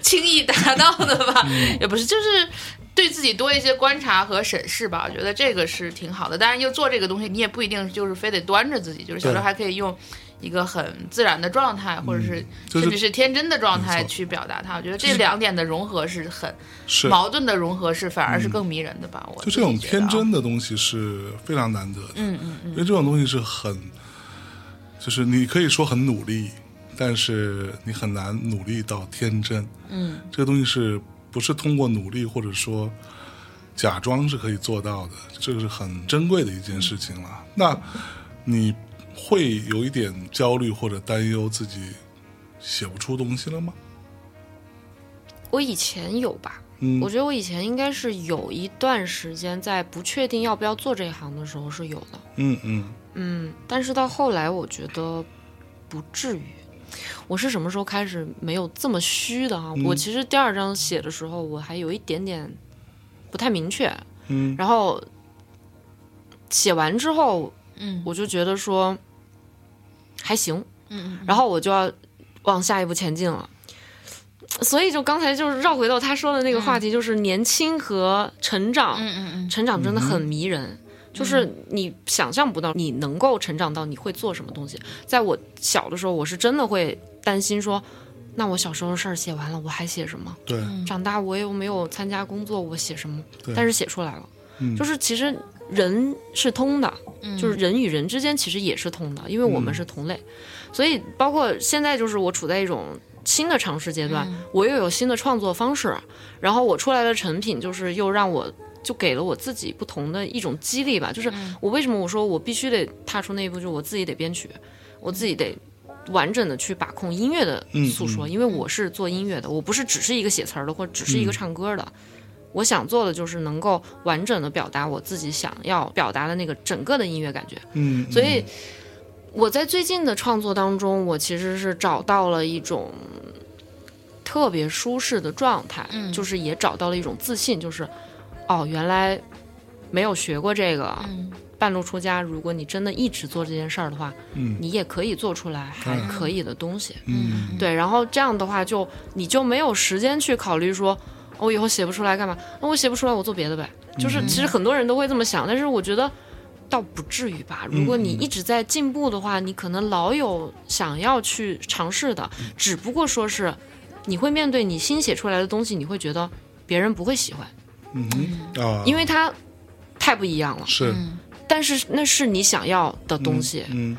S2: 轻易达到的吧，
S1: 嗯
S2: 也不是，就是对自己多一些观察和审视吧。我觉得这个是挺好的。当然，又做这个东西，你也不一定就是非得端着自己，就是小
S1: 对
S2: 刘还可以用一个很自然的状态，或者是
S1: 就是
S2: 甚至是天真的状态
S1: 没错
S2: 去表达它。我觉得这两点的融合是很
S1: 是嗯
S2: 矛盾的融合是反而是更迷人的吧？我
S1: 就
S2: 自己
S1: 这种
S2: 觉得啊
S1: 天真，的东西是非常难得的，
S2: 嗯嗯嗯，
S1: 因为这种东西是很，就是你可以说很努力，但是你很难努力到天真。
S2: 嗯，
S1: 这个东西是不是通过努力或者说假装是可以做到的，这是很珍贵的一件事情了。那你会有一点焦虑或者担忧自己写不出东西了吗？
S3: 我以前有吧，
S1: 嗯
S3: 我觉得我以前应该是有一段时间在不确定要不要做这一行的时候是有的，
S1: 嗯嗯
S3: 嗯，但是到后来我觉得不至于。我是什么时候开始没有这么虚的啊？我其实第二章写的时候，我还有一点点不太明确，
S1: 嗯
S3: 然后写完之后，
S2: 嗯
S3: 我就觉得说还行，
S2: 嗯
S3: 然后我就要往下一步前进了。所以就刚才就是绕回到他说的那个话题，就是年轻和成长，
S2: 嗯嗯
S3: 成长真的很迷人，就是你想象不到你能够成长到你会做什么东西。在我小的时候，我是真的会担心说，那我小时候的事儿写完了，我还写什么？
S1: 对
S3: 长大我又没有参加工作，我写什么
S1: 嗯对？
S3: 但是写出来了，
S1: 嗯
S3: 就是其实人是通的，
S2: 嗯，
S3: 就是人与人之间其实也是通的，因为我
S1: 嗯
S3: 们是同类，所以包括现在就是我处在一种新的尝试阶段，我又有新的创作方式，然后我出来的成品就是又让我就给了我自己不同的一种激励吧，就是我为什么我说我必须得踏出那一步，就是我自己得编曲，我自己得。完整的去把控音乐的诉说，因为我是做音乐的，我不是只是一个写词儿的，或者只是一个唱歌的，我想做的就是能够完整的表达我自己想要表达的那个整个的音乐感觉。
S1: 嗯，
S3: 所以我在最近的创作当中，我其实是找到了一种特别舒适的状态，就是也找到了一种自信，就是哦，原来没有学过这个，半路出家。如果你真的一直做这件事儿的话，
S1: 嗯
S3: 你也可以做出来还
S1: 嗯
S3: 可以的东西。
S1: 嗯
S3: 对，然后这样的话就你就没有时间去考虑说，哦我以后写不出来干嘛？那、我写不出来，我做别的呗。
S1: 嗯
S3: 就是其实很多人都会这么想，但是我觉得倒不至于吧。
S1: 嗯
S3: 如果你一直在进步的话，你可能老有想要去尝试的，
S1: 嗯
S3: 只不过说是你会面对你新写出来的东西，你会觉得别人不会喜欢，
S1: 嗯哼啊，
S3: 因为它太不一样了。
S1: 是
S3: 但是那是你想要的东西，
S1: 嗯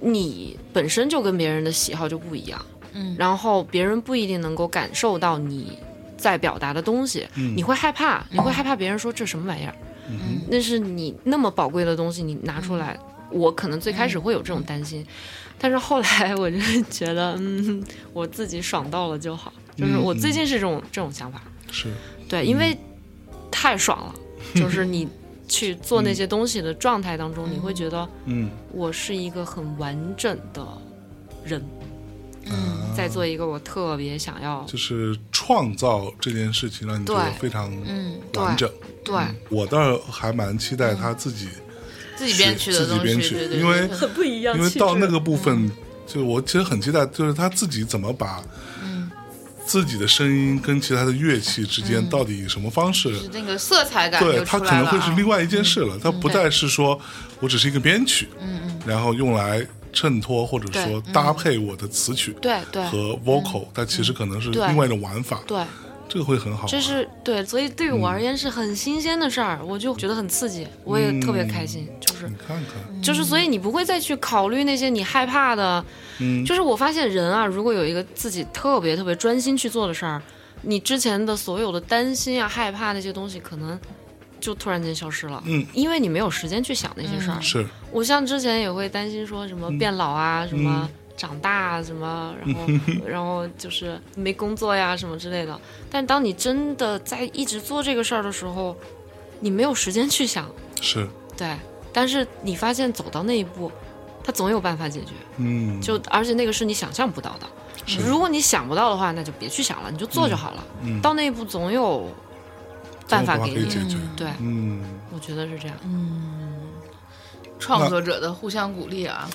S3: 你本身就跟别人的喜好就不一样，
S2: 嗯
S3: 然后别人不一定能够感受到你在表达的东西，
S1: 嗯
S3: 你会害怕，你会害怕别人说这什么玩意儿，
S1: 嗯
S3: 那是你那么宝贵的东西，你拿出来，我可能最开始会有这种担心，但是后来我就是觉得， 嗯，我自己爽到了就好，就是
S1: 嗯
S3: 我最近是这种、这种想法，
S1: 是
S3: 对，因为
S1: 嗯
S3: 太爽了，就是你去做那些东西的状态当中，你会觉得。
S1: 嗯
S3: 我是一个很完整的人，
S1: 啊，
S3: 在做一个我特别想要
S1: 就是创造这件事情让你觉得
S3: 对
S1: 非常
S2: 嗯
S1: 完整。嗯
S3: 对，嗯
S1: 我倒还蛮期待他自己
S2: 自己编曲的
S1: 自己
S2: 东西，
S1: 编
S2: 对
S1: 曲
S2: 对对，
S1: 因为
S3: 很嗯不一样
S1: 因为到那个部分，就我其实很期待，就是他自己怎么把
S3: 嗯
S1: 自己的声音跟其他的乐器之间到底以什么方式。
S2: 就是那个色彩感
S1: 对
S2: 就
S1: 他
S2: 出
S1: 可
S2: 来
S1: 能
S2: 了
S1: 会
S2: 啊，
S1: 是另外一
S3: 嗯
S1: 件事了，他不再是说我只是一个编曲，
S3: 嗯
S1: 然后用来衬托或者说搭配我的词曲
S3: 对对
S1: 和 vocal，它其实可能是
S3: 嗯对
S1: 另外一种玩法，
S3: 对，
S1: 这个会很好玩。啊
S3: 这是对，所以对于我而言是很新鲜的事
S1: 嗯
S3: 儿，我就觉得很刺激，我也特别开心，就是
S1: 你看看，
S3: 就是，所以你不会再去考虑那些你害怕的，
S1: 嗯
S3: 就是我发现人啊，如果有一个自己特别特别专心去做的事儿，你之前的所有的担心啊、害怕那些东西，可能就突然间消失了，
S1: 嗯，
S3: 因为你没有时间去想那些事儿，
S1: 是
S3: 我像之前也会担心说什么
S1: 嗯
S3: 变老啊，什么长大啊，什么， 然后然后就是没工作呀，什么之类的。但当你真的在一直做这个事儿的时候，你没有时间去想，
S1: 是，
S3: 对。但是你发现走到那一步，它总有办法解决。
S1: 嗯，
S3: 就而且那个是你想象不到的。如果你想不到的话，那就别去想了，你就做就好了。
S1: 嗯
S3: 到那一步总有办法
S1: 这种方法
S3: 给
S1: 可以
S3: 你。
S1: 解决，
S3: 对，
S1: 嗯，
S3: 我觉得是这样。
S2: 创作者的互相鼓励啊，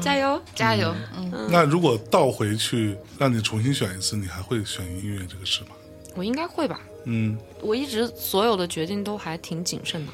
S3: 加油！
S2: 加油，嗯，
S1: 那如果倒回去让你重新选一次，你还会选音乐这个事吗？
S3: 我应该会吧。
S1: 嗯，
S3: 我一直所有的决定都还挺谨慎的，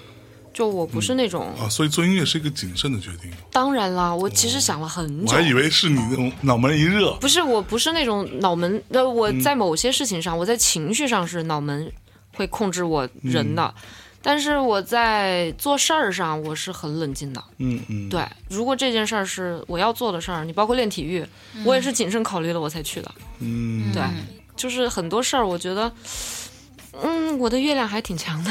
S3: 就我不是那种。
S1: 啊，所以做音乐是一个谨慎的决定。
S3: 当然啦，我其实想了很
S1: 哦我
S3: 久
S1: 还，以为是你那种脑门一热，
S3: 不是我不是那种脑门，呃，我
S1: 嗯
S3: 在某些事情上，我在情绪上是脑门会控制我人
S1: 嗯
S3: 的，但是我在做事儿上我是很冷静的。
S1: 嗯嗯，
S3: 对，如果这件事儿是我要做的事儿，你包括练体育，我也是谨慎考虑了我才去的。
S1: 嗯，
S3: 对，就是很多事儿，我觉得，嗯，我的月亮还挺强 的，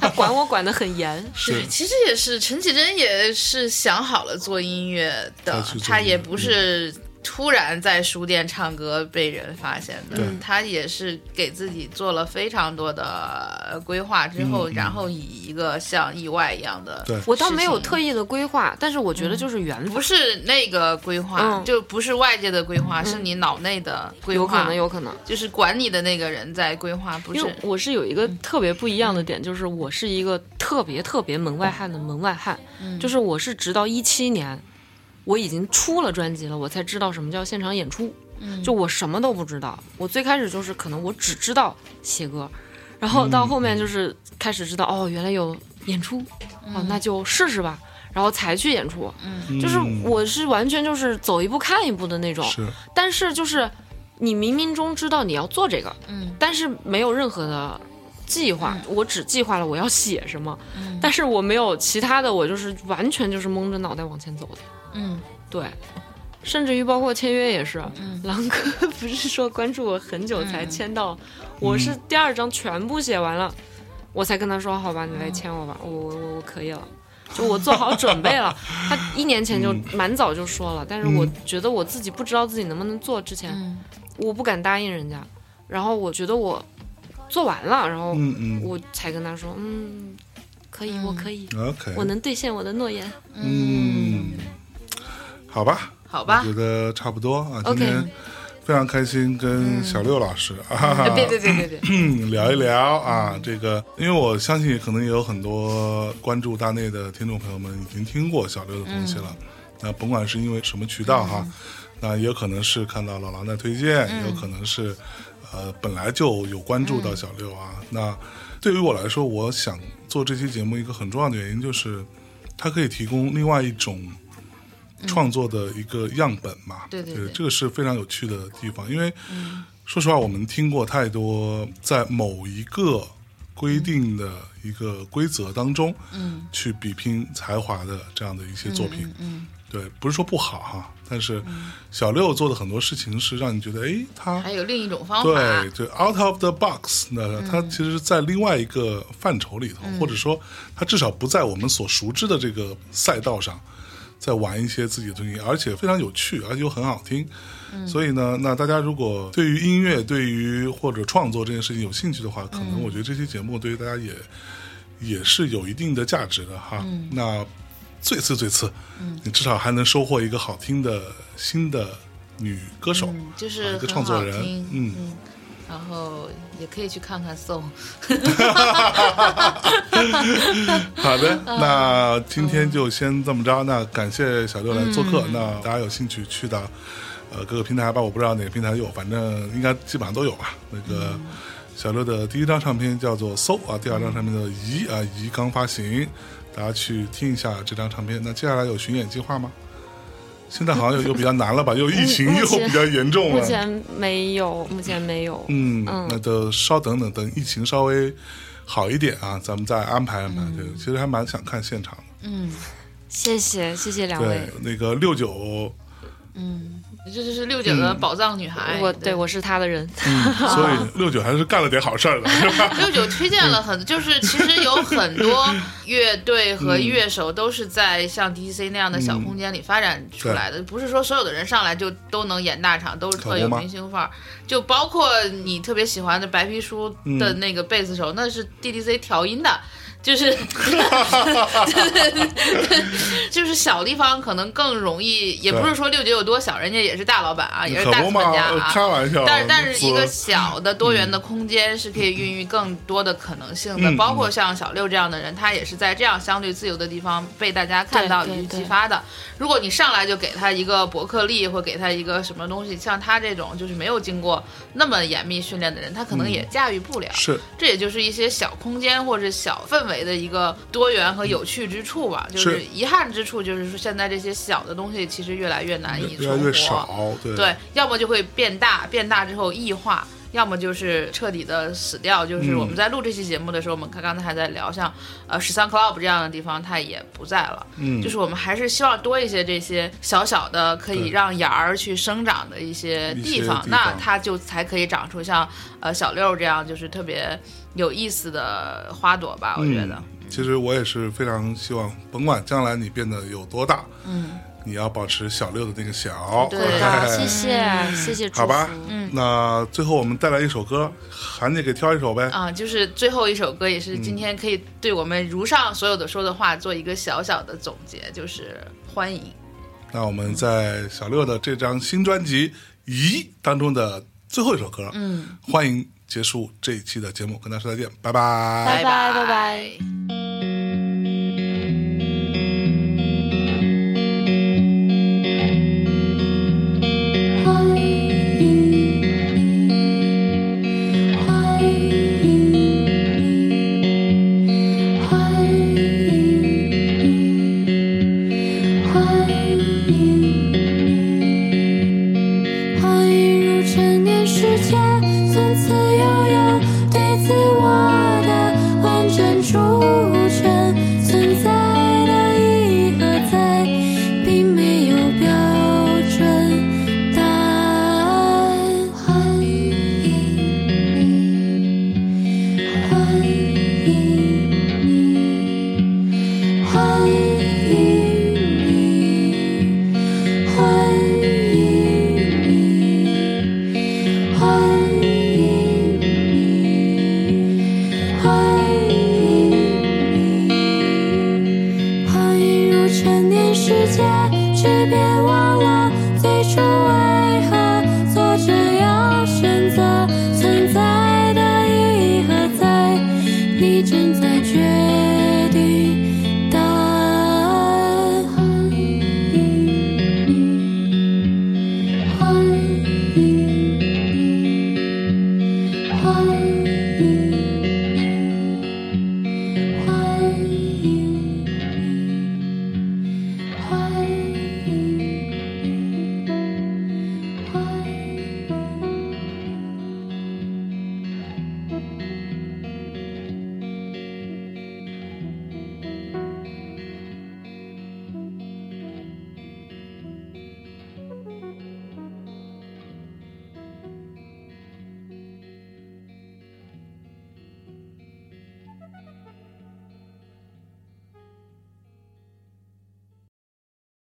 S3: 他管我管得很严。
S1: 是
S2: 其实也是，陈绮贞也是想好了做音乐的
S1: 她去，做
S2: 她
S1: 音乐嗯
S2: 也不是突然在书店唱歌被人发现的
S1: 对，
S2: 她也是给自己做了非常多的呃规划之后，然后以一个像意外一样的，
S1: 嗯对
S3: 我倒没有特意的规划，但是我觉得嗯就是缘分，
S2: 不是那个规划，
S3: 嗯
S2: 就不是外界的规划，是你脑内的规划，
S3: 有可能，有可能。
S2: 就是管你的那个人在规划，不
S3: 因
S2: 是
S3: 为我是嗯有一个特别不一样的点，就是我是一个特别特别门外汉的门外汉，就是我是直到一七年，我已经出了专辑了，我才知道什么叫现场演出。就我什么都不知道，我最开始就是可能我只知道写歌，然后到后面就是开始知道哦，原来有演出，哦，那就试试吧，然后才去演出。
S1: 嗯
S3: 就是我是完全就是走一步看一步的那种。
S1: 是
S3: 但是就是你冥冥中知道你要做这个，
S2: 嗯，
S3: 但是没有任何的计划，我只计划了我要写什么，
S2: 嗯
S3: 但是我没有其他的，我就是完全就是蒙着脑袋往前走的，
S2: 嗯。
S3: 对。甚至于包括签约也是，狼哥不是说关注我很久才签到，我是第二章全部写完了，
S2: 嗯
S3: 我才跟他说好吧，你来签我吧，我我我我可以了，就我做好准 备了。他一年前就蛮早就说了，但是我觉得我自己不知道自己能不能做，之前、
S2: 嗯
S3: 我不敢答应人家，然后我觉得我做完了，然后
S1: 嗯嗯
S3: 我才跟他说，嗯，可以，我可以，
S1: ，OK，
S3: 我能兑现我的诺言。
S1: 嗯，好吧，
S2: 好吧
S1: 我觉得差不多啊。今
S3: OK
S1: 天非常开心跟小六老师啊，
S2: 别别别别别，
S1: 嗯聊一聊啊，这个，因为我相信可能也有很多关注大内的听众朋友们已经听过小六的东西了，那甭管是因为什么渠道
S2: 嗯
S1: 哈，那也有可能是看到老狼的推荐，也有可能是呃本来就有关注
S2: 嗯
S1: 到小六啊。那对于我来说，我想做这期节目一个很重要的原因就是，它可以提供另外一种。创作的一个样本嘛，
S2: 嗯对对
S1: 就是
S2: 对嗯
S1: 这个是非常有趣的地方，因为说实话，我们听过太多在某一个规定的一个规则当中，嗯，去比拼才华的这样的一些作品，嗯，对，不是说不好哈，但是小六做的很多事情是让你觉得，哎，他
S2: 还有另一种方法，
S1: 对，就 out of the box 呢，它其实，在另外一个范畴里头，或者说，它至少不在我们所熟知的这个赛道上，在玩一些自己的东西，而且非常有趣，而且又很好听。所以呢，那大家如果对于音乐、对于或者创作这件事情有兴趣的话，可能我觉得这期节目对于大家也也是有一定的价值的哈。那最次最次，你至少还能收获一个好听的新的女歌手。
S2: 嗯，就是
S1: 啊一个
S2: 很
S1: 创作
S2: 好
S1: 人
S2: 听，
S1: 嗯
S2: 然后也可以去看看 Soul，
S1: 好的，
S3: 嗯
S1: 那今天就先这么着。那感谢小六来做
S3: 嗯
S1: 客。那大家有兴趣去到呃各个平台吧，我不知道哪个平台有，反正应该基本上都有吧。那
S3: 嗯
S1: 个小六的第一张唱片叫做《搜》啊，第二张唱片叫做《移》啊，《移》刚发行，大家去听一下这张唱片。那接下来有巡演计划吗？现在好像又又比较难了吧？又疫情
S3: 嗯目
S1: 又
S3: 前
S1: 比较严重
S3: 目
S1: 了。
S3: 前没有，目前没有。
S1: 嗯
S3: 嗯，
S1: 那就稍等等，等疫情稍微好一点啊，咱们再安排安排。对，
S3: 嗯
S1: 其实还蛮想看现场的。
S2: 嗯，
S3: 谢谢，谢谢两
S1: 对
S3: 位。，
S1: 那个六九，
S2: 这就是六九的
S1: 嗯
S2: 宝藏女孩，
S3: 我哎对我是他的人，
S1: 所 以六九还是干了点好事儿的，是吧？
S2: 六九推荐了很，就是其实有很多乐队和乐手都是在像 DC 那样的
S1: 嗯
S2: 小空间里发展出来的，不是说所有的人上来就都能演大场，都是特有明星范儿。就包括你特别喜欢的白皮书的那个贝斯手，
S1: 嗯
S2: 那是 DDC 调音的。就是 就是小地方可能更容易，也不是说六九有多小，人家也是大老板啊，也是
S1: 可
S2: 大
S1: 不
S2: 资本
S1: 嘛
S2: 家啊，，
S1: 开玩笑。
S2: 但是但是一个
S1: 子
S2: 小的多元的空间是可以孕育更多的可能性的，
S1: 嗯
S2: 包括像小六这样的人，他也是在这样相对自由的地方被大家看到
S3: 对
S2: 以及
S3: 对
S2: 激发的。如果你上来就给他一个伯克利或给他一个什么东西，像他这种就是没有经过那么严密训练的人，他可能也驾驭不了。
S1: 嗯是
S2: 这也就是一些小空间或者小氛围的一个多元
S1: 嗯
S2: 和有趣之处吧。就是
S1: 是
S2: 遗憾之处就是说，现在这些小的东西其实越来越难以
S1: 越来
S2: 存活。
S1: 越少，对
S2: 对，要么就会变大，变大之后异化，要么就是彻底的死掉。
S1: 嗯
S2: 就是我们在录这期节目的时候，我们刚刚才还在聊，像呃十三 club 这样的地方，它也不在了。
S1: 嗯
S2: 就是我们还是希望多一些这些小小的可以
S1: 对
S2: 让芽儿去生长的一些
S1: 一些
S2: 地方，
S1: 地
S2: 那
S1: 方
S2: 它就才可以长出像呃小六这样就是特别有意思的花朵吧。
S1: 嗯
S2: 我觉得，
S1: 其实我也是非常希望，甭管将来你变得有多大，
S2: 嗯，
S1: 你要保持小六的那个小。
S2: 对
S3: 好
S1: 哎
S3: 谢谢谢谢祝福，
S1: 好吧，
S2: 嗯
S1: 那最后我们带来一首歌，韩姐给挑一首呗。
S2: 啊、就是最后一首歌，也是今天可以对我们如上所有的说的话做一个小小的总结，就是欢迎。
S1: 那我们在小六的这张新专辑《咦》当中的最后一首歌，
S2: 嗯，
S1: 欢迎结束这一期的节目，跟大家说再见，拜拜。
S3: 拜拜
S2: 拜
S3: 拜拜。
S4: 欢迎你，欢迎你，欢迎你，欢迎你，欢迎入成年世界，从此。